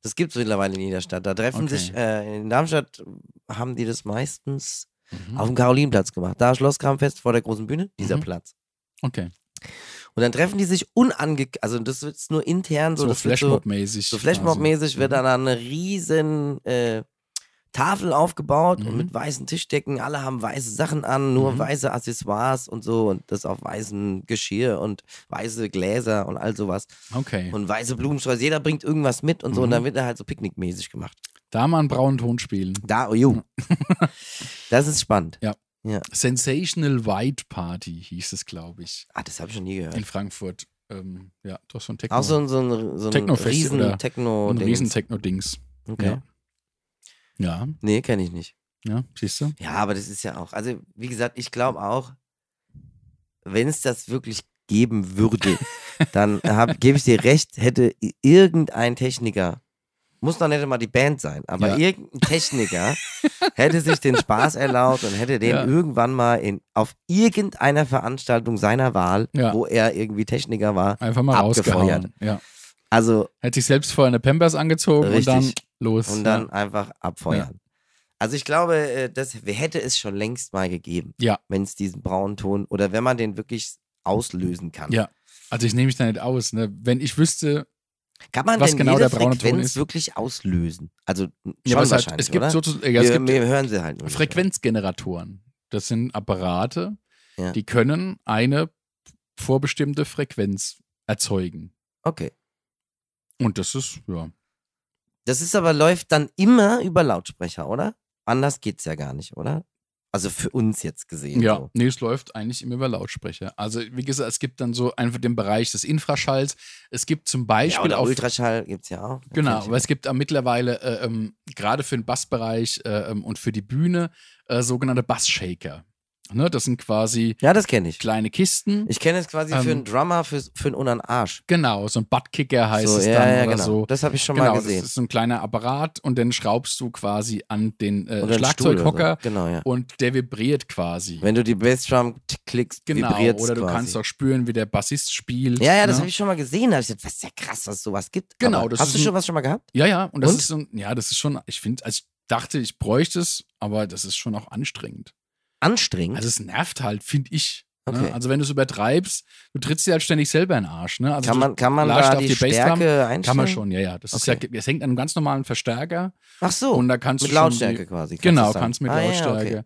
[SPEAKER 1] Das gibt es mittlerweile in jeder Stadt. Da treffen
[SPEAKER 2] Okay.
[SPEAKER 1] sich, äh, in Darmstadt haben die das meistens
[SPEAKER 2] Mhm.
[SPEAKER 1] auf dem Karolinenplatz gemacht. Da Schlosskramfest vor der großen Bühne, dieser
[SPEAKER 2] Mhm.
[SPEAKER 1] Platz.
[SPEAKER 2] Okay.
[SPEAKER 1] Und dann treffen die sich unange... Also das wird nur intern so...
[SPEAKER 2] So,
[SPEAKER 1] das wird so
[SPEAKER 2] Flashmob-mäßig.
[SPEAKER 1] so Flashmob-mäßig wird
[SPEAKER 2] Mhm.
[SPEAKER 1] dann eine riesen äh, Tafel aufgebaut und
[SPEAKER 2] Mhm.
[SPEAKER 1] mit weißen Tischdecken. Alle haben weiße Sachen an, nur
[SPEAKER 2] Mhm.
[SPEAKER 1] weiße Accessoires und so und das auf weißem Geschirr und weiße Gläser und all sowas
[SPEAKER 2] quasi. Okay.
[SPEAKER 1] und weiße Blumensträuße. Jeder bringt irgendwas mit und so und
[SPEAKER 2] Mhm.
[SPEAKER 1] dann wird er halt so picknickmäßig gemacht.
[SPEAKER 2] Da mal einen braunen Ton spielen.
[SPEAKER 1] Da, oh,
[SPEAKER 2] [LAUGHS]
[SPEAKER 1] jo. das ist spannend.
[SPEAKER 2] Sensational White Party hieß es, glaube ich,
[SPEAKER 1] Ah, das habe ich schon nie
[SPEAKER 2] in
[SPEAKER 1] gehört.
[SPEAKER 2] Frankfurt. Ähm, ja, doch so ein Techno.
[SPEAKER 1] Auch so ein, so ein, so ein
[SPEAKER 2] Techno-Fest
[SPEAKER 1] riesen
[SPEAKER 2] oder ein
[SPEAKER 1] Techno-Ding.
[SPEAKER 2] riesen Techno-Dings.
[SPEAKER 1] Okay.
[SPEAKER 2] ja. Ja,
[SPEAKER 1] Nee, kenne ich nicht.
[SPEAKER 2] ja, siehst du?
[SPEAKER 1] Ja, aber das ist ja auch, also wie gesagt, ich glaube auch, wenn es das wirklich geben
[SPEAKER 2] [LAUGHS]
[SPEAKER 1] würde, dann gebe ich dir recht, hätte i- irgendein Techniker, muss doch nicht immer die Band sein, aber
[SPEAKER 2] Ja.
[SPEAKER 1] irgendein
[SPEAKER 2] [LAUGHS]
[SPEAKER 1] Techniker hätte sich den Spaß erlaubt und hätte den
[SPEAKER 2] Ja.
[SPEAKER 1] irgendwann mal in, auf irgendeiner Veranstaltung seiner Wahl,
[SPEAKER 2] Ja.
[SPEAKER 1] wo er irgendwie Techniker war.
[SPEAKER 2] Einfach mal
[SPEAKER 1] Abgefeuert.
[SPEAKER 2] rausgehauen. Ja.
[SPEAKER 1] Also,
[SPEAKER 2] Hat sich selbst vorher eine Pampers angezogen
[SPEAKER 1] Richtig.
[SPEAKER 2] und dann los.
[SPEAKER 1] und dann einfach abfeuern. Also ich glaube, äh, das hätte es schon längst mal gegeben.
[SPEAKER 2] Ja.
[SPEAKER 1] Wenn es diesen braunen Ton oder wenn man den wirklich auslösen kann.
[SPEAKER 2] Ja. Also ich nehme mich da nicht aus. Ne? Wenn ich wüsste,
[SPEAKER 1] Kann man
[SPEAKER 2] Was
[SPEAKER 1] denn
[SPEAKER 2] genau
[SPEAKER 1] jede
[SPEAKER 2] der braune Ton
[SPEAKER 1] Frequenz
[SPEAKER 2] ist?
[SPEAKER 1] wirklich auslösen? Also schon
[SPEAKER 2] ja, was
[SPEAKER 1] wahrscheinlich,
[SPEAKER 2] halt, es gibt
[SPEAKER 1] oder?
[SPEAKER 2] sozusagen, ja, es
[SPEAKER 1] wir,
[SPEAKER 2] gibt
[SPEAKER 1] wir hören sie halt nur nicht,
[SPEAKER 2] Frequenzgeneratoren. Das sind Apparate,
[SPEAKER 1] Ja.
[SPEAKER 2] die können eine vorbestimmte Frequenz erzeugen.
[SPEAKER 1] oder? Okay.
[SPEAKER 2] Und das ist, ja.
[SPEAKER 1] Das ist aber, läuft dann immer über Lautsprecher, oder? Anders geht's ja gar nicht, oder? Also für uns jetzt gesehen.
[SPEAKER 2] Ja,
[SPEAKER 1] So.
[SPEAKER 2] nee, es läuft eigentlich immer über Lautsprecher. Also, wie gesagt, es gibt dann so einfach den Bereich des Infraschalls. Es gibt zum
[SPEAKER 1] ja
[SPEAKER 2] Beispiel
[SPEAKER 1] oder
[SPEAKER 2] auch.
[SPEAKER 1] Ultraschall gibt's ja auch.
[SPEAKER 2] Genau, aber
[SPEAKER 1] natürlich.
[SPEAKER 2] es gibt auch mittlerweile äh, ähm, gerade für den Bassbereich äh, ähm, und für die Bühne äh, sogenannte Bassshaker. Ne, das sind quasi
[SPEAKER 1] Ja, das kenne ich.
[SPEAKER 2] kleine Kisten.
[SPEAKER 1] Ich kenne es quasi für
[SPEAKER 2] Ähm,
[SPEAKER 1] einen Drummer, fürs, für einen unteren Arsch.
[SPEAKER 2] Genau, so ein Buttkicker heißt
[SPEAKER 1] so,
[SPEAKER 2] es dann
[SPEAKER 1] ja, ja,
[SPEAKER 2] oder
[SPEAKER 1] genau.
[SPEAKER 2] so.
[SPEAKER 1] Das habe ich schon
[SPEAKER 2] genau,
[SPEAKER 1] mal gesehen.
[SPEAKER 2] das ist so ein kleiner Apparat und den schraubst du quasi an den äh,
[SPEAKER 1] Oder ein
[SPEAKER 2] Schlagzeughocker
[SPEAKER 1] Stuhl oder so. Genau, ja.
[SPEAKER 2] und der vibriert quasi.
[SPEAKER 1] Wenn du die Bassdrum t- klickst,
[SPEAKER 2] genau,
[SPEAKER 1] vibriert's
[SPEAKER 2] oder du
[SPEAKER 1] quasi.
[SPEAKER 2] kannst auch spüren, wie der Bassist spielt.
[SPEAKER 1] Ja, ja, das
[SPEAKER 2] ne?
[SPEAKER 1] habe ich schon mal gesehen. Da habe ich gedacht, was ist ja krass, dass es sowas gibt.
[SPEAKER 2] Genau,
[SPEAKER 1] Aber
[SPEAKER 2] das
[SPEAKER 1] hast
[SPEAKER 2] ist
[SPEAKER 1] du
[SPEAKER 2] ein-
[SPEAKER 1] schon was schon mal gehabt?
[SPEAKER 2] Ja, ja, und das
[SPEAKER 1] Und?
[SPEAKER 2] ist so ein, ja, das ist schon, ich finde, also ich dachte, ich bräuchte es, aber das ist schon auch anstrengend.
[SPEAKER 1] Anstrengend.
[SPEAKER 2] Also es nervt halt, finde ich.
[SPEAKER 1] Hm. Okay.
[SPEAKER 2] Ne? Also wenn du es übertreibst, du trittst dir halt ständig selber in den Arsch. Ne? Also
[SPEAKER 1] kann
[SPEAKER 2] du-
[SPEAKER 1] man, kann man
[SPEAKER 2] lascht
[SPEAKER 1] da
[SPEAKER 2] auf
[SPEAKER 1] die,
[SPEAKER 2] die Bassdrum,
[SPEAKER 1] Stärke einstellen?
[SPEAKER 2] kann man schon, ja, ja. Das, ist
[SPEAKER 1] Okay.
[SPEAKER 2] ja, das hängt an einem ganz normalen Verstärker
[SPEAKER 1] Ach so,
[SPEAKER 2] und da kannst
[SPEAKER 1] mit
[SPEAKER 2] du schon
[SPEAKER 1] Lautstärke quasi.
[SPEAKER 2] Die, genau,
[SPEAKER 1] du's sagen.
[SPEAKER 2] kannst mit
[SPEAKER 1] Ah, ja,
[SPEAKER 2] Lautstärke.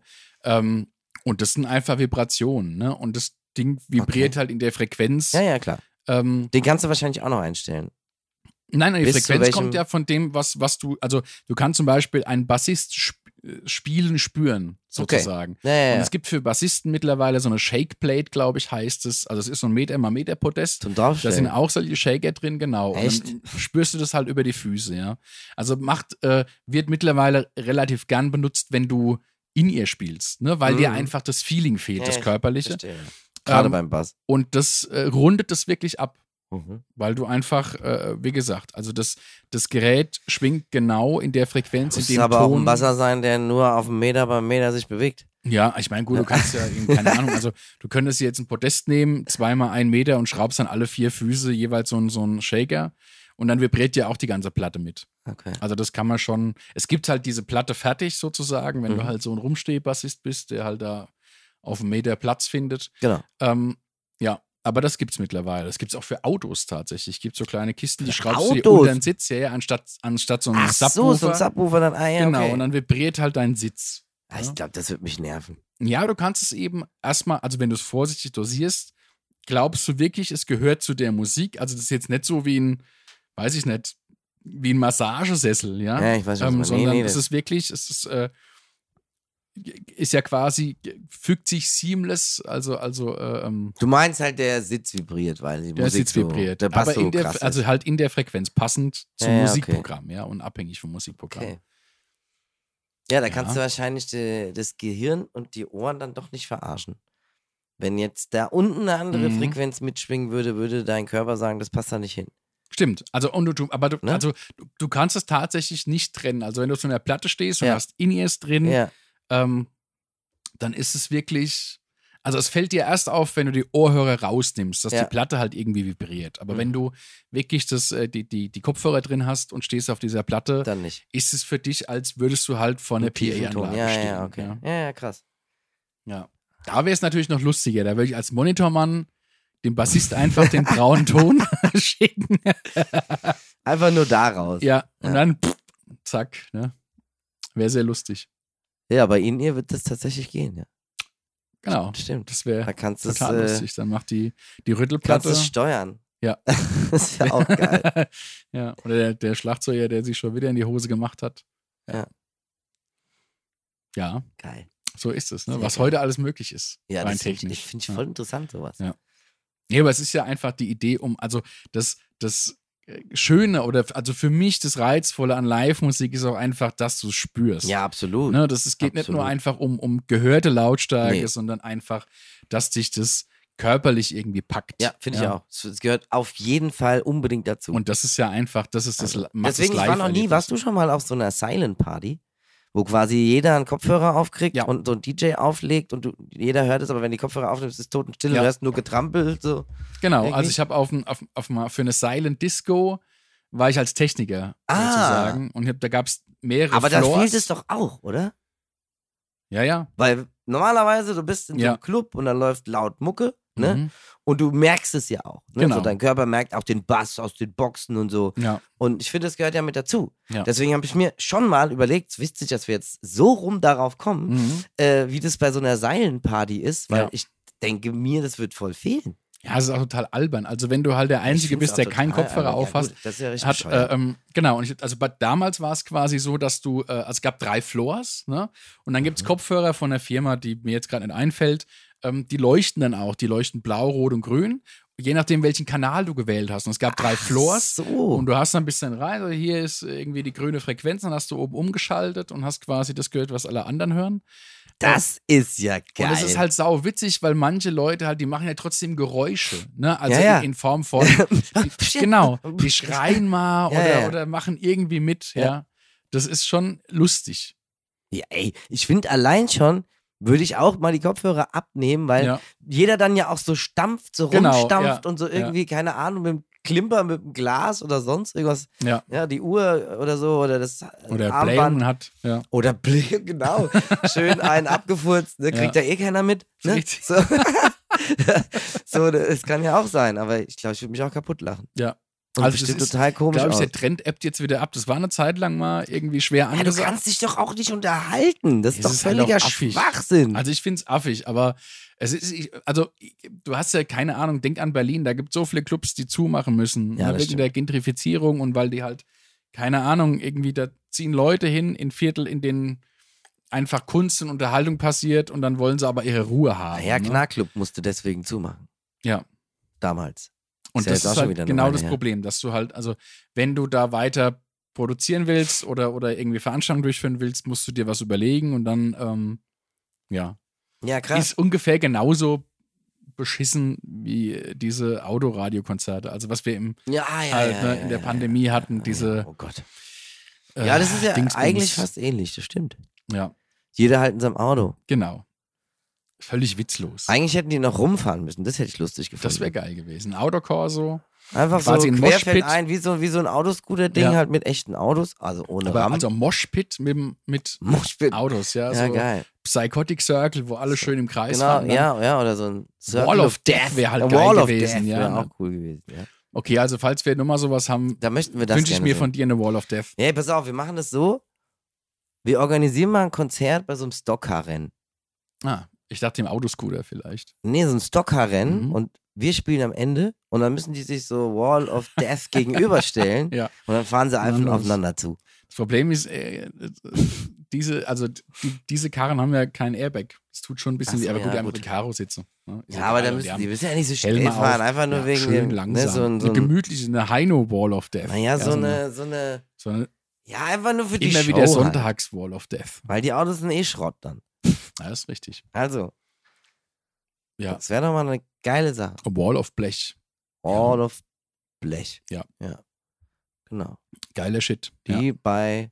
[SPEAKER 1] okay.
[SPEAKER 2] ähm, und das sind einfach Vibrationen, ne? Und das Ding vibriert halt in der Frequenz.
[SPEAKER 1] Ja, ja, klar.
[SPEAKER 2] Ähm,
[SPEAKER 1] Den kannst du wahrscheinlich auch noch einstellen.
[SPEAKER 2] Nein, nein, die
[SPEAKER 1] Bis zu
[SPEAKER 2] Frequenz
[SPEAKER 1] welchem-
[SPEAKER 2] kommt ja von dem, was, was du, also du kannst zum Beispiel einen Bassist sp äh, spielen, spüren,
[SPEAKER 1] Okay.
[SPEAKER 2] sozusagen.
[SPEAKER 1] Ja, ja,
[SPEAKER 2] Und
[SPEAKER 1] ja.
[SPEAKER 2] es gibt für Bassisten mittlerweile so eine Shakeplate, glaube ich, heißt es. Also es ist so ein Meter mal Meter Podest.
[SPEAKER 1] Zum
[SPEAKER 2] Da sind
[SPEAKER 1] Draufstellen.
[SPEAKER 2] auch solche Shaker drin, genau. Und dann spürst du das halt über die Füße, ja. Also macht, äh, wird mittlerweile relativ gern benutzt, wenn du in ihr spielst, ne? Weil dir
[SPEAKER 1] Mhm.
[SPEAKER 2] einfach das Feeling fehlt,
[SPEAKER 1] Ja,
[SPEAKER 2] das
[SPEAKER 1] ich
[SPEAKER 2] Körperliche.
[SPEAKER 1] Verstehe. Gerade
[SPEAKER 2] Ähm,
[SPEAKER 1] beim Bass.
[SPEAKER 2] Und das äh, rundet das wirklich ab.
[SPEAKER 1] Mhm.
[SPEAKER 2] Weil du einfach, äh, wie gesagt, also das, das Gerät schwingt genau in der Frequenz, in
[SPEAKER 1] Muss
[SPEAKER 2] dem
[SPEAKER 1] aber
[SPEAKER 2] Ton.
[SPEAKER 1] auch ein Basser sein, der nur auf dem Meter beim Meter sich bewegt.
[SPEAKER 2] Ja, ich meine, gut, du kannst ja, irgendwie, keine Ahnung, also du könntest dir jetzt ein Podest nehmen, zweimal einen Meter und schraubst dann alle vier Füße jeweils so einen, so einen Shaker und dann vibriert ja auch die ganze Platte mit.
[SPEAKER 1] Okay.
[SPEAKER 2] Also das kann man schon, es gibt halt diese Platte fertig sozusagen, wenn
[SPEAKER 1] Mhm.
[SPEAKER 2] du halt so ein Rumstehbassist bist, der halt da auf einem Meter Platz findet.
[SPEAKER 1] Genau.
[SPEAKER 2] Ähm, ja, aber das gibt's mittlerweile. Das gibt's auch für Autos tatsächlich. Gibt so kleine Kisten, die
[SPEAKER 1] Für
[SPEAKER 2] schraubst du dir
[SPEAKER 1] Autos?
[SPEAKER 2] unter den Sitz her, anstatt, anstatt so einen
[SPEAKER 1] Ach
[SPEAKER 2] Subwoofer.
[SPEAKER 1] so, so ein Subwoofer dann. Ah, ja,
[SPEAKER 2] genau,
[SPEAKER 1] okay.
[SPEAKER 2] und dann vibriert halt dein Sitz.
[SPEAKER 1] Ah, Ich glaube, das wird mich nerven.
[SPEAKER 2] Ja, du kannst es eben erstmal, also wenn du es vorsichtig dosierst, glaubst du wirklich, es gehört zu der Musik. Also das ist jetzt nicht so wie ein, weiß ich nicht, wie ein Massagesessel, ja.
[SPEAKER 1] Ja, ich weiß schon,
[SPEAKER 2] ähm,
[SPEAKER 1] was man- nee,
[SPEAKER 2] sondern
[SPEAKER 1] nee,
[SPEAKER 2] es
[SPEAKER 1] das-
[SPEAKER 2] ist wirklich, es ist, äh, ist ja quasi, fügt sich seamless, also, also, äh, ähm,
[SPEAKER 1] Du meinst halt, der Sitz vibriert, weil die
[SPEAKER 2] der
[SPEAKER 1] Musik
[SPEAKER 2] Sitz
[SPEAKER 1] so,
[SPEAKER 2] vibriert.
[SPEAKER 1] der Bass
[SPEAKER 2] aber
[SPEAKER 1] so
[SPEAKER 2] in der,
[SPEAKER 1] krass
[SPEAKER 2] also
[SPEAKER 1] ist.
[SPEAKER 2] halt in der Frequenz passend zum
[SPEAKER 1] Ja, ja, okay.
[SPEAKER 2] Musikprogramm, ja, und abhängig vom Musikprogramm.
[SPEAKER 1] Okay. Ja, da kannst
[SPEAKER 2] Ja.
[SPEAKER 1] du wahrscheinlich de, das Gehirn und die Ohren dann doch nicht verarschen. Wenn jetzt da unten eine andere
[SPEAKER 2] Mhm.
[SPEAKER 1] Frequenz mitschwingen würde, würde dein Körper sagen, das passt da nicht hin.
[SPEAKER 2] Stimmt. Also, und du- du, aber du,
[SPEAKER 1] Ne?
[SPEAKER 2] also, du, du kannst es tatsächlich nicht trennen. Also, wenn du zu einer Platte stehst und
[SPEAKER 1] Ja.
[SPEAKER 2] hast In-Ears drin,
[SPEAKER 1] Ja,
[SPEAKER 2] ähm, dann ist es wirklich. Also es fällt dir erst auf, wenn du die Ohrhörer rausnimmst, dass
[SPEAKER 1] Ja.
[SPEAKER 2] die Platte halt irgendwie vibriert. Aber
[SPEAKER 1] Mhm.
[SPEAKER 2] wenn du wirklich das, äh, die, die, die Kopfhörer drin hast und stehst auf dieser Platte,
[SPEAKER 1] Dann nicht.
[SPEAKER 2] ist es für dich, als würdest du halt vor einer
[SPEAKER 1] Mit tiefen Ton.
[SPEAKER 2] PA-Anlage
[SPEAKER 1] Ja,
[SPEAKER 2] stehen.
[SPEAKER 1] ja, okay. Ja, ja, krass.
[SPEAKER 2] Ja. Da wäre es natürlich noch lustiger. Da würde ich als Monitormann dem Bassist einfach den braunen Ton [LAUGHS] schicken.
[SPEAKER 1] Einfach nur daraus. Ja,
[SPEAKER 2] Ja,
[SPEAKER 1] Ja.
[SPEAKER 2] und dann pff, zack. Ne? Wäre sehr lustig.
[SPEAKER 1] bei Ihnen ihr wird das tatsächlich gehen, ja.
[SPEAKER 2] Genau.
[SPEAKER 1] Stimmt.
[SPEAKER 2] Das wäre
[SPEAKER 1] Da kannst du es
[SPEAKER 2] total
[SPEAKER 1] äh,
[SPEAKER 2] lustig. Dann macht die, die
[SPEAKER 1] kannst
[SPEAKER 2] Rüttelplatte.
[SPEAKER 1] es steuern.
[SPEAKER 2] Ja.
[SPEAKER 1] das ist ja [LAUGHS]
[SPEAKER 2] [LAUGHS]
[SPEAKER 1] auch geil.
[SPEAKER 2] ja, oder der, der Schlagzeuger, der sich schon wieder in die Hose gemacht hat.
[SPEAKER 1] Ja.
[SPEAKER 2] Ja,
[SPEAKER 1] Geil.
[SPEAKER 2] so ist es, ne?
[SPEAKER 1] Sehr
[SPEAKER 2] was
[SPEAKER 1] geil.
[SPEAKER 2] heute alles möglich ist.
[SPEAKER 1] Ja,
[SPEAKER 2] rein
[SPEAKER 1] das finde
[SPEAKER 2] technisch.
[SPEAKER 1] ich, find ich
[SPEAKER 2] ja.
[SPEAKER 1] voll interessant, sowas.
[SPEAKER 2] Ja. Ja, aber es ist ja einfach die Idee, um, also das, das äh, Schöne oder f- also für mich das Reizvolle an Live-Musik ist auch einfach, dass du es spürst.
[SPEAKER 1] Ja, absolut.
[SPEAKER 2] Ne, das, es geht nicht nur
[SPEAKER 1] Absolut.
[SPEAKER 2] einfach um, um gehörte Lautstärke,
[SPEAKER 1] Nee.
[SPEAKER 2] sondern einfach, dass dich das körperlich irgendwie packt.
[SPEAKER 1] Ja, finde ich auch. Es- Es gehört auf jeden Fall unbedingt dazu.
[SPEAKER 2] Und das ist ja einfach, das ist das, macht das
[SPEAKER 1] Also, Deswegen, ich war noch nie,
[SPEAKER 2] Live-Erlebnis.
[SPEAKER 1] warst du schon mal auf so einer Silent Party, wo quasi jeder einen Kopfhörer aufkriegt
[SPEAKER 2] Ja.
[SPEAKER 1] und so ein DJ auflegt und du, jeder hört es, aber wenn die Kopfhörer aufnimmst, ist es totenstill
[SPEAKER 2] Ja.
[SPEAKER 1] und du hörst nur getrampelt. So.
[SPEAKER 2] Genau,
[SPEAKER 1] Irgendwie?
[SPEAKER 2] also ich habe auf, ein- auf, auf mal für eine Silent Disco war ich als Techniker
[SPEAKER 1] Ah.
[SPEAKER 2] sozusagen und hab, da gab es mehrere
[SPEAKER 1] Aber da
[SPEAKER 2] Floors.
[SPEAKER 1] fehlt es doch auch, oder?
[SPEAKER 2] Ja, ja.
[SPEAKER 1] Weil normalerweise, du bist in so
[SPEAKER 2] Ja.
[SPEAKER 1] einem Club und dann läuft laut Mucke, ne?
[SPEAKER 2] Mhm.
[SPEAKER 1] Und du merkst es ja auch. Ne?
[SPEAKER 2] Genau.
[SPEAKER 1] So, dein Körper merkt auch den Bass aus den Boxen und so.
[SPEAKER 2] Mhm. Ja,
[SPEAKER 1] Und ich finde, das gehört ja mit dazu.
[SPEAKER 2] Ja.
[SPEAKER 1] Deswegen habe ich mir schon mal überlegt, es ist witzig, dass wir jetzt so rum darauf kommen,
[SPEAKER 2] mhm.
[SPEAKER 1] äh, wie das bei so einer Seilenparty ist, weil
[SPEAKER 2] Ja.
[SPEAKER 1] ich denke mir, das wird voll fehlen.
[SPEAKER 2] ja, es ist auch total albern. Also wenn du halt der
[SPEAKER 1] Ich
[SPEAKER 2] Einzige
[SPEAKER 1] find's
[SPEAKER 2] bist, der
[SPEAKER 1] auch
[SPEAKER 2] keinen
[SPEAKER 1] total
[SPEAKER 2] Kopfhörer
[SPEAKER 1] albern. Ja,
[SPEAKER 2] auf hast,
[SPEAKER 1] gut, Das ist ja richtig
[SPEAKER 2] hat
[SPEAKER 1] bescheuert.
[SPEAKER 2] äh, ähm, genau. Und ich, also bei, damals war es quasi so, dass du, äh, also es gab drei Floors, ne? Und dann
[SPEAKER 1] Mhm.
[SPEAKER 2] gibt es Kopfhörer von der Firma, die mir jetzt gerade nicht einfällt. Ähm, die leuchten dann auch, die leuchten blau, rot und grün, je nachdem welchen Kanal du gewählt hast. Und es gab drei äh, Floors.
[SPEAKER 1] So.
[SPEAKER 2] Und du hast dann ein bisschen rein, also hier ist irgendwie die grüne Frequenz, dann hast du oben umgeschaltet und hast quasi das gehört, was alle anderen hören.
[SPEAKER 1] das ist ja geil.
[SPEAKER 2] Und
[SPEAKER 1] [LAUGHS]
[SPEAKER 2] es ist halt sau witzig, weil manche Leute halt, die machen ja trotzdem Geräusche, ne? Also
[SPEAKER 1] Ja, ja.
[SPEAKER 2] In, in Form
[SPEAKER 1] [LAUGHS]
[SPEAKER 2] von, die, genau, die schreien mal
[SPEAKER 1] Ja,
[SPEAKER 2] oder,
[SPEAKER 1] ja.
[SPEAKER 2] oder machen irgendwie mit, ja.
[SPEAKER 1] Ja.
[SPEAKER 2] Das ist schon lustig.
[SPEAKER 1] ja, ey, ich finde allein schon, würde ich auch mal die Kopfhörer abnehmen, weil
[SPEAKER 2] ja.
[SPEAKER 1] jeder dann ja auch so stampft, so
[SPEAKER 2] Genau,
[SPEAKER 1] rumstampft
[SPEAKER 2] ja,
[SPEAKER 1] und so irgendwie, keine Ahnung, mit dem Klimper, mit dem Glas oder sonst irgendwas.
[SPEAKER 2] Ja.
[SPEAKER 1] Ja, die Uhr oder so oder das
[SPEAKER 2] Oder
[SPEAKER 1] Also Armband.
[SPEAKER 2] Playen hat, ja.
[SPEAKER 1] Oder Blame, [LAUGHS] genau. Schön einen abgefurzt, ne? kriegt da eh keiner mit. Ne?
[SPEAKER 2] Richtig.
[SPEAKER 1] So. [LAUGHS] so, es kann ja auch sein, aber ich glaube, ich würde mich auch kaputt lachen.
[SPEAKER 2] Ja.
[SPEAKER 1] Und
[SPEAKER 2] Also
[SPEAKER 1] also
[SPEAKER 2] das
[SPEAKER 1] bestimmt
[SPEAKER 2] ist,
[SPEAKER 1] total komisch
[SPEAKER 2] Glaube ich,
[SPEAKER 1] aus.
[SPEAKER 2] der Trend ebbt jetzt wieder ab. Das war eine Zeit lang mal irgendwie schwer
[SPEAKER 1] Ja, du
[SPEAKER 2] angesagt.
[SPEAKER 1] kannst dich doch auch nicht unterhalten. Das
[SPEAKER 2] Es
[SPEAKER 1] ist doch
[SPEAKER 2] ist halt
[SPEAKER 1] völliger
[SPEAKER 2] auch affig.
[SPEAKER 1] Schwachsinn.
[SPEAKER 2] Also ich finde es affig, aber es ist, ich, also ich- du hast ja keine Ahnung, denk an Berlin, da gibt es so viele Clubs, die zumachen müssen,
[SPEAKER 1] Ja,
[SPEAKER 2] ne,
[SPEAKER 1] das
[SPEAKER 2] wegen
[SPEAKER 1] stimmt.
[SPEAKER 2] der Gentrifizierung und weil die halt, keine Ahnung, irgendwie da ziehen Leute hin in Viertel, in denen einfach Kunst und Unterhaltung passiert und dann wollen sie aber ihre Ruhe haben.
[SPEAKER 1] naja,
[SPEAKER 2] ne?
[SPEAKER 1] Knarrclub Ah, musste deswegen zumachen.
[SPEAKER 2] Ja.
[SPEAKER 1] Damals.
[SPEAKER 2] Und
[SPEAKER 1] Ist ja
[SPEAKER 2] das
[SPEAKER 1] jetzt auch
[SPEAKER 2] ist
[SPEAKER 1] schon
[SPEAKER 2] halt
[SPEAKER 1] wieder eine
[SPEAKER 2] genau
[SPEAKER 1] Weile
[SPEAKER 2] das
[SPEAKER 1] her.
[SPEAKER 2] Problem, dass du halt, also wenn du da weiter produzieren willst oder, oder irgendwie Veranstaltungen durchführen willst, musst du dir was überlegen und dann, ähm, ja,
[SPEAKER 1] Ja, krass.
[SPEAKER 2] ist ungefähr genauso beschissen wie äh, diese Autoradiokonzerte. Also was wir im
[SPEAKER 1] ja, ah, ja,
[SPEAKER 2] halt,
[SPEAKER 1] ja,
[SPEAKER 2] ne,
[SPEAKER 1] ja,
[SPEAKER 2] in der
[SPEAKER 1] ja,
[SPEAKER 2] Pandemie hatten,
[SPEAKER 1] ja.
[SPEAKER 2] diese
[SPEAKER 1] Oh Gott.
[SPEAKER 2] äh,
[SPEAKER 1] Ja, das ist ja
[SPEAKER 2] Dingsbums.
[SPEAKER 1] eigentlich fast ähnlich, das stimmt.
[SPEAKER 2] Ja,
[SPEAKER 1] Jeder halt in seinem Auto.
[SPEAKER 2] genau. Völlig witzlos.
[SPEAKER 1] Eigentlich hätten die noch rumfahren müssen, das hätte ich lustig gefunden.
[SPEAKER 2] Das wäre geil gewesen. Autokorso.
[SPEAKER 1] Einfach so
[SPEAKER 2] Quasi ein
[SPEAKER 1] querfeld
[SPEAKER 2] Moshpit.
[SPEAKER 1] ein, wie so, wie so ein Autoscooter-Ding,
[SPEAKER 2] Ja.
[SPEAKER 1] halt mit echten Autos, also ohne
[SPEAKER 2] Aber
[SPEAKER 1] Rahmen.
[SPEAKER 2] also Moshpit mit, dem- mit
[SPEAKER 1] Moshpit.
[SPEAKER 2] Autos, ja.
[SPEAKER 1] ja,
[SPEAKER 2] So
[SPEAKER 1] geil.
[SPEAKER 2] Psychotic Circle, wo alle schön im Kreis
[SPEAKER 1] Genau,
[SPEAKER 2] fahren. dann-
[SPEAKER 1] ja, ja, oder so ein Circle
[SPEAKER 2] ne? Wall of Death wäre halt
[SPEAKER 1] Ja,
[SPEAKER 2] geil
[SPEAKER 1] Wall of
[SPEAKER 2] gewesen,
[SPEAKER 1] Death
[SPEAKER 2] ja. ne?
[SPEAKER 1] wäre auch cool gewesen. Ja.
[SPEAKER 2] Okay, also falls wir nochmal sowas haben,
[SPEAKER 1] Da möchten wir das
[SPEAKER 2] wünsche ich
[SPEAKER 1] gerne
[SPEAKER 2] mir
[SPEAKER 1] sehen.
[SPEAKER 2] von dir eine Wall of Death.
[SPEAKER 1] Hey, pass auf, wir machen das so. Wir organisieren mal ein Konzert bei so einem Stockcar-Rennen.
[SPEAKER 2] Ah, ich dachte im Autoscooter vielleicht.
[SPEAKER 1] Nee, so ein Stockcar-Rennen
[SPEAKER 2] Mhm.
[SPEAKER 1] und wir spielen am Ende und dann müssen die sich so Wall of
[SPEAKER 2] [LAUGHS]
[SPEAKER 1] Death gegenüberstellen
[SPEAKER 2] Ja.
[SPEAKER 1] und dann fahren sie einfach
[SPEAKER 2] Dann los.
[SPEAKER 1] aufeinander zu.
[SPEAKER 2] Das Problem ist, äh, äh, diese, also die, diese Karren haben ja kein Airbag. Das tut schon ein bisschen
[SPEAKER 1] Ach so,
[SPEAKER 2] weh, aber gut,
[SPEAKER 1] ja,
[SPEAKER 2] die haben
[SPEAKER 1] gut.
[SPEAKER 2] Americaro-Sitze. Ne? Ist
[SPEAKER 1] Ja, aber
[SPEAKER 2] egal,
[SPEAKER 1] da
[SPEAKER 2] die
[SPEAKER 1] müssen
[SPEAKER 2] haben
[SPEAKER 1] die müssen ja nicht so
[SPEAKER 2] Helme
[SPEAKER 1] schnell fahren,
[SPEAKER 2] auf.
[SPEAKER 1] einfach nur
[SPEAKER 2] ja,
[SPEAKER 1] wegen
[SPEAKER 2] schön
[SPEAKER 1] dem,
[SPEAKER 2] langsam.
[SPEAKER 1] Ne, so ein, so
[SPEAKER 2] eine
[SPEAKER 1] ein,
[SPEAKER 2] gemütliche, eine Hino-Wall of Death.
[SPEAKER 1] naja, so, eine, so eine,
[SPEAKER 2] so eine
[SPEAKER 1] ja, einfach nur für die
[SPEAKER 2] immer
[SPEAKER 1] Show
[SPEAKER 2] wieder
[SPEAKER 1] Halt.
[SPEAKER 2] Sonntags-Wall of Death.
[SPEAKER 1] Weil die Autos sind eh Schrott dann.
[SPEAKER 2] Ja, das ist richtig.
[SPEAKER 1] Also,
[SPEAKER 2] Ja.
[SPEAKER 1] das wäre doch mal eine geile Sache.
[SPEAKER 2] Wall of Blech.
[SPEAKER 1] All of Blech.
[SPEAKER 2] Ja.
[SPEAKER 1] ja. Genau.
[SPEAKER 2] Geiler Shit.
[SPEAKER 1] Die bei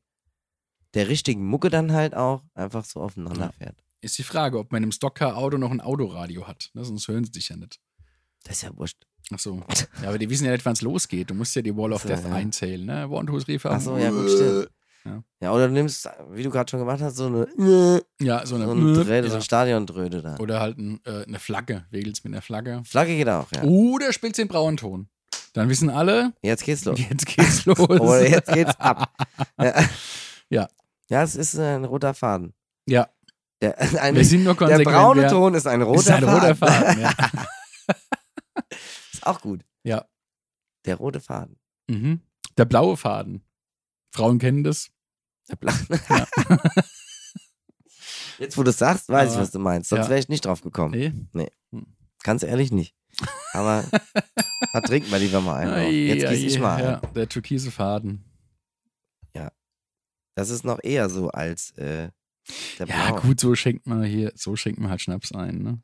[SPEAKER 1] der richtigen Mucke dann halt auch einfach so aufeinander
[SPEAKER 2] Ja.
[SPEAKER 1] fährt.
[SPEAKER 2] Ist die Frage, ob man im Stockcar-Auto noch ein Autoradio hat. Ne? Sonst hören sie dich ja nicht.
[SPEAKER 1] Das ist ja wurscht. [LAUGHS]
[SPEAKER 2] Ach so. Ja, aber die wissen ja nicht, wann es losgeht. Du musst ja die Wall of
[SPEAKER 1] Ach so,
[SPEAKER 2] Death
[SPEAKER 1] ja.
[SPEAKER 2] einzählen, ne? One, two, three, four.
[SPEAKER 1] Ach so, ja, gut, stimmt.
[SPEAKER 2] Ja.
[SPEAKER 1] Ja. oder du nimmst, wie du gerade schon gemacht hast, so eine,
[SPEAKER 2] Ja, so eine,
[SPEAKER 1] so eine Dröhne, so
[SPEAKER 2] ja.
[SPEAKER 1] eine Stadiondröde da.
[SPEAKER 2] Oder halt ein, äh, eine Flagge. Wegelst mit einer Flagge.
[SPEAKER 1] Flagge geht auch, ja.
[SPEAKER 2] Oder spielst den braunen Ton. Dann wissen alle,
[SPEAKER 1] Jetzt geht's
[SPEAKER 2] [LAUGHS]
[SPEAKER 1] los. [LAUGHS]
[SPEAKER 2] jetzt geht's los.
[SPEAKER 1] Oder jetzt geht's ab. ja.
[SPEAKER 2] Ja.
[SPEAKER 1] Ja, es ist äh, ein roter Faden.
[SPEAKER 2] Ja.
[SPEAKER 1] Der, [LAUGHS] ein,
[SPEAKER 2] [LAUGHS] wir sind nur
[SPEAKER 1] der
[SPEAKER 2] konsequent.
[SPEAKER 1] braune
[SPEAKER 2] wir-
[SPEAKER 1] Ton ist ein roter
[SPEAKER 2] ist ein
[SPEAKER 1] Faden.
[SPEAKER 2] roter Faden. Ja.
[SPEAKER 1] [LAUGHS] Ist auch gut.
[SPEAKER 2] Ja.
[SPEAKER 1] Der rote Faden.
[SPEAKER 2] Mhm. Der blaue Faden. Frauen kennen das.
[SPEAKER 1] Der bla Jetzt, wo du es sagst, weiß ich,
[SPEAKER 2] Aber-
[SPEAKER 1] was du meinst. Sonst
[SPEAKER 2] ja.
[SPEAKER 1] wäre ich nicht drauf gekommen.
[SPEAKER 2] Nee.
[SPEAKER 1] Ganz ehrlich nicht.
[SPEAKER 2] [LAUGHS]
[SPEAKER 1] Aber da trinken wir lieber mal einen. Auf. Jetzt gieße ich mal ein.
[SPEAKER 2] Ja, der türkise Faden.
[SPEAKER 1] Das ist noch eher so als äh, der Blaue.
[SPEAKER 2] Ja, gut, so schenkt man hier, so schenkt man halt Schnaps ein. Ne?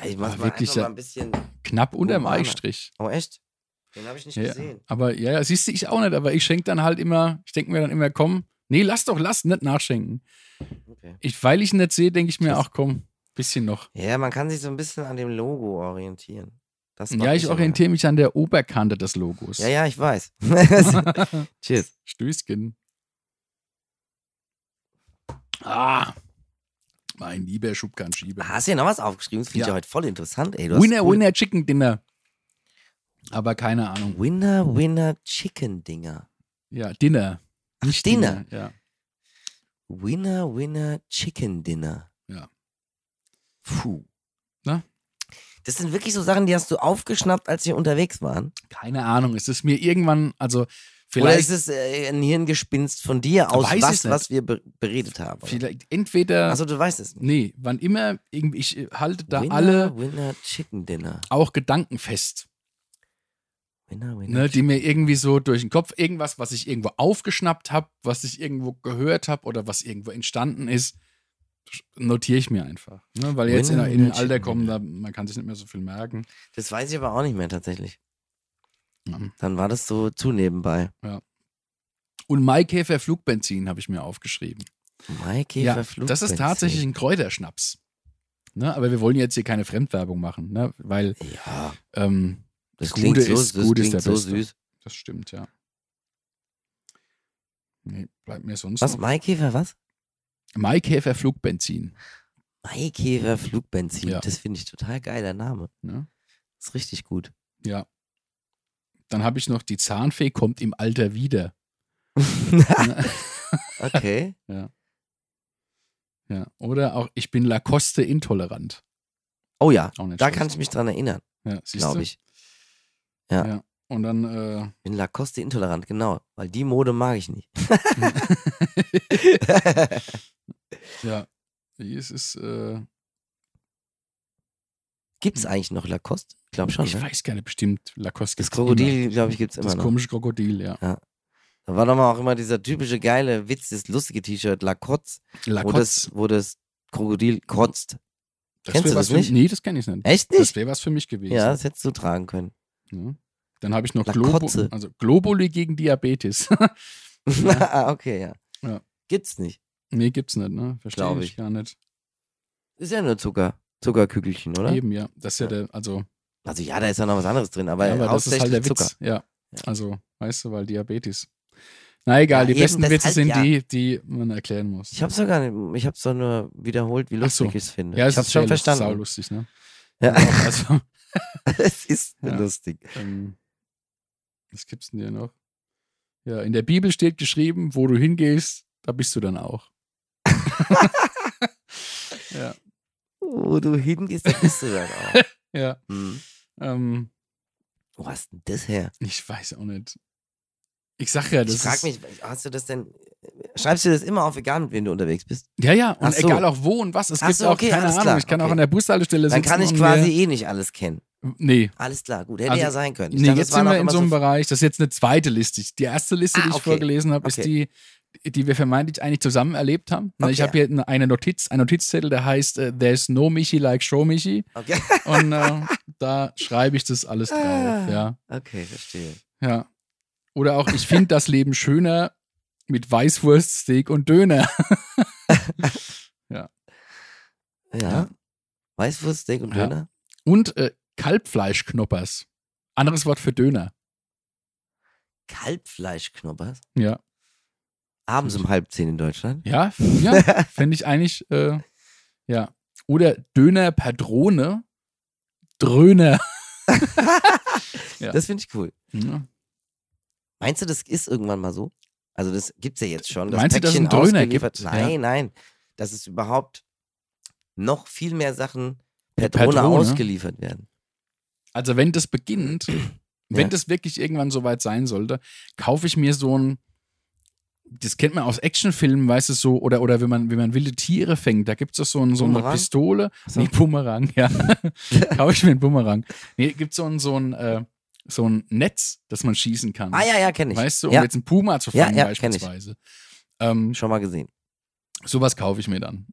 [SPEAKER 1] Ja, ich mach
[SPEAKER 2] Aber
[SPEAKER 1] mal
[SPEAKER 2] wirklich,
[SPEAKER 1] einfach
[SPEAKER 2] ja.
[SPEAKER 1] mal ein bisschen.
[SPEAKER 2] Knapp unterm
[SPEAKER 1] Humane.
[SPEAKER 2] Eistrich.
[SPEAKER 1] Oh, echt? Den habe ich nicht
[SPEAKER 2] Ja,
[SPEAKER 1] gesehen.
[SPEAKER 2] aber ja, ja, siehst du, ich auch nicht, aber ich schenke dann halt immer, ich denke mir dann immer, komm, nee, lass doch, lass nicht nachschenken.
[SPEAKER 1] Okay.
[SPEAKER 2] Ich, weil ich ihn nicht sehe, denke ich mir,
[SPEAKER 1] Das-
[SPEAKER 2] ach komm, bisschen noch.
[SPEAKER 1] Ja, man kann sich so ein bisschen an dem Logo orientieren. Das macht
[SPEAKER 2] Ja, ich
[SPEAKER 1] mich immer.
[SPEAKER 2] orientiere mich an der Oberkante des Logos.
[SPEAKER 1] Ja, ja, ich weiß.
[SPEAKER 2] [LAUGHS]
[SPEAKER 1] [LAUGHS] Cheers.
[SPEAKER 2] Stößchen. Ah, mein lieber Schubkanschieber.
[SPEAKER 1] Hast du hier noch was aufgeschrieben? Das finde ich
[SPEAKER 2] Ja.
[SPEAKER 1] ja heute voll interessant, ey. Ah, Du hast
[SPEAKER 2] Winner,
[SPEAKER 1] cool-
[SPEAKER 2] Winner, Chicken Dinner. Aber keine Ahnung.
[SPEAKER 1] Winner, Winner, Chicken Dinger.
[SPEAKER 2] Ja, Dinner. Nicht
[SPEAKER 1] Dinner.
[SPEAKER 2] Dinner.
[SPEAKER 1] Winner, Winner, Chicken Dinner.
[SPEAKER 2] Ja.
[SPEAKER 1] Puh.
[SPEAKER 2] Na?
[SPEAKER 1] Das sind wirklich so Sachen, die hast du aufgeschnappt, als wir unterwegs waren.
[SPEAKER 2] Ja, keine Ahnung. Es ist mir irgendwann, also
[SPEAKER 1] Oder
[SPEAKER 2] vielleicht
[SPEAKER 1] ist es äh, ein Hirngespinst von dir aus
[SPEAKER 2] Weiß ich's
[SPEAKER 1] was,
[SPEAKER 2] nicht.
[SPEAKER 1] was wir be beredet haben?
[SPEAKER 2] Vielleicht entweder.
[SPEAKER 1] Achso, du weißt es nicht.
[SPEAKER 2] nee, wann immer, irgendwie, ich äh, halte da
[SPEAKER 1] Also Winner,
[SPEAKER 2] alle
[SPEAKER 1] Winner Chicken Dinner.
[SPEAKER 2] auch Gedanken fest,
[SPEAKER 1] Winner, Winner.
[SPEAKER 2] ne, die mir irgendwie so durch den Kopf, irgendwas, was ich irgendwo aufgeschnappt habe, was ich irgendwo gehört habe oder was irgendwo entstanden ist, notiere ich mir einfach. Ne, weil jetzt in,
[SPEAKER 1] Winner,
[SPEAKER 2] in ein
[SPEAKER 1] Winner,
[SPEAKER 2] Alter
[SPEAKER 1] Chicken
[SPEAKER 2] kommen, da, man kann sich nicht mehr so viel merken.
[SPEAKER 1] Das weiß ich aber auch nicht mehr tatsächlich.
[SPEAKER 2] Ja.
[SPEAKER 1] Dann war das so zu nebenbei.
[SPEAKER 2] Und Maikäfer Flugbenzin habe ich mir aufgeschrieben.
[SPEAKER 1] Maikäfer
[SPEAKER 2] ja, das ist tatsächlich ein Kräuterschnaps. Ne, aber wir wollen jetzt hier keine Fremdwerbung machen, ne, weil
[SPEAKER 1] Ja,
[SPEAKER 2] ähm,
[SPEAKER 1] das
[SPEAKER 2] Gute
[SPEAKER 1] klingt so,
[SPEAKER 2] ist-
[SPEAKER 1] das
[SPEAKER 2] Gute ist
[SPEAKER 1] klingt
[SPEAKER 2] der
[SPEAKER 1] so
[SPEAKER 2] Beste.
[SPEAKER 1] süß.
[SPEAKER 2] Das stimmt, ja. Nee, bleibt mir sonst
[SPEAKER 1] Was,
[SPEAKER 2] noch.
[SPEAKER 1] Maikäfer, was?
[SPEAKER 2] Maikäfer Flugbenzin.
[SPEAKER 1] Maikäfer Flugbenzin.
[SPEAKER 2] Ja.
[SPEAKER 1] Das finde ich total geil, der Name.
[SPEAKER 2] Ne?
[SPEAKER 1] Ist richtig gut.
[SPEAKER 2] Ja. Dann habe ich noch die Zahnfee kommt im Alter wieder.
[SPEAKER 1] Okay.
[SPEAKER 2] Ja. Oder auch ich bin Lacoste intolerant.
[SPEAKER 1] oh ja,
[SPEAKER 2] Auch nicht
[SPEAKER 1] da
[SPEAKER 2] schlecht.
[SPEAKER 1] kann ich mich dran erinnern,
[SPEAKER 2] ja, siehst du?
[SPEAKER 1] glaube ich.
[SPEAKER 2] Und dann äh,
[SPEAKER 1] Bin Lacoste intolerant, genau. Weil die Mode mag ich
[SPEAKER 2] [LAUGHS]
[SPEAKER 1] nicht. [LAUGHS]
[SPEAKER 2] ja, wie ist es? Äh,
[SPEAKER 1] Gibt es eigentlich noch Lacoste? Ich glaube schon.
[SPEAKER 2] ich
[SPEAKER 1] Ne?
[SPEAKER 2] weiß gar nicht bestimmt Lacoste.
[SPEAKER 1] Das
[SPEAKER 2] gibt's immer.
[SPEAKER 1] Krokodil, glaube ich, gibt es immer
[SPEAKER 2] Das
[SPEAKER 1] noch. Oh,
[SPEAKER 2] komische Krokodil, ja.
[SPEAKER 1] Da war doch mal auch immer dieser typische geile Witz, das lustige T-Shirt, La Kotz, wo
[SPEAKER 2] Lacoste.
[SPEAKER 1] das, wo das Krokodil kotzt. kennst
[SPEAKER 2] wär
[SPEAKER 1] du
[SPEAKER 2] was
[SPEAKER 1] das
[SPEAKER 2] für,
[SPEAKER 1] nicht?
[SPEAKER 2] Nee, das kenne ich nicht.
[SPEAKER 1] Echt
[SPEAKER 2] Das
[SPEAKER 1] nicht?
[SPEAKER 2] wäre was für mich gewesen.
[SPEAKER 1] Ja, das hättest du tragen können.
[SPEAKER 2] Ja. Dann habe ich noch
[SPEAKER 1] Na,
[SPEAKER 2] Globo,
[SPEAKER 1] Kotze.
[SPEAKER 2] also Globuli gegen Diabetes. [LAUGHS]
[SPEAKER 1] [LAUGHS] Ah, okay, ja.
[SPEAKER 2] Ja.
[SPEAKER 1] Gibt's nicht.
[SPEAKER 2] nee, gibt's nicht, ne? Verstehe
[SPEAKER 1] Glaub
[SPEAKER 2] ich
[SPEAKER 1] ich.
[SPEAKER 2] gar nicht.
[SPEAKER 1] Ist ja nur Zucker. Zuckerkügelchen, oder?
[SPEAKER 2] Eben, ja. Das ist ja, der, also,
[SPEAKER 1] Also ja, da ist ja noch was anderes drin, aber,
[SPEAKER 2] ja, aber das ist
[SPEAKER 1] hauptsächlich
[SPEAKER 2] halt der
[SPEAKER 1] Zucker.
[SPEAKER 2] Witz. Ja. Also, weißt du, weil Diabetes. Na egal,
[SPEAKER 1] Ja,
[SPEAKER 2] die
[SPEAKER 1] eben
[SPEAKER 2] besten Witze
[SPEAKER 1] deshalb,
[SPEAKER 2] sind
[SPEAKER 1] ja.
[SPEAKER 2] die, die man erklären muss.
[SPEAKER 1] Ich hab's sogar nicht, ich hab's doch nur wiederholt, wie
[SPEAKER 2] Ach so.
[SPEAKER 1] lustig ich es finde.
[SPEAKER 2] ja, es
[SPEAKER 1] ich hab's
[SPEAKER 2] ist
[SPEAKER 1] schon
[SPEAKER 2] sehr lustig,
[SPEAKER 1] verstanden.
[SPEAKER 2] saulustig, ne?
[SPEAKER 1] Ja. [LAUGHS]
[SPEAKER 2] Also,
[SPEAKER 1] es ist
[SPEAKER 2] Ja.
[SPEAKER 1] lustig.
[SPEAKER 2] ähm, was gibt's denn hier noch? Ja, in der Bibel steht geschrieben, wo du hingehst, da bist du dann auch. ja,
[SPEAKER 1] Wo du hingehst, da bist du dann
[SPEAKER 2] [LAUGHS]
[SPEAKER 1] auch.
[SPEAKER 2] ja.
[SPEAKER 1] Hm.
[SPEAKER 2] Ähm,
[SPEAKER 1] Wo hast denn das her?
[SPEAKER 2] Ich weiß auch nicht. Ich sag ja, das
[SPEAKER 1] ich frag
[SPEAKER 2] ist,
[SPEAKER 1] mich, hast du das denn, schreibst du das immer auf, egal mit wem du unterwegs bist?
[SPEAKER 2] Ja, ja, und
[SPEAKER 1] Ach so.
[SPEAKER 2] egal auch wo und was. Es
[SPEAKER 1] Ach
[SPEAKER 2] gibt
[SPEAKER 1] so,
[SPEAKER 2] auch
[SPEAKER 1] okay,
[SPEAKER 2] keine
[SPEAKER 1] alles
[SPEAKER 2] Ahnung.
[SPEAKER 1] klar,
[SPEAKER 2] Ich kann auch
[SPEAKER 1] okay.
[SPEAKER 2] an der Bushaltestelle
[SPEAKER 1] Dann
[SPEAKER 2] sitzen.
[SPEAKER 1] kann ich
[SPEAKER 2] und
[SPEAKER 1] quasi eh nicht alles kennen.
[SPEAKER 2] Mir, nee,
[SPEAKER 1] Alles klar, gut. Hätte
[SPEAKER 2] Also,
[SPEAKER 1] ja sein können. Ich
[SPEAKER 2] nee
[SPEAKER 1] dachte,
[SPEAKER 2] jetzt
[SPEAKER 1] es waren
[SPEAKER 2] sind
[SPEAKER 1] auch
[SPEAKER 2] wir in
[SPEAKER 1] immer
[SPEAKER 2] so einem Bereich. Das ist jetzt eine zweite Liste. Die erste Liste,
[SPEAKER 1] Ah,
[SPEAKER 2] die ich
[SPEAKER 1] okay.
[SPEAKER 2] vorgelesen habe, ist die,
[SPEAKER 1] Okay.
[SPEAKER 2] die wir vermeintlich eigentlich zusammen erlebt haben. Ne, Ich
[SPEAKER 1] Okay.
[SPEAKER 2] habe hier eine- eine Notiz, einen Notizzettel, der heißt äh, There's no Michi like Show Michi.
[SPEAKER 1] [LAUGHS] Okay.
[SPEAKER 2] Und äh,
[SPEAKER 1] [LAUGHS]
[SPEAKER 2] da schreibe ich das alles drauf.
[SPEAKER 1] Ah.
[SPEAKER 2] Ja,
[SPEAKER 1] okay, verstehe.
[SPEAKER 2] ja. Oder auch, ich finde das Leben schöner mit Weißwurst, Steak und Döner.
[SPEAKER 1] Ja.
[SPEAKER 2] Ja.
[SPEAKER 1] Weißwurst, Steak und
[SPEAKER 2] Ja.
[SPEAKER 1] Döner.
[SPEAKER 2] Und äh, Kalbfleischknoppers. Anderes Wort für Döner.
[SPEAKER 1] Kalbfleischknoppers.
[SPEAKER 2] Ja.
[SPEAKER 1] Abends um halb zehn in Deutschland.
[SPEAKER 2] Ja, f- ja
[SPEAKER 1] [LAUGHS]
[SPEAKER 2] fände ich eigentlich, äh, ja. Oder Döner per Drohne, Dröhner. Ja.
[SPEAKER 1] Das finde ich cool.
[SPEAKER 2] Ja.
[SPEAKER 1] Meinst du, das ist irgendwann mal so? Also das gibt's ja jetzt schon. Das
[SPEAKER 2] Meinst du, dass es
[SPEAKER 1] Päckchen
[SPEAKER 2] einen Dröhner
[SPEAKER 1] ausgeliefert-
[SPEAKER 2] gibt?
[SPEAKER 1] Nein, nein. Dass es überhaupt noch viel mehr Sachen per,
[SPEAKER 2] Per
[SPEAKER 1] Drohne,
[SPEAKER 2] Drohne?
[SPEAKER 1] ausgeliefert werden.
[SPEAKER 2] Also wenn das
[SPEAKER 1] [CLEARS THROAT]
[SPEAKER 2] beginnt, wenn
[SPEAKER 1] Ja.
[SPEAKER 2] das wirklich irgendwann soweit sein sollte, kaufe ich mir so ein, das kennt man aus Actionfilmen, weißt du so, oder, oder wenn man, wenn man wilde Tiere fängt, da gibt es doch so, ein, so eine
[SPEAKER 1] Bumerang?
[SPEAKER 2] Pistole.
[SPEAKER 1] So.
[SPEAKER 2] Nee, Bumerang,
[SPEAKER 1] [LAUGHS]
[SPEAKER 2] ja. kaufe ich mir einen Bumerang. Nee, gibt so ein, so ein, äh, so ein Netz, das man schießen kann.
[SPEAKER 1] Ah ja, ja, kenne ich.
[SPEAKER 2] Weißt du, um
[SPEAKER 1] ja,
[SPEAKER 2] jetzt einen Puma zu
[SPEAKER 1] Ja,
[SPEAKER 2] fangen
[SPEAKER 1] ja, kenn ich.
[SPEAKER 2] beispielsweise. Ähm,
[SPEAKER 1] schon mal gesehen.
[SPEAKER 2] sowas kaufe ich mir dann.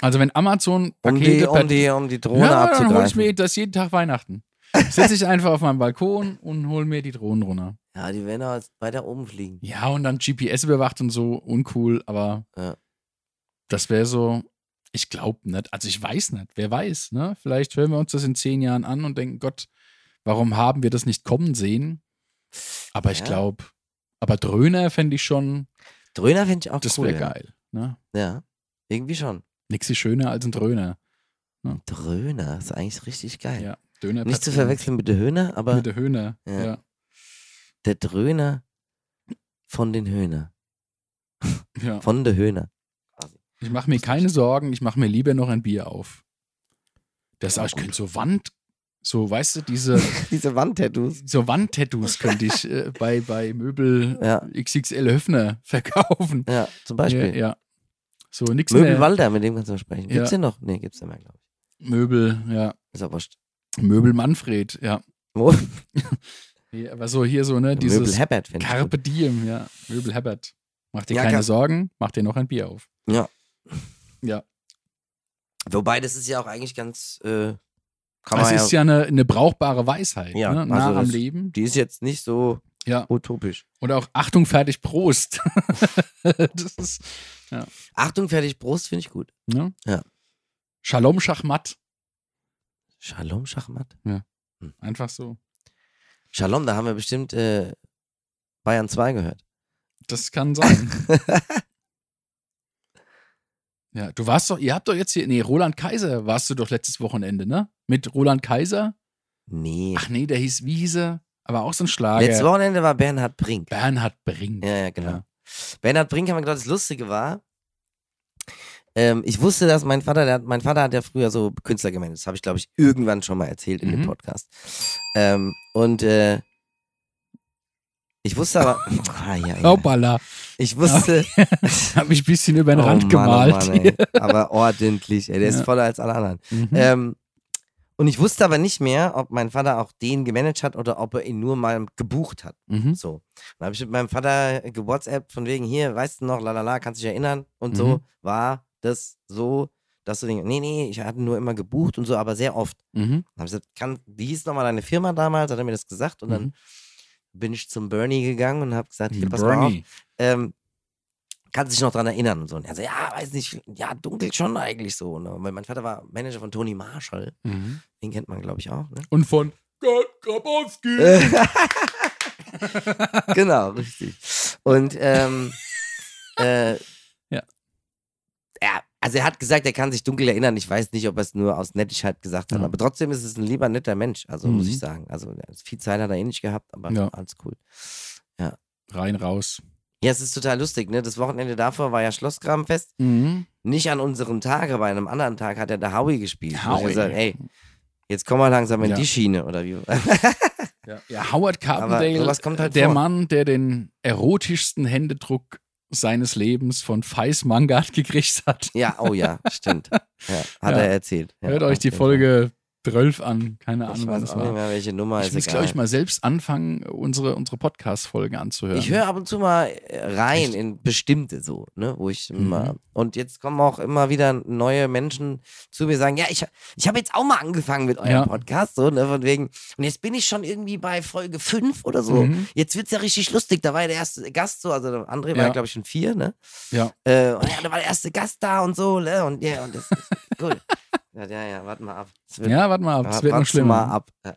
[SPEAKER 2] Also wenn Amazon
[SPEAKER 1] Um
[SPEAKER 2] Pakete
[SPEAKER 1] die,
[SPEAKER 2] per
[SPEAKER 1] um, die, um die Drohne
[SPEAKER 2] ja, dann hole ich
[SPEAKER 1] abzugreifen.
[SPEAKER 2] mir das jeden Tag Weihnachten. Sitze ich einfach auf meinem Balkon und hole mir die Drohnen runter.
[SPEAKER 1] Ja, die werden aber jetzt weiter oben fliegen.
[SPEAKER 2] Ja, und dann GPS überwacht und so, uncool, aber
[SPEAKER 1] Ja.
[SPEAKER 2] das wäre so, ich glaube nicht. Also ich weiß nicht, wer weiß, ne? Vielleicht hören wir uns das in zehn Jahren an und denken, Gott, warum haben wir das nicht kommen sehen? Aber ich
[SPEAKER 1] Ja.
[SPEAKER 2] glaube, aber Dröhner fände ich schon,
[SPEAKER 1] Dröhner finde ich auch
[SPEAKER 2] das
[SPEAKER 1] cool.
[SPEAKER 2] wäre geil. Ne?
[SPEAKER 1] Ja. ja, irgendwie schon.
[SPEAKER 2] Nix ist schöner als ein Dröhner.
[SPEAKER 1] Dröhner ist eigentlich richtig geil.
[SPEAKER 2] Ja, Döner.
[SPEAKER 1] Nicht zu
[SPEAKER 2] Patronen.
[SPEAKER 1] verwechseln mit der Höhner, aber
[SPEAKER 2] Mit der Höhner.
[SPEAKER 1] Ja.
[SPEAKER 2] Ja.
[SPEAKER 1] der Dröhner von den Höhner.
[SPEAKER 2] ja.
[SPEAKER 1] Von der Höhner.
[SPEAKER 2] Ich mache mir keine Sorgen, ich mache mir lieber noch ein Bier auf. Das ich könnte so Wand, so weißt du,
[SPEAKER 1] [LAUGHS]
[SPEAKER 2] [LAUGHS] diese
[SPEAKER 1] Diese Wandtattoos.
[SPEAKER 2] so Wandtattoos könnte ich äh, bei, bei Möbel
[SPEAKER 1] Ja,
[SPEAKER 2] XXL Höfner [LAUGHS] verkaufen.
[SPEAKER 1] ja, zum Beispiel.
[SPEAKER 2] Ja, ja. So nix
[SPEAKER 1] Möbel
[SPEAKER 2] mehr.
[SPEAKER 1] Walder, mit dem kannst du noch sprechen.
[SPEAKER 2] Ja.
[SPEAKER 1] Gibt's den noch? Nee, gibt's den mehr, glaube ich.
[SPEAKER 2] Möbel, ja.
[SPEAKER 1] Ist auch wurscht.
[SPEAKER 2] Möbel Manfred, ja.
[SPEAKER 1] Wo?
[SPEAKER 2] Nee, Aber so hier so, ne,
[SPEAKER 1] Möbel
[SPEAKER 2] dieses
[SPEAKER 1] Herbert, finde ich. Gut.
[SPEAKER 2] Carpe Diem, ja. Möbel Herbert. Mach dir
[SPEAKER 1] Ja,
[SPEAKER 2] keine
[SPEAKER 1] Car-
[SPEAKER 2] Sorgen, mach dir noch ein Bier auf.
[SPEAKER 1] Wobei, das ist ja auch eigentlich ganz. Äh, kann
[SPEAKER 2] Das
[SPEAKER 1] man
[SPEAKER 2] Also ist ja eine, eine brauchbare Weisheit,
[SPEAKER 1] Ja,
[SPEAKER 2] ne? nah
[SPEAKER 1] also
[SPEAKER 2] am
[SPEAKER 1] das-
[SPEAKER 2] Leben.
[SPEAKER 1] Die ist jetzt nicht so
[SPEAKER 2] Ja.
[SPEAKER 1] utopisch.
[SPEAKER 2] Oder auch Achtung, fertig, Prost. [LAUGHS] das ist,
[SPEAKER 1] Achtung, fertig, Brust finde ich gut.
[SPEAKER 2] ne?
[SPEAKER 1] Ja.
[SPEAKER 2] Shalom Schachmatt.
[SPEAKER 1] Shalom, Schachmatt.
[SPEAKER 2] Einfach so.
[SPEAKER 1] Shalom, da haben wir bestimmt äh, Bayern 2 gehört.
[SPEAKER 2] Das
[SPEAKER 1] [LAUGHS]
[SPEAKER 2] kann sein. ja, du warst doch, ihr habt doch jetzt hier, nee, Roland Kaiser warst du doch letztes Wochenende, ne? Mit Roland Kaiser?
[SPEAKER 1] Nee.
[SPEAKER 2] Ach nee, der hieß Wiese, aber auch so ein Schlager.
[SPEAKER 1] Letztes Wochenende war Bernhard Brink.
[SPEAKER 2] Bernhard Brink.
[SPEAKER 1] Ja, ja, genau.
[SPEAKER 2] Ja.
[SPEAKER 1] Bernhard Brink haben wir gedacht, das Lustige war, ähm, ich wusste, dass mein Vater, der, hat- mein Vater hat ja früher so Künstler gemanagt. Das habe ich, glaube ich, irgendwann schon mal erzählt in dem
[SPEAKER 2] Mhm.
[SPEAKER 1] Podcast. Ähm, und äh, ich wusste
[SPEAKER 2] [LAUGHS]
[SPEAKER 1] aber, ah, ja, ja.
[SPEAKER 2] Hoppala,
[SPEAKER 1] ich wusste,
[SPEAKER 2] [LAUGHS] hab mich ein bisschen über den
[SPEAKER 1] Oh Mann,
[SPEAKER 2] Rand
[SPEAKER 1] oh
[SPEAKER 2] gemalt.
[SPEAKER 1] Mann, ey. aber ordentlich, ey, der ist
[SPEAKER 2] Ja.
[SPEAKER 1] voller als alle anderen.
[SPEAKER 2] [LAUGHS] Mhm.
[SPEAKER 1] Ähm, und ich wusste aber nicht mehr, ob mein Vater auch den gemanagt hat oder ob er ihn nur mal gebucht hat.
[SPEAKER 2] mhm.
[SPEAKER 1] So. Dann habe ich mit meinem Vater WhatsApp von wegen hier, weißt du noch, lalala, kannst dich erinnern. Und so
[SPEAKER 2] Mhm.
[SPEAKER 1] war das so, dass du denkst, nee, nee, ich hatte nur immer gebucht und so, aber sehr oft.
[SPEAKER 2] Mhm.
[SPEAKER 1] Dann habe ich gesagt, kann, wie hieß nochmal deine Firma damals? Hat er mir das gesagt und dann
[SPEAKER 2] Mhm.
[SPEAKER 1] bin ich zum Bernie gegangen und habe gesagt, hier, pass mal auf,
[SPEAKER 2] Bernie.
[SPEAKER 1] ähm, kannst dich noch dran erinnern und so. Und er so, ja, weiß nicht, ja, dunkel schon eigentlich so. Ne? Weil mein Vater war Manager von Tony Marshall,
[SPEAKER 2] Mhm.
[SPEAKER 1] den kennt man, glaube ich, auch. Ne?
[SPEAKER 2] Und von Gott Grabowski.
[SPEAKER 1] Äh. [LAUGHS] genau, richtig. Und ähm, äh,
[SPEAKER 2] [LAUGHS] Ja.
[SPEAKER 1] ja, also er hat gesagt, er kann sich dunkel erinnern. Ich weiß nicht, ob er es nur aus Nettigkeit gesagt hat,
[SPEAKER 2] Ja.
[SPEAKER 1] aber trotzdem ist es ein lieber netter Mensch, also muss
[SPEAKER 2] Mhm.
[SPEAKER 1] ich sagen. Also ja, viel Zeit hat er eh nicht gehabt, aber
[SPEAKER 2] Ja.
[SPEAKER 1] alles cool.
[SPEAKER 2] Rein raus.
[SPEAKER 1] Ja, es ist total lustig, ne? Das Wochenende davor war ja Schlossgrabenfest.
[SPEAKER 2] Mhm.
[SPEAKER 1] Nicht an unserem Tag, aber an einem anderen Tag hat er da Howie gespielt. Wo Ich
[SPEAKER 2] Howie.
[SPEAKER 1] gesagt, ey, jetzt komm mal langsam in
[SPEAKER 2] Ja.
[SPEAKER 1] die Schiene oder wie.
[SPEAKER 2] Ja, ja Howard
[SPEAKER 1] Aber
[SPEAKER 2] Carpendale,
[SPEAKER 1] sowas kommt halt
[SPEAKER 2] der
[SPEAKER 1] vor.
[SPEAKER 2] Mann, der den erotischsten Händedruck seines Lebens von Feis Mangard [LAUGHS] gekriegt hat.
[SPEAKER 1] Ja, oh ja, stimmt. Ja, hat
[SPEAKER 2] Ja. [LAUGHS]
[SPEAKER 1] er erzählt. Ja,
[SPEAKER 2] Hört euch
[SPEAKER 1] auf
[SPEAKER 2] die
[SPEAKER 1] jeden Fall.
[SPEAKER 2] Folge 12 an. Keine
[SPEAKER 1] Ich
[SPEAKER 2] Ahnung, wann
[SPEAKER 1] weiß
[SPEAKER 2] das
[SPEAKER 1] auch nicht
[SPEAKER 2] war.
[SPEAKER 1] mehr, welche Nummer
[SPEAKER 2] Ich
[SPEAKER 1] ist
[SPEAKER 2] muss,
[SPEAKER 1] egal.
[SPEAKER 2] glaube ich, mal selbst anfangen, unsere, unsere Podcast-Folgen anzuhören.
[SPEAKER 1] Ich höre ab und zu mal äh, rein
[SPEAKER 2] Echt?
[SPEAKER 1] in bestimmte so, ne, wo ich
[SPEAKER 2] Mhm.
[SPEAKER 1] mal. Und jetzt kommen auch immer wieder neue Menschen zu mir sagen, ja, ich, ich habe jetzt auch mal angefangen mit eurem
[SPEAKER 2] Ja.
[SPEAKER 1] Podcast, so, ne, von wegen. Und jetzt bin ich schon irgendwie bei Folge 5 oder so.
[SPEAKER 2] Mhm.
[SPEAKER 1] Jetzt wird's ja richtig lustig. Da war ja der erste Gast so, also der André war
[SPEAKER 2] Ja.
[SPEAKER 1] ja, glaube ich, schon vier, ne?
[SPEAKER 2] Ja.
[SPEAKER 1] Äh, und ja, da war der erste Gast da und so, ne? Und ja, und das ist
[SPEAKER 2] [LAUGHS]
[SPEAKER 1] cool. Ja, ja, ja, warte mal ab. Es wird,
[SPEAKER 2] Ja, warte mal ab, es wird noch
[SPEAKER 1] wart's mal
[SPEAKER 2] schlimmer. ne?
[SPEAKER 1] ab. Ja.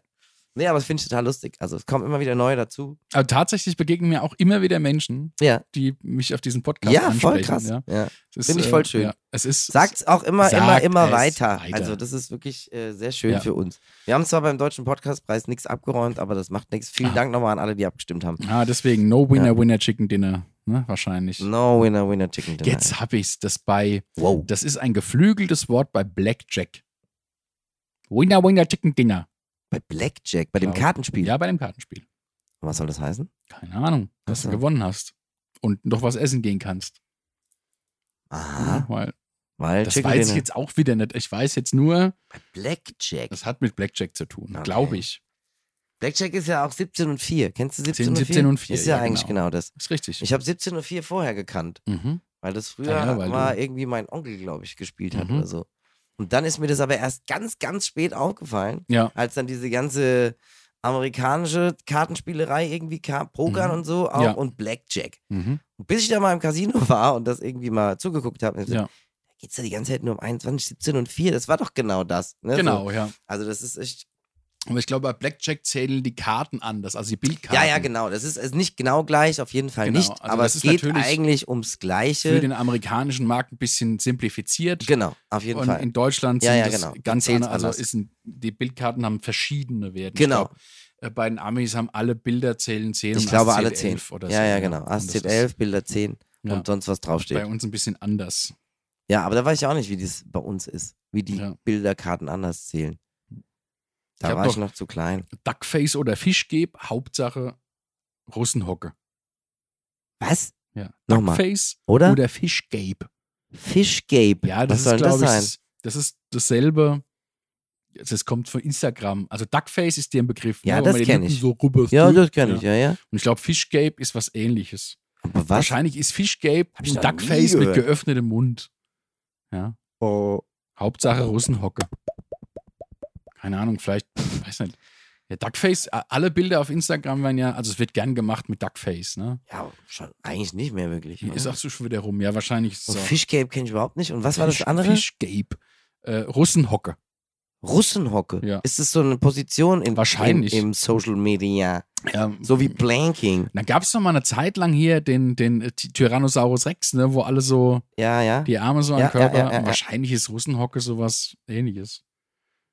[SPEAKER 1] Nee, aber das finde ich total lustig. Also es kommen immer wieder neue dazu.
[SPEAKER 2] Aber tatsächlich begegnen mir auch immer wieder Menschen,
[SPEAKER 1] Ja.
[SPEAKER 2] die mich auf diesen Podcast
[SPEAKER 1] Ja,
[SPEAKER 2] ansprechen.
[SPEAKER 1] voll krass.
[SPEAKER 2] Ja.
[SPEAKER 1] Ja.
[SPEAKER 2] Es ist, äh,
[SPEAKER 1] Finde ich voll schön.
[SPEAKER 2] Ja, es ist,
[SPEAKER 1] Sagt auch immer, immer,
[SPEAKER 2] Sagt
[SPEAKER 1] immer
[SPEAKER 2] es
[SPEAKER 1] weiter.
[SPEAKER 2] weiter.
[SPEAKER 1] Also das ist wirklich äh, sehr schön
[SPEAKER 2] Ja.
[SPEAKER 1] für uns. Wir haben zwar beim Deutschen Podcastpreis nichts abgeräumt, aber das macht nichts. Vielen
[SPEAKER 2] Ah.
[SPEAKER 1] Dank nochmal an alle, die abgestimmt haben.
[SPEAKER 2] Ah, deswegen, no winner, winner, chicken dinner. Ne? Wahrscheinlich.
[SPEAKER 1] No winner, winner, chicken dinner.
[SPEAKER 2] Jetzt hab ich's. Das bei,
[SPEAKER 1] Wow.
[SPEAKER 2] das ist ein geflügeltes Wort bei Blackjack. Winner, winner, chicken dinner.
[SPEAKER 1] Bei Blackjack, bei dem
[SPEAKER 2] Glaub-
[SPEAKER 1] Kartenspiel.
[SPEAKER 2] Ja, bei dem Kartenspiel.
[SPEAKER 1] Was soll das heißen?
[SPEAKER 2] Keine Ahnung, dass
[SPEAKER 1] Ach
[SPEAKER 2] du
[SPEAKER 1] so.
[SPEAKER 2] gewonnen hast. Und noch was essen gehen kannst.
[SPEAKER 1] Aha,
[SPEAKER 2] Weil
[SPEAKER 1] weil
[SPEAKER 2] Mhm. das
[SPEAKER 1] Ah. Äh, Chicken
[SPEAKER 2] weiß
[SPEAKER 1] Dinner.
[SPEAKER 2] ich jetzt auch wieder nicht. Ich weiß jetzt nur,
[SPEAKER 1] Bei Blackjack.
[SPEAKER 2] das hat mit Blackjack zu tun,
[SPEAKER 1] Okay.
[SPEAKER 2] glaube ich.
[SPEAKER 1] Blackjack ist ja auch 17 und 4. Kennst du 17, und 4?
[SPEAKER 2] 17 und 4,
[SPEAKER 1] Ist ja,
[SPEAKER 2] ja,
[SPEAKER 1] eigentlich
[SPEAKER 2] genau.
[SPEAKER 1] genau das.
[SPEAKER 2] Ist richtig.
[SPEAKER 1] Ich habe 17 und 4 vorher gekannt,
[SPEAKER 2] mhm.
[SPEAKER 1] weil das früher
[SPEAKER 2] Ja, weil du-
[SPEAKER 1] mal irgendwie mein Onkel, glaube ich, gespielt hat
[SPEAKER 2] Mhm.
[SPEAKER 1] oder so. Und dann ist mir das aber erst ganz, ganz spät aufgefallen.
[SPEAKER 2] Ja.
[SPEAKER 1] als dann diese ganze amerikanische Kartenspielerei irgendwie kam, Pokern
[SPEAKER 2] Mhm.
[SPEAKER 1] und so auch
[SPEAKER 2] Ja.
[SPEAKER 1] und Blackjack.
[SPEAKER 2] Mhm.
[SPEAKER 1] Und bis ich da mal im Casino [LAUGHS] war und das irgendwie mal zugeguckt habe, ja.
[SPEAKER 2] Ja.
[SPEAKER 1] da geht es ja die ganze Zeit nur um 21, 17 und 4. Das war doch genau das. Ne? So,
[SPEAKER 2] Genau, ja.
[SPEAKER 1] also das ist echt.
[SPEAKER 2] Aber ich glaube, bei Blackjack zählen die Karten anders, also die Bildkarten.
[SPEAKER 1] Ja, ja, genau. Das ist, ist nicht genau gleich, auf jeden Fall
[SPEAKER 2] Genau,
[SPEAKER 1] nicht.
[SPEAKER 2] also
[SPEAKER 1] aber es
[SPEAKER 2] das ist
[SPEAKER 1] geht
[SPEAKER 2] natürlich
[SPEAKER 1] eigentlich ums Gleiche.
[SPEAKER 2] Für den amerikanischen Markt ein bisschen simplifiziert.
[SPEAKER 1] genau, auf jeden
[SPEAKER 2] Und
[SPEAKER 1] Fall.
[SPEAKER 2] in Deutschland
[SPEAKER 1] Ja,
[SPEAKER 2] sind
[SPEAKER 1] ja,
[SPEAKER 2] das
[SPEAKER 1] genau.
[SPEAKER 2] ganz
[SPEAKER 1] Zählt's
[SPEAKER 2] andere, also
[SPEAKER 1] anders.
[SPEAKER 2] ist ein, die Bildkarten haben verschiedene Werte.
[SPEAKER 1] Genau.
[SPEAKER 2] Ich glaub, äh, bei den Amis haben alle Bilder zählen 10
[SPEAKER 1] ich
[SPEAKER 2] und
[SPEAKER 1] glaube
[SPEAKER 2] Ass
[SPEAKER 1] alle
[SPEAKER 2] zählt
[SPEAKER 1] 10.
[SPEAKER 2] 11 oder so.
[SPEAKER 1] ja, ja, genau.
[SPEAKER 2] Und
[SPEAKER 1] Ass
[SPEAKER 2] das
[SPEAKER 1] zählt
[SPEAKER 2] ist
[SPEAKER 1] 11, Bilder 10
[SPEAKER 2] Ja.
[SPEAKER 1] und sonst was draufsteht.
[SPEAKER 2] Bei uns ein bisschen anders.
[SPEAKER 1] Ja, aber da weiß ich auch nicht, wie das bei uns ist, wie die
[SPEAKER 2] Ja.
[SPEAKER 1] Bilderkarten anders zählen. Da
[SPEAKER 2] Ich hab
[SPEAKER 1] war ich
[SPEAKER 2] doch-
[SPEAKER 1] noch zu klein.
[SPEAKER 2] Duckface oder Fischgeb, Hauptsache Russenhocke.
[SPEAKER 1] Was?
[SPEAKER 2] Ja.
[SPEAKER 1] Nochmal.
[SPEAKER 2] Duckface
[SPEAKER 1] Oder?
[SPEAKER 2] oder Fischgeb.
[SPEAKER 1] Fischgabe.
[SPEAKER 2] Ja, das
[SPEAKER 1] Was soll
[SPEAKER 2] ist,
[SPEAKER 1] denn das
[SPEAKER 2] glaube ich,
[SPEAKER 1] sein?
[SPEAKER 2] s- das ist dasselbe. Das kommt von Instagram. Also Duckface ist dir ein Begriff.
[SPEAKER 1] Ja,
[SPEAKER 2] ne? wo
[SPEAKER 1] das
[SPEAKER 2] man die
[SPEAKER 1] kenn
[SPEAKER 2] Lippen
[SPEAKER 1] ich.
[SPEAKER 2] So rüber
[SPEAKER 1] Ja,
[SPEAKER 2] drückt,
[SPEAKER 1] das kann ich, ja, ja.
[SPEAKER 2] Und ich glaube, Fischgape ist was ähnliches.
[SPEAKER 1] Aber was?
[SPEAKER 2] Wahrscheinlich ist Fischgape
[SPEAKER 1] Hab ich
[SPEAKER 2] ein
[SPEAKER 1] noch nie
[SPEAKER 2] Duckface mit
[SPEAKER 1] gehört.
[SPEAKER 2] geöffnetem Mund. Ja.
[SPEAKER 1] Oh.
[SPEAKER 2] Hauptsache Russenhocke. Keine Ahnung, vielleicht, weiß nicht. Ja, Duckface, a- alle Bilder auf Instagram werden ja, also es wird gern gemacht mit Duckface, ne?
[SPEAKER 1] Ja, schon eigentlich nicht mehr wirklich.
[SPEAKER 2] Ist auch so schon wieder rum. Ja, wahrscheinlich ist es
[SPEAKER 1] so.
[SPEAKER 2] auch-
[SPEAKER 1] Fischgabe kenne ich überhaupt nicht. Und was war das
[SPEAKER 2] Fisch-
[SPEAKER 1] andere?
[SPEAKER 2] Fischgape. Äh, Russenhocke.
[SPEAKER 1] Russenhocke.
[SPEAKER 2] Ja.
[SPEAKER 1] Ist das so eine Position in,
[SPEAKER 2] Wahrscheinlich.
[SPEAKER 1] in, im Social Media?
[SPEAKER 2] Ja,
[SPEAKER 1] So wie Blanking.
[SPEAKER 2] Ähm, Dann gab es noch mal eine Zeit lang hier den, den äh, Ty- Tyrannosaurus Rex, ne, wo alle so
[SPEAKER 1] Ja, ja.
[SPEAKER 2] die Arme so am
[SPEAKER 1] Ja, ja,
[SPEAKER 2] Körper.
[SPEAKER 1] ja, ja, ja.
[SPEAKER 2] Wahrscheinlich ist Russenhocke sowas ähnliches. [LAUGHS]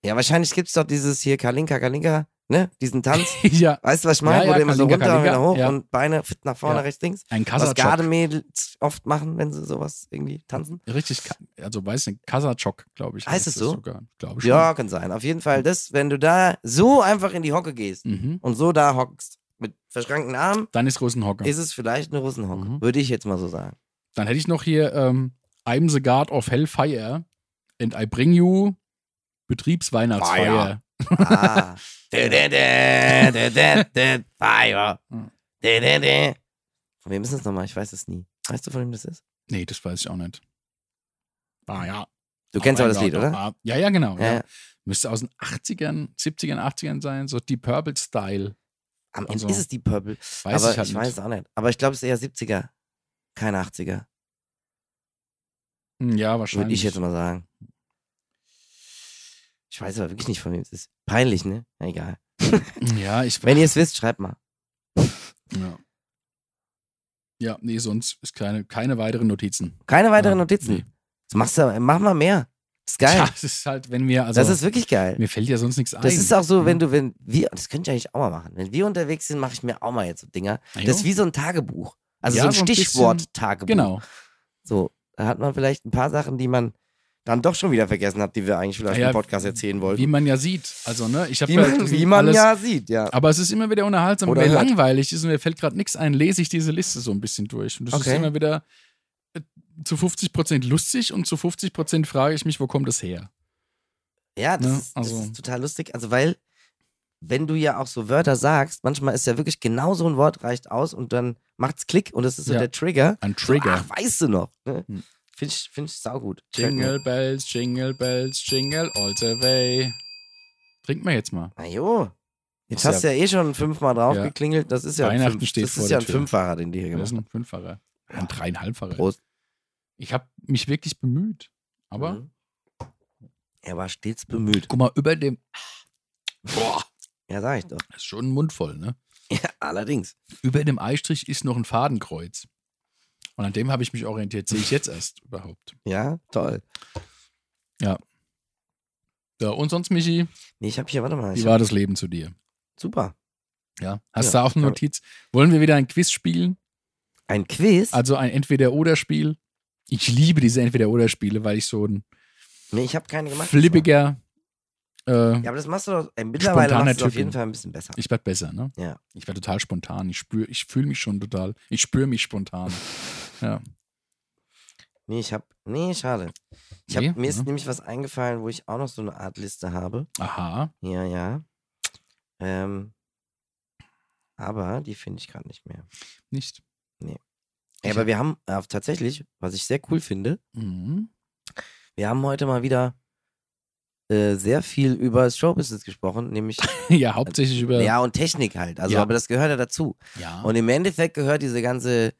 [SPEAKER 1] Ja, wahrscheinlich gibt es doch dieses hier Kalinka, Kalinka, ne? Diesen Tanz.
[SPEAKER 2] [LAUGHS] ja,
[SPEAKER 1] Weißt du, was ich meine?
[SPEAKER 2] Ja,
[SPEAKER 1] Wo
[SPEAKER 2] ja,
[SPEAKER 1] du immer so runter
[SPEAKER 2] Kalinka,
[SPEAKER 1] und wieder
[SPEAKER 2] Kalinka,
[SPEAKER 1] hoch
[SPEAKER 2] ja.
[SPEAKER 1] und Beine fit nach vorne,
[SPEAKER 2] Ja.
[SPEAKER 1] rechts, links.
[SPEAKER 2] ein
[SPEAKER 1] Was
[SPEAKER 2] Kasachok.
[SPEAKER 1] Gardemädels oft machen, wenn sie sowas irgendwie tanzen.
[SPEAKER 2] Richtig, Ka- also weiß nicht, Kasachok, glaube ich.
[SPEAKER 1] Heißt es
[SPEAKER 2] das
[SPEAKER 1] so?
[SPEAKER 2] Sogar. Glaube ich.
[SPEAKER 1] Ja, kann sein. Auf jeden Fall das, wenn du da so einfach in die Hocke gehst
[SPEAKER 2] schon. Mhm.
[SPEAKER 1] und so da hockst, mit verschrankten Armen,
[SPEAKER 2] Dann ist Russenhocke.
[SPEAKER 1] ist es vielleicht eine Russenhocke.
[SPEAKER 2] Mhm.
[SPEAKER 1] Würde ich jetzt mal so
[SPEAKER 2] [LAUGHS]
[SPEAKER 1] sagen.
[SPEAKER 2] Dann hätte ich noch hier ähm, I'm the God of Hellfire and I bring you Betriebsweihnachtsfeier.
[SPEAKER 1] Feier. Ah. Du, du, du, du, du, du, Fire.
[SPEAKER 2] Mhm.
[SPEAKER 1] Du, du, du. Von wem ist das nochmal? Ich weiß es nie. Weißt du, von wem das ist?
[SPEAKER 2] Nee, das weiß ich auch nicht. Ah ja.
[SPEAKER 1] Du kennst aber das Lied, oder?
[SPEAKER 2] Ah, Ja, ja, genau.
[SPEAKER 1] Ja,
[SPEAKER 2] Ja.
[SPEAKER 1] ja.
[SPEAKER 2] Müsste aus den 80ern, 70ern, 80ern sein, so die Purple Style.
[SPEAKER 1] Am Ende
[SPEAKER 2] Also,
[SPEAKER 1] ist es die Purple.
[SPEAKER 2] Weiß
[SPEAKER 1] aber
[SPEAKER 2] ich halt nicht.
[SPEAKER 1] weiß es auch nicht. Aber ich glaube, es ist eher 70er. Kein 80er.
[SPEAKER 2] Hm, Ja, wahrscheinlich.
[SPEAKER 1] Würde ich jetzt mal sagen. Ich weiß aber wirklich nicht, von wem es ist. Peinlich, ne? Na, Egal.
[SPEAKER 2] Ja, ich
[SPEAKER 1] Wenn ihr es wisst, schreibt mal.
[SPEAKER 2] ja. ja, nee, sonst ist keine, keine weiteren Notizen.
[SPEAKER 1] Keine weiteren
[SPEAKER 2] Ja,
[SPEAKER 1] Notizen.
[SPEAKER 2] nee.
[SPEAKER 1] Das machst du, aber- mach mal mehr. Das ist geil.
[SPEAKER 2] Ja, das ist halt, wenn wir, also
[SPEAKER 1] das ist wirklich geil.
[SPEAKER 2] mir fällt ja sonst nichts ein.
[SPEAKER 1] Das ist auch so, wenn
[SPEAKER 2] Mhm.
[SPEAKER 1] du, wenn wir, das könnte ich eigentlich auch mal machen. Wenn wir unterwegs sind, mache ich mir auch mal jetzt so Dinger.
[SPEAKER 2] Na
[SPEAKER 1] Das ist
[SPEAKER 2] Ah, jo.
[SPEAKER 1] wie so ein Tagebuch. Also
[SPEAKER 2] Ja,
[SPEAKER 1] so ein
[SPEAKER 2] so ein bisschen-
[SPEAKER 1] Stichwort-Tagebuch.
[SPEAKER 2] Genau.
[SPEAKER 1] So, da hat man vielleicht ein paar Sachen, die man dann doch schon wieder vergessen hat, die wir eigentlich vielleicht
[SPEAKER 2] Ja,
[SPEAKER 1] im Podcast erzählen wollten.
[SPEAKER 2] Wie man ja sieht. Also, ne, ich habe
[SPEAKER 1] Wie man, wie man ja sieht, ja.
[SPEAKER 2] Aber es ist immer wieder unterhaltsam. Und
[SPEAKER 1] Oder
[SPEAKER 2] wenn mir
[SPEAKER 1] hört.
[SPEAKER 2] langweilig ist und mir fällt gerade nichts ein, lese ich diese Liste so ein bisschen durch. Und das ist
[SPEAKER 1] Okay.
[SPEAKER 2] immer wieder äh, zu 50% lustig und zu 50% frage ich mich, wo kommt das her?
[SPEAKER 1] Ja, das,
[SPEAKER 2] Ne?
[SPEAKER 1] ist, das
[SPEAKER 2] Also-
[SPEAKER 1] ist total lustig. Also, weil, wenn du ja auch so Wörter sagst, manchmal ist ja wirklich genau so ein Wort reicht aus und dann macht's Klick und das ist so
[SPEAKER 2] Ja.
[SPEAKER 1] der Trigger.
[SPEAKER 2] Ein
[SPEAKER 1] So,
[SPEAKER 2] Trigger.
[SPEAKER 1] Ach, weißt du noch. Ne?
[SPEAKER 2] Hm.
[SPEAKER 1] Finde ich, find ich saugut. Gefällt mir.
[SPEAKER 2] Jingle bells, jingle bells, jingle all the way. Trinken wir jetzt mal.
[SPEAKER 1] Na jo. Jetzt
[SPEAKER 2] Ist
[SPEAKER 1] hast du ja eh schon fünfmal drauf
[SPEAKER 2] Ja.
[SPEAKER 1] geklingelt. Das ist ja ein,
[SPEAKER 2] Weihnachten
[SPEAKER 1] Fünf,
[SPEAKER 2] steht
[SPEAKER 1] das
[SPEAKER 2] vor
[SPEAKER 1] ist
[SPEAKER 2] der
[SPEAKER 1] ja ein
[SPEAKER 2] Tür.
[SPEAKER 1] Fünffacher, den die hier
[SPEAKER 2] Das
[SPEAKER 1] gemacht
[SPEAKER 2] ist
[SPEAKER 1] haben.
[SPEAKER 2] ein Fünffacher.
[SPEAKER 1] Ah,
[SPEAKER 2] Ein Dreieinhalbfacher.
[SPEAKER 1] Prost.
[SPEAKER 2] Ich habe mich wirklich bemüht. Aber
[SPEAKER 1] Mhm. Er war stets bemüht.
[SPEAKER 2] guck mal, über dem.
[SPEAKER 1] Ah.
[SPEAKER 2] Boah,
[SPEAKER 1] Ja, sag ich doch.
[SPEAKER 2] das ist schon ein Mund voll, ne?
[SPEAKER 1] [LAUGHS] Ja, allerdings.
[SPEAKER 2] Über dem Eistrich ist noch ein Fadenkreuz. Und an dem habe ich mich orientiert. Sehe ich jetzt erst überhaupt.
[SPEAKER 1] Ja, toll.
[SPEAKER 2] Ja, und sonst, Michi,
[SPEAKER 1] Nee, ich habe hier, warte mal.
[SPEAKER 2] wie
[SPEAKER 1] Ich
[SPEAKER 2] war
[SPEAKER 1] hab,
[SPEAKER 2] das Leben zu dir?
[SPEAKER 1] super.
[SPEAKER 2] Ja. Hast
[SPEAKER 1] Also Ja,
[SPEAKER 2] du auch eine
[SPEAKER 1] ja.
[SPEAKER 2] Notiz? Wollen wir wieder ein Quiz spielen?
[SPEAKER 1] Ein Quiz?
[SPEAKER 2] Also ein Entweder-Oder-Spiel? Ich liebe diese Entweder-Oder-Spiele, weil ich so ein
[SPEAKER 1] nee, ich habe keine gemacht.
[SPEAKER 2] flippiger. Äh,
[SPEAKER 1] Ja, aber das machst du doch. Ey, mittlerweile
[SPEAKER 2] Spontaner
[SPEAKER 1] machst du auf
[SPEAKER 2] Typen.
[SPEAKER 1] jeden Fall ein bisschen besser.
[SPEAKER 2] Ich werd besser, ne?
[SPEAKER 1] Ja.
[SPEAKER 2] Ich war total spontan. Ich spür, ich fühle mich schon total. Ich spüre
[SPEAKER 1] [LAUGHS]
[SPEAKER 2] mich spontan.
[SPEAKER 1] Nee, ich habe. Nee, schade. Ich hab,
[SPEAKER 2] Nee,
[SPEAKER 1] mir ist
[SPEAKER 2] ne?
[SPEAKER 1] nämlich was eingefallen, wo ich auch noch so eine Art Liste habe.
[SPEAKER 2] Aha.
[SPEAKER 1] Ja, ja. Ähm, aber die finde ich gerade nicht mehr.
[SPEAKER 2] Nicht.
[SPEAKER 1] Ey,
[SPEAKER 2] Ich
[SPEAKER 1] aber wir haben äh, tatsächlich, was ich sehr cool finde,
[SPEAKER 2] Mhm.
[SPEAKER 1] wir haben heute mal wieder äh, sehr viel über das Showbusiness gesprochen, nämlich
[SPEAKER 2] [LAUGHS] ja, hauptsächlich über.
[SPEAKER 1] ja und Technik halt. Also,
[SPEAKER 2] Ja.
[SPEAKER 1] aber das gehört ja dazu.
[SPEAKER 2] Ja.
[SPEAKER 1] Und im Endeffekt gehört diese ganze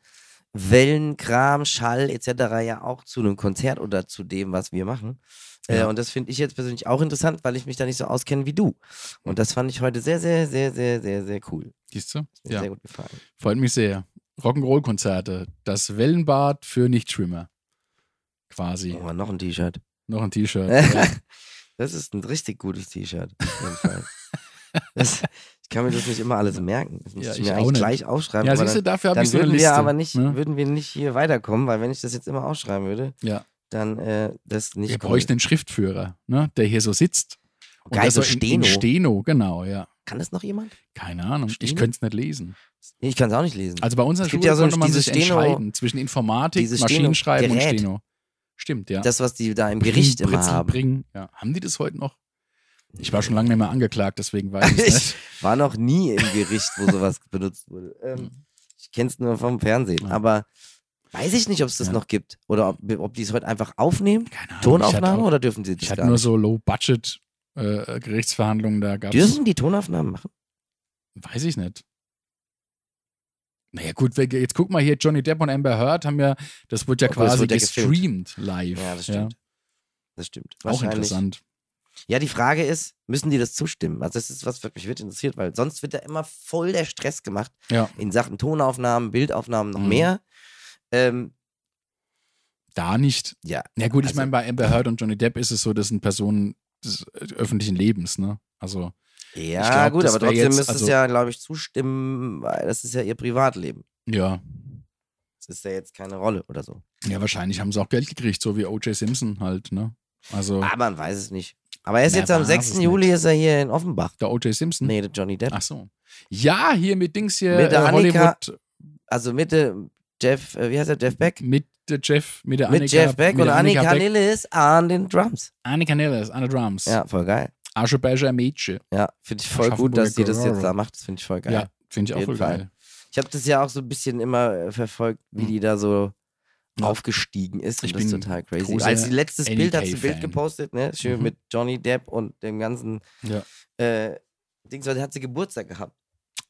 [SPEAKER 1] Wellenkram, Schall etc. ja auch zu einem Konzert oder zu dem, was wir machen. Äh,
[SPEAKER 2] Ja.
[SPEAKER 1] und das finde ich jetzt persönlich auch interessant, weil ich mich da nicht so auskenne wie du. Und das fand ich heute sehr, sehr, sehr, sehr, sehr, sehr cool.
[SPEAKER 2] Siehst du?
[SPEAKER 1] Ist mir
[SPEAKER 2] Ja.
[SPEAKER 1] sehr gut gefallen.
[SPEAKER 2] Freut mich sehr. Rock'n'Roll-Konzerte. Das Wellenbad für Nicht-Schwimmer. Quasi.
[SPEAKER 1] Oh, noch ein T-Shirt.
[SPEAKER 2] Noch
[SPEAKER 1] [LAUGHS]
[SPEAKER 2] ein T-Shirt. Ja.
[SPEAKER 1] Das ist ein richtig gutes T-Shirt. auf jeden
[SPEAKER 2] [LAUGHS]
[SPEAKER 1] Fall. Das, ich kann mir das nicht immer alles merken. Das muss
[SPEAKER 2] Ja,
[SPEAKER 1] ich
[SPEAKER 2] ich
[SPEAKER 1] mir
[SPEAKER 2] auch
[SPEAKER 1] eigentlich
[SPEAKER 2] nicht.
[SPEAKER 1] gleich aufschreiben.
[SPEAKER 2] ja,
[SPEAKER 1] aber
[SPEAKER 2] siehst du,
[SPEAKER 1] dann,
[SPEAKER 2] dafür habe
[SPEAKER 1] dann
[SPEAKER 2] ich so eine
[SPEAKER 1] würden
[SPEAKER 2] Liste.
[SPEAKER 1] wir aber nicht,
[SPEAKER 2] ne?
[SPEAKER 1] würden wir nicht hier weiterkommen, weil wenn ich das jetzt immer aufschreiben würde,
[SPEAKER 2] Ja.
[SPEAKER 1] dann äh, das nicht
[SPEAKER 2] Wir
[SPEAKER 1] cool.
[SPEAKER 2] bräuchten einen Schriftführer, ne? der hier so sitzt. Und
[SPEAKER 1] Geil,
[SPEAKER 2] der
[SPEAKER 1] so
[SPEAKER 2] in- In
[SPEAKER 1] Steno.
[SPEAKER 2] Steno, genau, ja.
[SPEAKER 1] Kann das noch jemand?
[SPEAKER 2] Keine Ahnung. Ich
[SPEAKER 1] Steno?
[SPEAKER 2] könnte es nicht lesen.
[SPEAKER 1] Nee, Ich kann es auch nicht lesen.
[SPEAKER 2] Also bei uns in der
[SPEAKER 1] Es gibt
[SPEAKER 2] Schule
[SPEAKER 1] ja so ein-
[SPEAKER 2] konnte man
[SPEAKER 1] dieses
[SPEAKER 2] sich
[SPEAKER 1] Steno-
[SPEAKER 2] entscheiden zwischen Informatik,
[SPEAKER 1] dieses
[SPEAKER 2] Maschinenschreiben und
[SPEAKER 1] Steno-Gerät.
[SPEAKER 2] Steno. Stimmt, ja.
[SPEAKER 1] das, was die da im Gericht
[SPEAKER 2] Bring,
[SPEAKER 1] immer
[SPEAKER 2] Britzel
[SPEAKER 1] haben.
[SPEAKER 2] Bringen. Ja. Haben die das heute noch? Ich war schon lange nicht mehr angeklagt, deswegen weiß
[SPEAKER 1] [LAUGHS]
[SPEAKER 2] ich
[SPEAKER 1] Ich-
[SPEAKER 2] nicht.
[SPEAKER 1] War noch nie im Gericht, wo
[SPEAKER 2] [LAUGHS]
[SPEAKER 1] sowas benutzt wurde. Ähm, ich kenne es nur vom Fernsehen.
[SPEAKER 2] Mhm. Ja.
[SPEAKER 1] Aber weiß ich nicht, ob es das
[SPEAKER 2] Ja.
[SPEAKER 1] noch gibt. Oder ob, ob die es heute einfach aufnehmen.
[SPEAKER 2] Keine Ahnung. Ich hatte,
[SPEAKER 1] Tonaufnahme
[SPEAKER 2] auch,
[SPEAKER 1] oder dürfen sie das
[SPEAKER 2] ich
[SPEAKER 1] gar
[SPEAKER 2] hatte nur
[SPEAKER 1] nicht?
[SPEAKER 2] so Low-Budget-Gerichtsverhandlungen, da gab es.
[SPEAKER 1] Dürfen die Tonaufnahmen machen?
[SPEAKER 2] Weiß ich nicht. Naja, gut, wir- jetzt guck mal hier, Johnny Depp und Amber Heard haben ja, das wurde ja
[SPEAKER 1] Obwohl, es
[SPEAKER 2] quasi
[SPEAKER 1] wurde ja gefilmt.
[SPEAKER 2] gestreamt live.
[SPEAKER 1] Ja, das stimmt. Das stimmt.
[SPEAKER 2] Auch
[SPEAKER 1] Wahrscheinlich.
[SPEAKER 2] interessant.
[SPEAKER 1] Ja, die Frage ist, müssen die das zustimmen? Also das ist was, was mich wirklich interessiert, weil sonst wird da immer voll der Stress gemacht
[SPEAKER 2] Ja.
[SPEAKER 1] in Sachen Tonaufnahmen, Bildaufnahmen noch
[SPEAKER 2] Mhm.
[SPEAKER 1] mehr. Ähm,
[SPEAKER 2] Da nicht.
[SPEAKER 1] ja,
[SPEAKER 2] Ja, gut, ich
[SPEAKER 1] Also-
[SPEAKER 2] meine, bei Amber Heard und Johnny Depp ist es so, das sind Personen des äh, öffentlichen Lebens, ne? Also,
[SPEAKER 1] Ja,
[SPEAKER 2] glaub,
[SPEAKER 1] gut,
[SPEAKER 2] das
[SPEAKER 1] aber
[SPEAKER 2] wär
[SPEAKER 1] trotzdem
[SPEAKER 2] jetzt-
[SPEAKER 1] müsste
[SPEAKER 2] also-
[SPEAKER 1] es ja, glaube ich, zustimmen, weil das ist ja ihr Privatleben.
[SPEAKER 2] ja.
[SPEAKER 1] Das ist ja jetzt keine Rolle oder so.
[SPEAKER 2] Ja, wahrscheinlich haben sie auch Geld gekriegt, so wie O.J. Simpson halt, ne? Also,
[SPEAKER 1] Aber Ah, man weiß es nicht. Aber er ist
[SPEAKER 2] Wer
[SPEAKER 1] jetzt am
[SPEAKER 2] weiß
[SPEAKER 1] 6.
[SPEAKER 2] es Hm. Ah.
[SPEAKER 1] Juli ist er hier in Offenbach.
[SPEAKER 2] der O.J. Simpson?
[SPEAKER 1] Nee, der Johnny Depp.
[SPEAKER 2] Ach so. Ja, hier mit Dings hier,
[SPEAKER 1] Mit der
[SPEAKER 2] äh,
[SPEAKER 1] Annika-
[SPEAKER 2] Hollywood,
[SPEAKER 1] Also mit äh, Jeff, äh, wie heißt er, Jeff Beck?
[SPEAKER 2] mit der Jeff, mit der
[SPEAKER 1] Mit
[SPEAKER 2] Annika.
[SPEAKER 1] Jeff Beck
[SPEAKER 2] mit
[SPEAKER 1] und
[SPEAKER 2] der
[SPEAKER 1] Annika,
[SPEAKER 2] Beck.
[SPEAKER 1] Lillis an den Drums.
[SPEAKER 2] Annika Nellis, an der Drums.
[SPEAKER 1] Ja, voll geil.
[SPEAKER 2] Aschebecher Mädchen.
[SPEAKER 1] Ja, finde ich voll gut,
[SPEAKER 2] Aschaffenburger
[SPEAKER 1] dass die das
[SPEAKER 2] Guerrero.
[SPEAKER 1] jetzt da macht. Das finde ich voll geil.
[SPEAKER 2] Ja, finde ich
[SPEAKER 1] Auf
[SPEAKER 2] auch
[SPEAKER 1] jeden
[SPEAKER 2] voll
[SPEAKER 1] Fall.
[SPEAKER 2] geil.
[SPEAKER 1] Ich habe das ja auch so ein bisschen immer äh, verfolgt, wie
[SPEAKER 2] Mhm.
[SPEAKER 1] die da so
[SPEAKER 2] Ja.
[SPEAKER 1] aufgestiegen ist. Und
[SPEAKER 2] Ich
[SPEAKER 1] das ist
[SPEAKER 2] bin
[SPEAKER 1] total crazy.
[SPEAKER 2] großer
[SPEAKER 1] Als sie letztes Bild hat sie ein
[SPEAKER 2] NEK-Fan.
[SPEAKER 1] Bild gepostet, ne? Schön
[SPEAKER 2] Mhm.
[SPEAKER 1] mit Johnny Depp und dem ganzen
[SPEAKER 2] Ja.
[SPEAKER 1] äh, Dings, weil sie hat sie Geburtstag gehabt.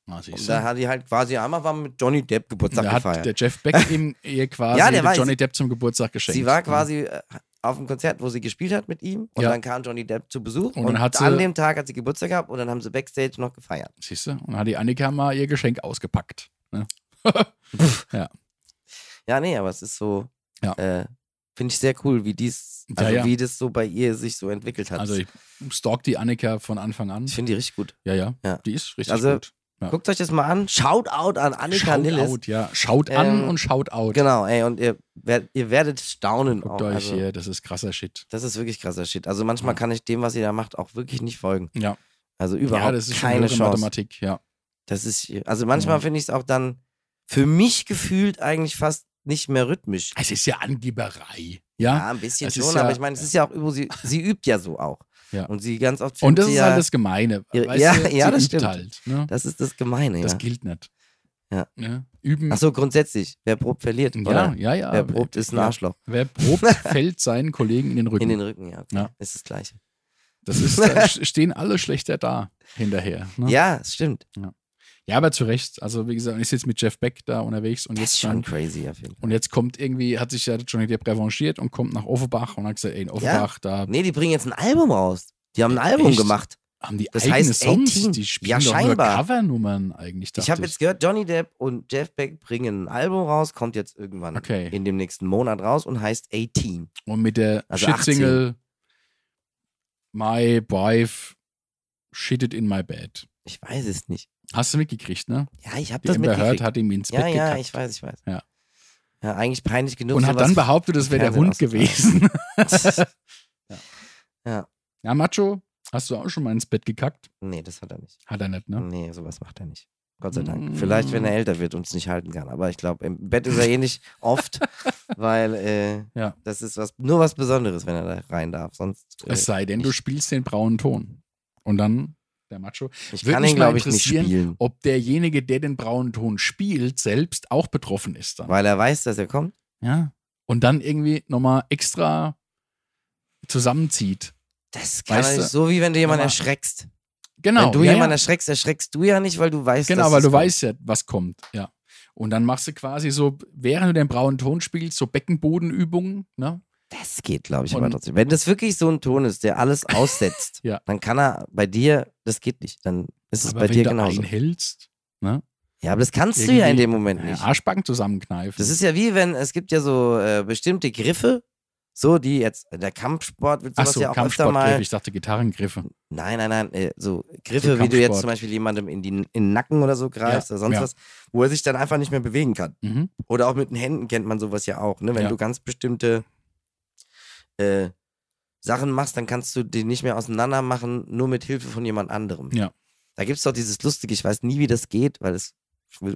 [SPEAKER 2] Ah,
[SPEAKER 1] Und
[SPEAKER 2] siehst
[SPEAKER 1] da
[SPEAKER 2] du.
[SPEAKER 1] hat die halt quasi einmal war mit Johnny Depp Geburtstag
[SPEAKER 2] Da hat
[SPEAKER 1] gefeiert.
[SPEAKER 2] der Jeff
[SPEAKER 1] [LAUGHS]
[SPEAKER 2] Beck ihm ihr quasi
[SPEAKER 1] Ja, der
[SPEAKER 2] den
[SPEAKER 1] weiß.
[SPEAKER 2] Johnny Depp zum Geburtstag geschenkt.
[SPEAKER 1] Sie war quasi äh, auf dem Konzert, wo sie gespielt hat mit ihm. Und
[SPEAKER 2] Ja.
[SPEAKER 1] dann kam Johnny Depp zu Besuch.
[SPEAKER 2] Und
[SPEAKER 1] Und,
[SPEAKER 2] dann hat sie-
[SPEAKER 1] an dem Tag hat sie Geburtstag gehabt und dann haben sie Backstage noch gefeiert.
[SPEAKER 2] Siehst du? Und hat die Annika mal ihr Geschenk ausgepackt. Ne?
[SPEAKER 1] Ja, nee, aber es ist so,
[SPEAKER 2] Ja.
[SPEAKER 1] äh, finde ich sehr cool, wie dies,
[SPEAKER 2] Ja,
[SPEAKER 1] also
[SPEAKER 2] ja.
[SPEAKER 1] wie das so bei ihr sich so entwickelt hat.
[SPEAKER 2] Also
[SPEAKER 1] ich
[SPEAKER 2] ich stalk die Annika von Anfang an.
[SPEAKER 1] finde die richtig gut.
[SPEAKER 2] Ja, ja,
[SPEAKER 1] Ja.
[SPEAKER 2] Die ist richtig
[SPEAKER 1] Also,
[SPEAKER 2] gut. Ja.
[SPEAKER 1] Guckt euch das mal an. Shoutout an Annika
[SPEAKER 2] Shout
[SPEAKER 1] Nilles.
[SPEAKER 2] out, ja. Schaut an
[SPEAKER 1] Ähm,
[SPEAKER 2] und schaut out.
[SPEAKER 1] Genau, ey, und ihr, wer- ihr werdet staunen.
[SPEAKER 2] Guckt
[SPEAKER 1] auch.
[SPEAKER 2] euch
[SPEAKER 1] also,
[SPEAKER 2] hier, das ist krasser Shit.
[SPEAKER 1] Das ist wirklich krasser Shit. Also manchmal
[SPEAKER 2] Ja.
[SPEAKER 1] kann ich dem, was ihr da macht, auch wirklich nicht folgen.
[SPEAKER 2] Ja.
[SPEAKER 1] Also überhaupt
[SPEAKER 2] ja, das ist schon
[SPEAKER 1] keine
[SPEAKER 2] höhere
[SPEAKER 1] Chance.
[SPEAKER 2] Mathematik, ja.
[SPEAKER 1] Das ist, also manchmal
[SPEAKER 2] Ja.
[SPEAKER 1] finde ich es auch dann für mich gefühlt eigentlich fast nicht mehr rhythmisch.
[SPEAKER 2] Es ist ja Angeberei. Ja,
[SPEAKER 1] Ja, ein bisschen
[SPEAKER 2] Es ist
[SPEAKER 1] schon,
[SPEAKER 2] ja-
[SPEAKER 1] aber ich meine, es ist ja auch, üb- sie, sie übt ja so auch.
[SPEAKER 2] Ja.
[SPEAKER 1] Und sie ganz oft
[SPEAKER 2] Und das
[SPEAKER 1] sie
[SPEAKER 2] ist
[SPEAKER 1] ja,
[SPEAKER 2] halt das Gemeine.
[SPEAKER 1] Ja,
[SPEAKER 2] weißt
[SPEAKER 1] ja,
[SPEAKER 2] du,
[SPEAKER 1] ja,
[SPEAKER 2] sie
[SPEAKER 1] das
[SPEAKER 2] übt
[SPEAKER 1] stimmt.
[SPEAKER 2] Halt, ne?
[SPEAKER 1] das ist das Gemeine,
[SPEAKER 2] Das
[SPEAKER 1] ja.
[SPEAKER 2] gilt nicht.
[SPEAKER 1] Ja.
[SPEAKER 2] Ne? Üben.
[SPEAKER 1] Ach so, grundsätzlich, wer probt, verliert.
[SPEAKER 2] ja,
[SPEAKER 1] oder?
[SPEAKER 2] ja, ja.
[SPEAKER 1] Wer probt, ist ein
[SPEAKER 2] Ja.
[SPEAKER 1] Arschloch.
[SPEAKER 2] Wer
[SPEAKER 1] [LAUGHS]
[SPEAKER 2] probt, fällt seinen Kollegen in den Rücken.
[SPEAKER 1] In den Rücken, ja. Okay.
[SPEAKER 2] Ja.
[SPEAKER 1] Ist das Gleiche.
[SPEAKER 2] Das ist, da stehen alle schlechter da hinterher. Ne?
[SPEAKER 1] Ja, es stimmt.
[SPEAKER 2] Ja, aber zu Recht. Also, wie gesagt, ich sitze mit Jeff Beck da unterwegs und
[SPEAKER 1] Das ist
[SPEAKER 2] jetzt,
[SPEAKER 1] schon
[SPEAKER 2] dann,
[SPEAKER 1] crazy, auf jeden Fall.
[SPEAKER 2] und jetzt kommt irgendwie, hat sich ja Johnny Depp revanchiert und kommt nach Offenbach und hat gesagt, ey, in Offenbach, da
[SPEAKER 1] Nee, die bringen jetzt ein Album raus. Die haben ein Album
[SPEAKER 2] Echt?
[SPEAKER 1] gemacht.
[SPEAKER 2] haben die
[SPEAKER 1] Das
[SPEAKER 2] eigene
[SPEAKER 1] heißt
[SPEAKER 2] Songs,
[SPEAKER 1] 18.
[SPEAKER 2] die spielen
[SPEAKER 1] Ja,
[SPEAKER 2] doch
[SPEAKER 1] scheinbar.
[SPEAKER 2] nur Covernummern eigentlich.
[SPEAKER 1] Ich
[SPEAKER 2] dachte
[SPEAKER 1] habe jetzt gehört, Johnny Depp und Jeff Beck bringen ein Album raus, kommt jetzt irgendwann
[SPEAKER 2] Okay.
[SPEAKER 1] in dem nächsten Monat raus und heißt 18.
[SPEAKER 2] Und mit der
[SPEAKER 1] Also
[SPEAKER 2] Shit-Single My Wife Shitted in My Bed.
[SPEAKER 1] Ich weiß es nicht.
[SPEAKER 2] Hast du mitgekriegt, ne?
[SPEAKER 1] Ja, ich habe
[SPEAKER 2] Die
[SPEAKER 1] das
[SPEAKER 2] Amber Heard
[SPEAKER 1] mitgekriegt.
[SPEAKER 2] hat ihm ins Bett
[SPEAKER 1] ja, ja,
[SPEAKER 2] gekackt.
[SPEAKER 1] ich weiß, ich weiß.
[SPEAKER 2] Ja.
[SPEAKER 1] Ja, eigentlich peinlich genug.
[SPEAKER 2] und hat
[SPEAKER 1] sowas- [LAUGHS]
[SPEAKER 2] dann behauptet, es wäre der
[SPEAKER 1] Fernsehen
[SPEAKER 2] Hund gewesen. [LAUGHS] ja, Macho, hast du auch schon mal ins Bett gekackt?
[SPEAKER 1] nee, das hat er nicht.
[SPEAKER 2] Hat er nicht, ne?
[SPEAKER 1] Nee, sowas macht er nicht. Gott sei Dank.
[SPEAKER 2] Mm.
[SPEAKER 1] Vielleicht, wenn er älter wird und es nicht halten kann. Aber ich glaube, im Bett ist er eh nicht
[SPEAKER 2] [LAUGHS]
[SPEAKER 1] oft, weil äh,
[SPEAKER 2] Ja.
[SPEAKER 1] das ist was, nur was Besonderes, wenn er da rein darf. Sonst äh,
[SPEAKER 2] Es sei denn, du
[SPEAKER 1] ich-
[SPEAKER 2] spielst den braunen Ton. Und dann der Macho.
[SPEAKER 1] ich
[SPEAKER 2] Würde
[SPEAKER 1] kann
[SPEAKER 2] mich
[SPEAKER 1] ihn,
[SPEAKER 2] mal
[SPEAKER 1] glaube ich, nicht
[SPEAKER 2] interessieren,
[SPEAKER 1] spielen.
[SPEAKER 2] Ob derjenige, der den braunen Ton spielt, selbst auch betroffen ist dann.
[SPEAKER 1] Weil er weiß, dass er kommt.
[SPEAKER 2] Ja. Und dann irgendwie nochmal extra zusammenzieht.
[SPEAKER 1] Das kann
[SPEAKER 2] Weißt
[SPEAKER 1] er nicht.
[SPEAKER 2] du?
[SPEAKER 1] So wie wenn du jemanden
[SPEAKER 2] Aber-
[SPEAKER 1] erschreckst.
[SPEAKER 2] Genau.
[SPEAKER 1] wenn du
[SPEAKER 2] ja,
[SPEAKER 1] jemanden
[SPEAKER 2] ja.
[SPEAKER 1] erschreckst, erschreckst du ja nicht, weil du weißt,
[SPEAKER 2] Genau,
[SPEAKER 1] dass
[SPEAKER 2] weil
[SPEAKER 1] es
[SPEAKER 2] du
[SPEAKER 1] kommt.
[SPEAKER 2] weißt ja, was kommt, ja. Und dann machst du quasi so, während du den braunen Ton spielst, so Beckenbodenübungen, ne?
[SPEAKER 1] Das geht, glaube ich, aber
[SPEAKER 2] Und-
[SPEAKER 1] trotzdem. Wenn das wirklich so ein Ton ist, der alles aussetzt,
[SPEAKER 2] [LAUGHS] Ja.
[SPEAKER 1] dann kann er bei dir, das geht nicht. Dann ist es
[SPEAKER 2] Aber
[SPEAKER 1] bei
[SPEAKER 2] wenn
[SPEAKER 1] dir
[SPEAKER 2] du
[SPEAKER 1] genauso.
[SPEAKER 2] einhältst,
[SPEAKER 1] Ja, aber das kannst du ja in
[SPEAKER 2] irgendwie-
[SPEAKER 1] dem Moment
[SPEAKER 2] ja,
[SPEAKER 1] nicht.
[SPEAKER 2] Arschbacken zusammenkneifen.
[SPEAKER 1] Das ist ja wie wenn, es gibt ja so äh, bestimmte Griffe, so die jetzt, der Kampfsport wird sowas
[SPEAKER 2] Achso,
[SPEAKER 1] ja auch öfter
[SPEAKER 2] Kampfsportgriffe,
[SPEAKER 1] mal.
[SPEAKER 2] ich dachte Gitarrengriffe.
[SPEAKER 1] Nein, nein, nein, äh, so Griffe,
[SPEAKER 2] So
[SPEAKER 1] wie du jetzt
[SPEAKER 2] Kampfsport.
[SPEAKER 1] zum Beispiel jemandem in, die, in den Nacken oder so greifst
[SPEAKER 2] Ja,
[SPEAKER 1] oder sonst
[SPEAKER 2] ja.
[SPEAKER 1] was, wo er sich dann einfach nicht mehr bewegen kann.
[SPEAKER 2] Mhm.
[SPEAKER 1] Oder auch mit den Händen kennt man sowas ja auch. Ne? Wenn
[SPEAKER 2] Ja.
[SPEAKER 1] du ganz bestimmte äh, Sachen machst, dann kannst du die nicht mehr auseinander machen, nur mit Hilfe von jemand anderem.
[SPEAKER 2] Ja.
[SPEAKER 1] Da gibt es doch dieses lustige, ich weiß nie, wie das geht, weil das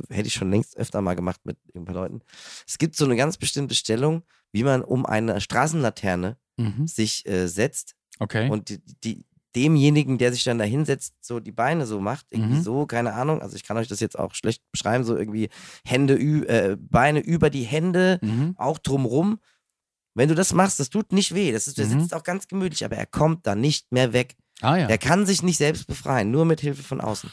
[SPEAKER 1] hätte ich schon längst öfter mal gemacht mit ein paar Leuten. Es gibt so eine ganz bestimmte Stellung, wie man um eine Straßenlaterne
[SPEAKER 2] Mhm.
[SPEAKER 1] sich äh, setzt
[SPEAKER 2] Okay.
[SPEAKER 1] und die, die, demjenigen, der sich dann da hinsetzt, so die Beine so macht, irgendwie
[SPEAKER 2] Mhm.
[SPEAKER 1] so, keine Ahnung. Also ich kann euch das jetzt auch schlecht beschreiben, so irgendwie Hände, ü äh, Beine über die Hände,
[SPEAKER 2] mhm.
[SPEAKER 1] auch drumrum. Wenn du das machst, das tut nicht weh. Das ist, der
[SPEAKER 2] Mhm.
[SPEAKER 1] sitzt auch ganz gemütlich, aber er kommt da nicht mehr weg.
[SPEAKER 2] Ah ja.
[SPEAKER 1] Er kann sich nicht selbst befreien, nur mit Hilfe von außen.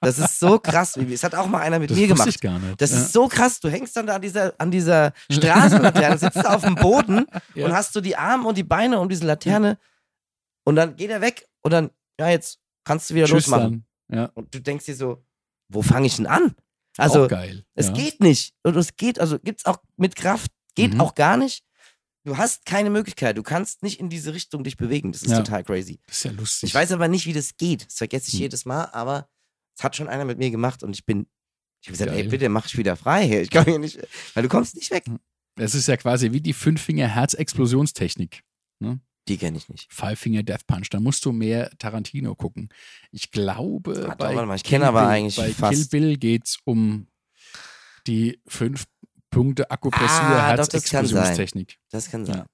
[SPEAKER 1] Das ist so krass. wie- Das hat auch mal einer mit
[SPEAKER 2] das
[SPEAKER 1] mir
[SPEAKER 2] wusste
[SPEAKER 1] gemacht.
[SPEAKER 2] ich gar nicht.
[SPEAKER 1] Das
[SPEAKER 2] ja.
[SPEAKER 1] ist so krass. Du hängst dann da an dieser, an dieser Straßenlaterne, sitzt auf dem Boden
[SPEAKER 2] Ja.
[SPEAKER 1] und hast du die Arme und die Beine um diese Laterne und dann geht er weg und dann, ja, jetzt kannst du wieder
[SPEAKER 2] Tschüss
[SPEAKER 1] losmachen.
[SPEAKER 2] dann. Ja.
[SPEAKER 1] Und du denkst dir so, wo fange ich denn an? Also,
[SPEAKER 2] auch geil.
[SPEAKER 1] es
[SPEAKER 2] ja.
[SPEAKER 1] geht nicht. Und es geht, also gibt's auch mit Kraft, geht
[SPEAKER 2] Mhm.
[SPEAKER 1] auch gar nicht. Du hast keine Möglichkeit. Du kannst nicht in diese Richtung dich bewegen. Das ist
[SPEAKER 2] Ja.
[SPEAKER 1] total crazy.
[SPEAKER 2] Das ist ja lustig.
[SPEAKER 1] Ich weiß aber nicht, wie das geht. Das vergesse ich
[SPEAKER 2] Hm.
[SPEAKER 1] jedes Mal, aber es hat schon einer mit mir gemacht und ich bin. Ich habe gesagt,
[SPEAKER 2] Geil.
[SPEAKER 1] ey, bitte mach ich wieder frei. hier. Ich kann hier nicht. Weil du kommst nicht weg.
[SPEAKER 2] Es ist ja quasi wie die Fünffinger-Herz-Explosionstechnik.
[SPEAKER 1] Die kenne ich nicht.
[SPEAKER 2] Five-Finger-Death-Punch. Da musst du mehr Tarantino gucken. Ich glaube,
[SPEAKER 1] Ah, doch,
[SPEAKER 2] bei
[SPEAKER 1] warte mal, ich
[SPEAKER 2] Kill
[SPEAKER 1] kenne aber
[SPEAKER 2] Bill-
[SPEAKER 1] eigentlich
[SPEAKER 2] bei
[SPEAKER 1] fast.
[SPEAKER 2] Kill Bill geht es um die fünf Punkte Akupressur
[SPEAKER 1] Ah, doch, das kann sein.
[SPEAKER 2] Herzexplosionstechnik.
[SPEAKER 1] Das kann
[SPEAKER 2] Ja.
[SPEAKER 1] sein.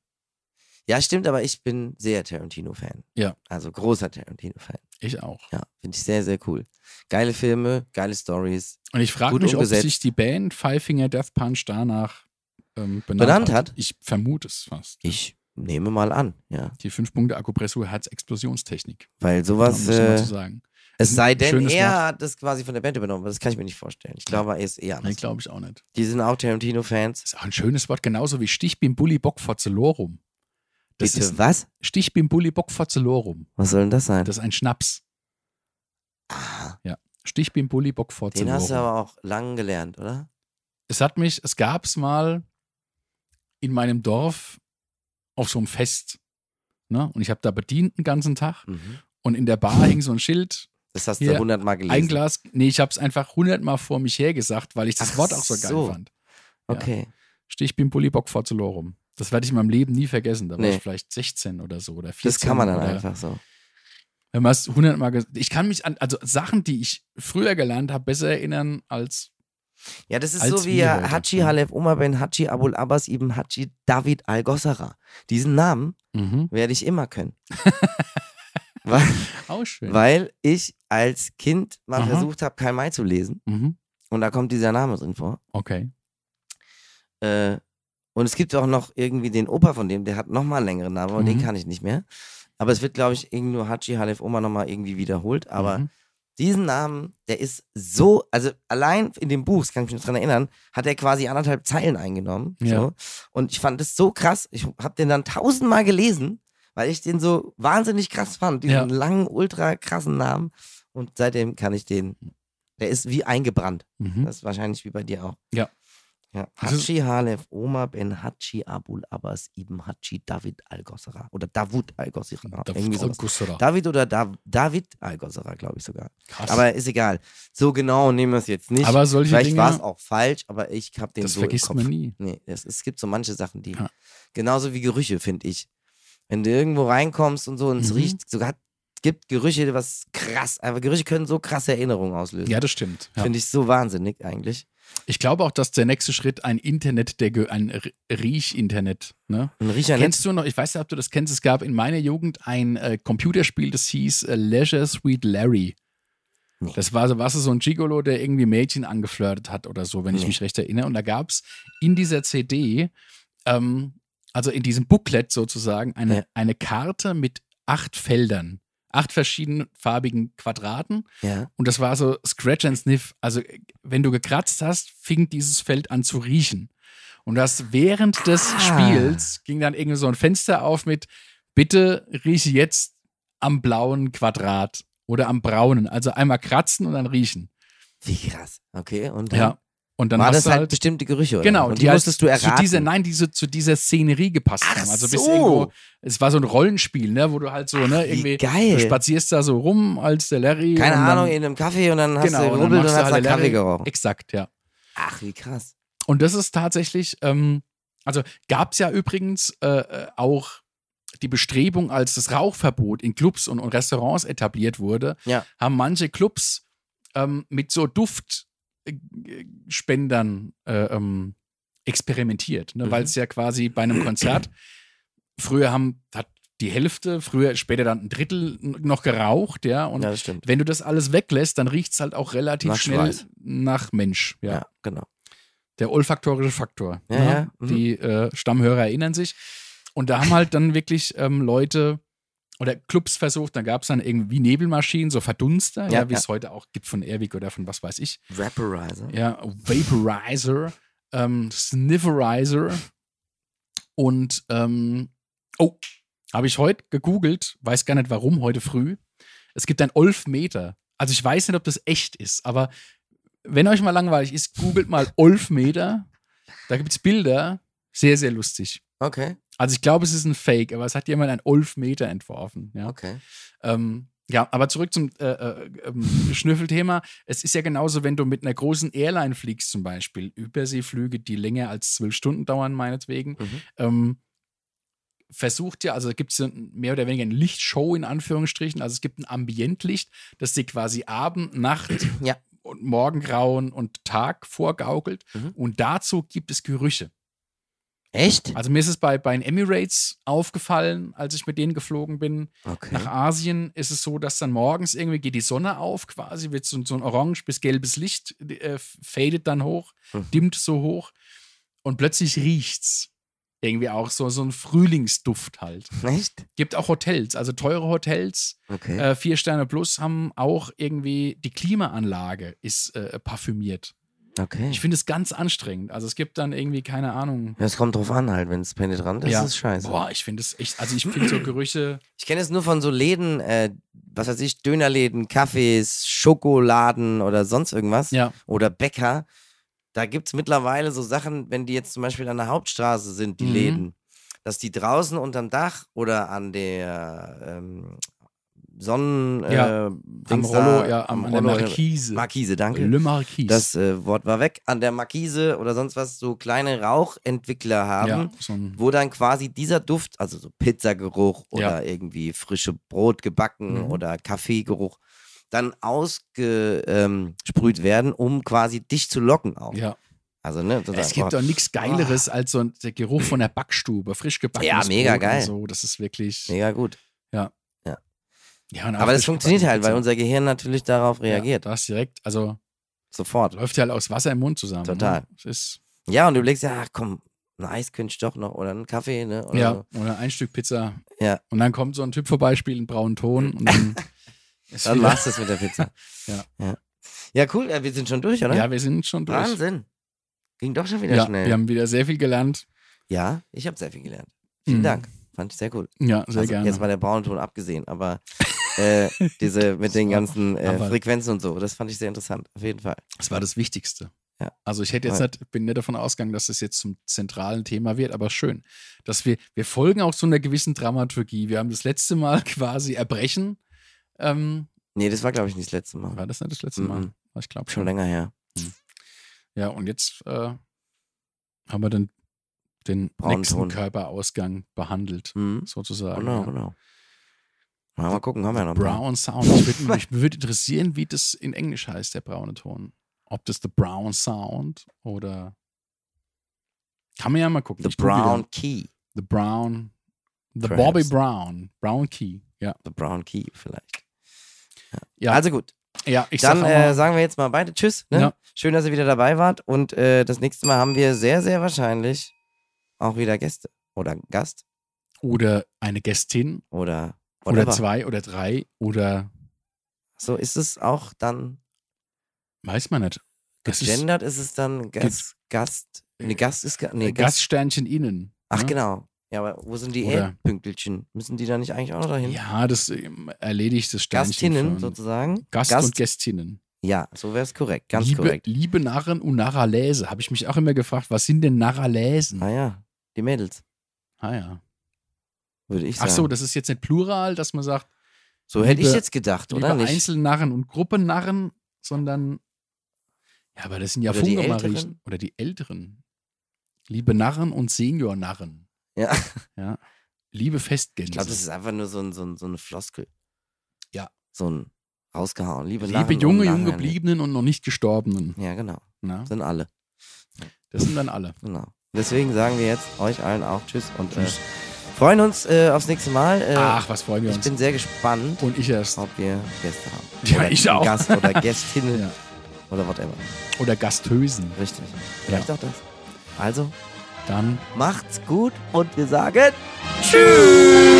[SPEAKER 1] Ja. stimmt, aber ich bin sehr Tarantino-Fan.
[SPEAKER 2] Ja.
[SPEAKER 1] Also großer Tarantino-Fan.
[SPEAKER 2] Ich auch.
[SPEAKER 1] Ja, finde ich sehr, sehr cool. Geile Filme, geile Stories.
[SPEAKER 2] Und ich frage
[SPEAKER 1] Gut
[SPEAKER 2] mich,
[SPEAKER 1] umgesetzt.
[SPEAKER 2] ob sich die Band Five Finger Death Punch danach ähm, benannt,
[SPEAKER 1] Benannt hat?
[SPEAKER 2] Ich vermute es fast.
[SPEAKER 1] Ich nehme mal an, ja.
[SPEAKER 2] Die fünf Punkte Akupressur Herzexplosionstechnik.
[SPEAKER 1] Weil
[SPEAKER 2] um
[SPEAKER 1] sowas,
[SPEAKER 2] das mal zu
[SPEAKER 1] äh,
[SPEAKER 2] sagen.
[SPEAKER 1] es sei denn,
[SPEAKER 2] Schönes
[SPEAKER 1] er
[SPEAKER 2] Wort.
[SPEAKER 1] hat das quasi von der Band übernommen, aber das kann ich mir nicht vorstellen. Ich glaube, er ist eher
[SPEAKER 2] Nee,
[SPEAKER 1] anders.
[SPEAKER 2] glaube ich auch nicht.
[SPEAKER 1] Die sind auch Tarantino-Fans.
[SPEAKER 2] Das ist auch ein schönes Wort, genauso wie Stichbim Bulli Bock Forzelorum. Das
[SPEAKER 1] Bitte
[SPEAKER 2] ist
[SPEAKER 1] was?
[SPEAKER 2] Stichbim Bulli Bock Forzelorum.
[SPEAKER 1] Was soll denn das sein?
[SPEAKER 2] Das ist ein Schnaps.
[SPEAKER 1] ah,
[SPEAKER 2] Stichbim Bulli Bock
[SPEAKER 1] den
[SPEAKER 2] Forzelorum.
[SPEAKER 1] hast du aber auch lang gelernt, oder?
[SPEAKER 2] es hat mich, es gab es mal in meinem Dorf auf so einem Fest. Ne? Und ich habe da bedient den ganzen Tag.
[SPEAKER 1] Mhm.
[SPEAKER 2] Und in der Bar hing so ein Schild.
[SPEAKER 1] Das hast
[SPEAKER 2] Hier,
[SPEAKER 1] du hundertmal gelesen.
[SPEAKER 2] Ein Glas. Nee, ich habe es einfach hundertmal vor mich hergesagt, weil ich das
[SPEAKER 1] Ach
[SPEAKER 2] Wort auch so geil
[SPEAKER 1] so.
[SPEAKER 2] fand. ja.
[SPEAKER 1] Okay.
[SPEAKER 2] Stichbim Bullibock Forzulorum. Das werde ich in meinem Leben nie vergessen. Da war
[SPEAKER 1] Nee.
[SPEAKER 2] ich vielleicht 16 oder so oder 14.
[SPEAKER 1] Das kann man dann
[SPEAKER 2] oder,
[SPEAKER 1] einfach so.
[SPEAKER 2] Wenn man es hundertmal gesagt Ich kann mich an, also Sachen, die ich früher gelernt habe, besser erinnern als.
[SPEAKER 1] Ja, das ist
[SPEAKER 2] Als
[SPEAKER 1] so wie
[SPEAKER 2] wir
[SPEAKER 1] ja
[SPEAKER 2] heute,
[SPEAKER 1] Hachi
[SPEAKER 2] ja.
[SPEAKER 1] Halef Umar Ben Hachi Abul Abbas Ibn Mhm.
[SPEAKER 2] [LAUGHS]
[SPEAKER 1] Hachi David Al-Gossara. Diesen Namen werde ich immer können. weil,
[SPEAKER 2] Auch schön. Mhm.
[SPEAKER 1] weil ich als Kind mal
[SPEAKER 2] Aha.
[SPEAKER 1] versucht habe, Karl May zu lesen.
[SPEAKER 2] mhm.
[SPEAKER 1] Und da kommt dieser Name drin vor.
[SPEAKER 2] Okay.
[SPEAKER 1] Äh, und es gibt auch noch irgendwie den Opa von dem, der hat nochmal einen längeren Namen, aber den
[SPEAKER 2] Mhm.
[SPEAKER 1] kann ich nicht mehr. Aber es wird, glaube ich, irgendwo Haji Halef Oma nochmal irgendwie wiederholt. Aber
[SPEAKER 2] Mhm.
[SPEAKER 1] diesen Namen, der ist so, also allein in dem Buch, das kann ich mich noch dran erinnern, hat er quasi anderthalb Zeilen eingenommen.
[SPEAKER 2] Ja.
[SPEAKER 1] So. Und ich fand das so krass. Ich habe den dann tausendmal gelesen, weil ich den so wahnsinnig krass fand. Diesen
[SPEAKER 2] Ja.
[SPEAKER 1] langen, ultra krassen Namen. Und seitdem kann ich den, der ist wie eingebrannt.
[SPEAKER 2] Mhm.
[SPEAKER 1] Das ist wahrscheinlich wie bei dir auch.
[SPEAKER 2] Ja.
[SPEAKER 1] ja.
[SPEAKER 2] Das ist-
[SPEAKER 1] Hachi Halef Omar Ben Hachi Abul Abbas Ibn Hachi David Al-Gossera. Oder Davud Al-Gossera.
[SPEAKER 2] Da-
[SPEAKER 1] Irgendwie sowas.
[SPEAKER 2] Augustura.
[SPEAKER 1] David oder Dav David Al-Gossera, glaube ich sogar.
[SPEAKER 2] Krass.
[SPEAKER 1] Aber ist egal. So genau nehmen wir es jetzt nicht.
[SPEAKER 2] Aber solche
[SPEAKER 1] Vielleicht war es
[SPEAKER 2] Dinge,
[SPEAKER 1] auch falsch, aber ich habe den
[SPEAKER 2] das
[SPEAKER 1] so
[SPEAKER 2] vergisst
[SPEAKER 1] im Kopf.
[SPEAKER 2] man nie.
[SPEAKER 1] Nee, es, es gibt so manche Sachen, die.
[SPEAKER 2] Ja.
[SPEAKER 1] Genauso wie Gerüche, finde ich. Wenn du irgendwo reinkommst und so und es
[SPEAKER 2] Mhm.
[SPEAKER 1] riecht, sogar gibt Gerüche was krass. Aber Gerüche können so krasse Erinnerungen auslösen.
[SPEAKER 2] Ja, das stimmt. Ja.
[SPEAKER 1] Finde ich so wahnsinnig eigentlich.
[SPEAKER 2] Ich glaube auch, dass der nächste Schritt ein Internet, der Ge- ein R- Riech-Internet, ne?
[SPEAKER 1] Ein Riecher
[SPEAKER 2] Kennst du noch, ich weiß nicht, ob du das kennst, es gab in meiner Jugend ein äh, Computerspiel, das hieß äh, Leisure Suite Larry.
[SPEAKER 1] Nee.
[SPEAKER 2] Das war so, was so ein Gigolo, der irgendwie Mädchen angeflirtet hat oder so, wenn ich
[SPEAKER 1] Nee.
[SPEAKER 2] mich recht erinnere. Und da gab es in dieser CD, ähm, also in diesem Booklet sozusagen, eine,
[SPEAKER 1] Ja.
[SPEAKER 2] eine Karte mit acht Feldern, acht verschiedenen farbigen Quadraten
[SPEAKER 1] ja.
[SPEAKER 2] und das war so Scratch and Sniff. Also, äh, wenn du gekratzt hast, fing dieses Feld an zu riechen. Und das während des
[SPEAKER 1] Ah.
[SPEAKER 2] Spiels ging dann irgendwie so ein Fenster auf mit: bitte rieche jetzt am blauen Quadrat oder am braunen. Also einmal kratzen und dann riechen.
[SPEAKER 1] Wie krass. Okay, und dann
[SPEAKER 2] Ja. Und dann
[SPEAKER 1] war
[SPEAKER 2] hast
[SPEAKER 1] das
[SPEAKER 2] du
[SPEAKER 1] halt,
[SPEAKER 2] halt.
[SPEAKER 1] bestimmte Gerüche, oder?
[SPEAKER 2] Genau,
[SPEAKER 1] Und die, musstest du erraten.
[SPEAKER 2] Zu dieser, nein, die so, zu dieser Szenerie gepasst
[SPEAKER 1] Ach
[SPEAKER 2] haben. Also bis
[SPEAKER 1] so.
[SPEAKER 2] irgendwo, es war so ein Rollenspiel, ne, wo du halt so, ne,
[SPEAKER 1] Wie
[SPEAKER 2] irgendwie, du
[SPEAKER 1] geil.
[SPEAKER 2] spazierst da so rum als der Larry.
[SPEAKER 1] Keine
[SPEAKER 2] und dann-
[SPEAKER 1] Ahnung, in einem Kaffee und dann hast
[SPEAKER 2] Genau,
[SPEAKER 1] du
[SPEAKER 2] und dann
[SPEAKER 1] gerubbelt und,
[SPEAKER 2] machst du
[SPEAKER 1] hast
[SPEAKER 2] halt
[SPEAKER 1] nach Kaffee
[SPEAKER 2] Larry-
[SPEAKER 1] gerochen.
[SPEAKER 2] Exakt, ja.
[SPEAKER 1] Ach, wie krass.
[SPEAKER 2] Und das ist tatsächlich, ähm, also gab es ja übrigens äh, äh, auch die Bestrebung, als das Rauchverbot in Clubs und, und Restaurants etabliert wurde,
[SPEAKER 1] Ja.
[SPEAKER 2] haben manche Clubs ähm, mit so Duftspendern äh, ähm, experimentiert, ne?
[SPEAKER 1] Mhm.
[SPEAKER 2] weil es ja quasi bei einem Konzert früher haben, hat die Hälfte, früher später dann ein Drittel n- noch geraucht, ja, und
[SPEAKER 1] ja, das stimmt.
[SPEAKER 2] wenn du das alles weglässt, dann riecht es halt auch relativ
[SPEAKER 1] Nach
[SPEAKER 2] schnell
[SPEAKER 1] Schweiß.
[SPEAKER 2] nach Mensch,
[SPEAKER 1] Ja,
[SPEAKER 2] ja
[SPEAKER 1] genau.
[SPEAKER 2] der olfaktorische Faktor.
[SPEAKER 1] Ja,
[SPEAKER 2] ne?
[SPEAKER 1] ja, mhm.
[SPEAKER 2] Die äh, Stammhörer erinnern sich. Und da haben halt dann wirklich ähm, Leute oder Clubs versucht, da gab es dann irgendwie Nebelmaschinen, so Verdunster, ja,
[SPEAKER 1] Ja,
[SPEAKER 2] wie
[SPEAKER 1] ja.
[SPEAKER 2] es heute auch gibt von Airwick oder von was weiß ich.
[SPEAKER 1] Vaporizer.
[SPEAKER 2] Ja, Vaporizer, ähm, Snifferizer und ähm, oh, habe ich heute gegoogelt, weiß gar nicht warum, heute früh. Es gibt ein Olfmeter. Also ich weiß nicht, ob das echt ist, aber wenn euch mal langweilig ist, googelt mal Olfmeter. Da gibt es Bilder, sehr, sehr lustig.
[SPEAKER 1] Okay,
[SPEAKER 2] Also ich glaube, es ist ein Fake, aber es hat jemand ein Olfmeter entworfen. Ja.
[SPEAKER 1] okay.
[SPEAKER 2] Ähm, ja, aber zurück zum äh, äh, ähm, Schnüffelthema. Es ist ja genauso, wenn du mit einer großen Airline fliegst, zum Beispiel Überseeflüge, die länger als zwölf Stunden dauern, meinetwegen.
[SPEAKER 1] Mhm.
[SPEAKER 2] Ähm, versucht ja, also gibt es mehr oder weniger eine Lichtshow in Anführungsstrichen. Also es gibt ein Ambientlicht, das dir quasi Abend, Nacht
[SPEAKER 1] [CLEARS THROAT] Ja.
[SPEAKER 2] und Morgengrauen und Tag vorgaukelt.
[SPEAKER 1] Mhm.
[SPEAKER 2] Und dazu gibt es Gerüche.
[SPEAKER 1] Echt?
[SPEAKER 2] Also mir ist es bei, bei den Emirates aufgefallen, als ich mit denen geflogen bin.
[SPEAKER 1] Okay.
[SPEAKER 2] Nach Asien ist es so, dass dann morgens irgendwie geht die Sonne auf, quasi wird so, so ein orange bis gelbes Licht, äh, fadet dann hoch,
[SPEAKER 1] Mhm.
[SPEAKER 2] dimmt so hoch und plötzlich riecht's. Irgendwie auch so, so ein Frühlingsduft halt.
[SPEAKER 1] [LAUGHS] Echt?
[SPEAKER 2] Gibt auch Hotels, also teure Hotels,
[SPEAKER 1] Okay.
[SPEAKER 2] äh, vier Sterne plus haben auch irgendwie die Klimaanlage ist äh, parfümiert.
[SPEAKER 1] okay.
[SPEAKER 2] Ich finde es ganz anstrengend. Also es gibt dann irgendwie, keine Ahnung.
[SPEAKER 1] das kommt drauf an halt, wenn es penetrant ist,
[SPEAKER 2] Ja.
[SPEAKER 1] ist es scheiße.
[SPEAKER 2] Boah, ich finde es echt, also ich finde so Gerüche.
[SPEAKER 1] Ich kenne es nur von so Läden, äh, was weiß ich, Dönerläden, Cafés, Schokoladen oder sonst irgendwas.
[SPEAKER 2] Ja.
[SPEAKER 1] Oder Bäcker. Da gibt es mittlerweile so Sachen, wenn die jetzt zum Beispiel an der Hauptstraße sind, die
[SPEAKER 2] Mhm.
[SPEAKER 1] Läden, dass die draußen unterm Dach oder an der ähm, Sonnen... Äh,
[SPEAKER 2] Ja, Am
[SPEAKER 1] Dings da,
[SPEAKER 2] Rollo, ja, am, an der
[SPEAKER 1] Rollo-
[SPEAKER 2] Markise.
[SPEAKER 1] Markise, danke.
[SPEAKER 2] Le Marquis.
[SPEAKER 1] Das äh, Wort war weg. An der Markise oder sonst was so kleine Rauchentwickler haben,
[SPEAKER 2] ja, so ein,
[SPEAKER 1] wo dann quasi dieser Duft, also so Pizzageruch
[SPEAKER 2] Ja.
[SPEAKER 1] oder irgendwie frische Brot gebacken
[SPEAKER 2] Mhm.
[SPEAKER 1] oder Kaffeegeruch, dann ausgesprüht ähm, sprüht werden, um quasi dich zu locken auch.
[SPEAKER 2] ja.
[SPEAKER 1] Also, ne, so
[SPEAKER 2] Es
[SPEAKER 1] sagen,
[SPEAKER 2] gibt
[SPEAKER 1] oh,
[SPEAKER 2] doch nichts Geileres als so ein, der Geruch von der Backstube, frisch
[SPEAKER 1] Ja,
[SPEAKER 2] gebackenes
[SPEAKER 1] mega
[SPEAKER 2] Brot und
[SPEAKER 1] geil.
[SPEAKER 2] So, das ist wirklich.
[SPEAKER 1] mega gut.
[SPEAKER 2] Ja.
[SPEAKER 1] ja.
[SPEAKER 2] Ja, und
[SPEAKER 1] Aber das
[SPEAKER 2] aufgespannt
[SPEAKER 1] funktioniert halt, weil
[SPEAKER 2] geht's
[SPEAKER 1] unser Gehirn natürlich darauf
[SPEAKER 2] ja.
[SPEAKER 1] reagiert.
[SPEAKER 2] Ja, das direkt, also
[SPEAKER 1] Sofort.
[SPEAKER 2] läuft ja halt aus Wasser im Mund zusammen.
[SPEAKER 1] Total.
[SPEAKER 2] Ne? Es ist,
[SPEAKER 1] Ja, und du überlegst ja, ach komm, ein Eis könnte ich doch noch oder einen Kaffee, ne? Oder
[SPEAKER 2] ja,
[SPEAKER 1] so.
[SPEAKER 2] oder ein Stück Pizza.
[SPEAKER 1] Ja.
[SPEAKER 2] Und dann kommt so ein Typ vorbei, spielt einen braunen Ton
[SPEAKER 1] [LAUGHS]
[SPEAKER 2] und dann ist
[SPEAKER 1] Dann
[SPEAKER 2] wieder-
[SPEAKER 1] machst du es mit der Pizza.
[SPEAKER 2] [LAUGHS] Ja.
[SPEAKER 1] ja. Ja, cool, äh, wir sind schon durch, oder?
[SPEAKER 2] Ja, wir sind schon durch.
[SPEAKER 1] Wahnsinn. Ging doch schon wieder
[SPEAKER 2] Ja,
[SPEAKER 1] schnell.
[SPEAKER 2] wir haben wieder sehr viel gelernt.
[SPEAKER 1] ja, ich habe sehr viel gelernt. Vielen
[SPEAKER 2] Mhm.
[SPEAKER 1] Dank. Fand ich sehr cool.
[SPEAKER 2] Ja, sehr
[SPEAKER 1] also,
[SPEAKER 2] gerne.
[SPEAKER 1] Jetzt mal der Braunton abgesehen, aber
[SPEAKER 2] [LAUGHS]
[SPEAKER 1] äh, diese mit den ganzen äh,
[SPEAKER 2] Aber-
[SPEAKER 1] Frequenzen und so, das fand ich sehr interessant, auf jeden Fall.
[SPEAKER 2] Das war das Wichtigste.
[SPEAKER 1] Ja.
[SPEAKER 2] Also ich hätte jetzt
[SPEAKER 1] Ja.
[SPEAKER 2] nicht, bin nicht davon ausgegangen, dass das jetzt zum zentralen Thema wird, aber schön, dass wir, wir folgen auch so einer gewissen Dramaturgie. Wir haben das letzte Mal [LAUGHS] quasi Erbrechen. Ähm,
[SPEAKER 1] Nee, das war, glaube ich, nicht das letzte Mal.
[SPEAKER 2] war das nicht das letzte
[SPEAKER 1] Mhm.
[SPEAKER 2] Mal? Ich glaube
[SPEAKER 1] Schon
[SPEAKER 2] schon.
[SPEAKER 1] länger her.
[SPEAKER 2] Ja, und jetzt äh, haben wir den, den
[SPEAKER 1] Braunen
[SPEAKER 2] nächsten
[SPEAKER 1] Ton.
[SPEAKER 2] Körperausgang behandelt,
[SPEAKER 1] Mhm.
[SPEAKER 2] sozusagen.
[SPEAKER 1] Genau,
[SPEAKER 2] ja.
[SPEAKER 1] genau. Mal, mal gucken, haben wir ja noch ein paar.
[SPEAKER 2] Brown Sound.
[SPEAKER 1] [LAUGHS]
[SPEAKER 2] Ich würde mich würd interessieren, wie das in Englisch heißt, der braune Ton. Ob das The Brown Sound oder. Kann man ja mal gucken.
[SPEAKER 1] The
[SPEAKER 2] Ich google
[SPEAKER 1] Brown
[SPEAKER 2] dann.
[SPEAKER 1] Key.
[SPEAKER 2] The Brown. The
[SPEAKER 1] Perhaps.
[SPEAKER 2] Bobby Brown. Brown Key. Ja.
[SPEAKER 1] The Brown Key vielleicht.
[SPEAKER 2] Ja.
[SPEAKER 1] Also gut,
[SPEAKER 2] Ja, ich
[SPEAKER 1] dann
[SPEAKER 2] sag auch
[SPEAKER 1] äh,
[SPEAKER 2] mal,
[SPEAKER 1] sagen wir jetzt mal beide Tschüss. Ne?
[SPEAKER 2] Ja.
[SPEAKER 1] Schön, dass ihr wieder dabei wart und äh, das nächste Mal haben wir sehr, sehr wahrscheinlich auch wieder Gäste oder Gast
[SPEAKER 2] Oder eine Gästin.
[SPEAKER 1] oder
[SPEAKER 2] Oder,
[SPEAKER 1] äh, whatever.
[SPEAKER 2] zwei oder drei. Oder.
[SPEAKER 1] So ist es auch dann
[SPEAKER 2] Weiß man nicht. Das ist
[SPEAKER 1] Gendert ist es dann Gast, Gast. Nee, Gast ist ga- nee, Gast.
[SPEAKER 2] Gaststernchen innen.
[SPEAKER 1] Ach
[SPEAKER 2] Äh, ne?
[SPEAKER 1] genau. Ja, aber wo sind die
[SPEAKER 2] Oder-
[SPEAKER 1] Endpünktelchen? Müssen die da nicht eigentlich auch noch dahin?
[SPEAKER 2] Ja, das ähm, erledigt das Sternchen.
[SPEAKER 1] Gastinnen
[SPEAKER 2] schon.
[SPEAKER 1] sozusagen.
[SPEAKER 2] Gast,
[SPEAKER 1] Gast
[SPEAKER 2] und Gästinnen.
[SPEAKER 1] ja, so wäre es korrekt, ganz
[SPEAKER 2] liebe,
[SPEAKER 1] korrekt.
[SPEAKER 2] Liebe Narren und Narraläse. Habe ich mich auch immer gefragt, was sind denn Narraläsen?
[SPEAKER 1] Ah ja, die Mädels,
[SPEAKER 2] Ah ja.
[SPEAKER 1] würde ich sagen.
[SPEAKER 2] Ach so, das ist jetzt nicht Plural, dass man sagt,
[SPEAKER 1] so hätte ich
[SPEAKER 2] liebe-
[SPEAKER 1] jetzt gedacht,
[SPEAKER 2] liebe
[SPEAKER 1] oder nicht?
[SPEAKER 2] Einzelnarren und Gruppennarren, sondern ja, aber das sind ja
[SPEAKER 1] Oder die
[SPEAKER 2] Fungemariechen.
[SPEAKER 1] Älteren.
[SPEAKER 2] Oder die Älteren. Liebe Narren und Seniornarren.
[SPEAKER 1] Ja. [LAUGHS]
[SPEAKER 2] ja. Liebe Festgänse.
[SPEAKER 1] Ich glaube, das ist einfach nur so, ein, so, ein, so eine Floskel.
[SPEAKER 2] Ja.
[SPEAKER 1] So ein rausgehauen. Liebe, Narren
[SPEAKER 2] Liebe
[SPEAKER 1] und
[SPEAKER 2] junge,
[SPEAKER 1] Narren.
[SPEAKER 2] jung gebliebenen und noch nicht gestorbenen.
[SPEAKER 1] Ja, genau.
[SPEAKER 2] Na,
[SPEAKER 1] Sind alle.
[SPEAKER 2] das sind dann alle.
[SPEAKER 1] Genau. Deswegen sagen wir jetzt euch allen auch Tschüss und
[SPEAKER 2] Tschüss.
[SPEAKER 1] Äh, freuen uns äh, aufs nächste Mal. Äh,
[SPEAKER 2] Ach, was freuen wir
[SPEAKER 1] ich
[SPEAKER 2] uns.
[SPEAKER 1] bin sehr gespannt,
[SPEAKER 2] Und ich erst.
[SPEAKER 1] ob wir Gäste haben.
[SPEAKER 2] [LAUGHS] Ja,
[SPEAKER 1] oder
[SPEAKER 2] ich auch.
[SPEAKER 1] Gast
[SPEAKER 2] [LAUGHS]
[SPEAKER 1] oder Gästinnen
[SPEAKER 2] Ja.
[SPEAKER 1] oder whatever.
[SPEAKER 2] Oder Gasthösen.
[SPEAKER 1] Richtig. Vielleicht auch das. Also,
[SPEAKER 2] Dann
[SPEAKER 1] macht's gut und wir sagen Tschüss!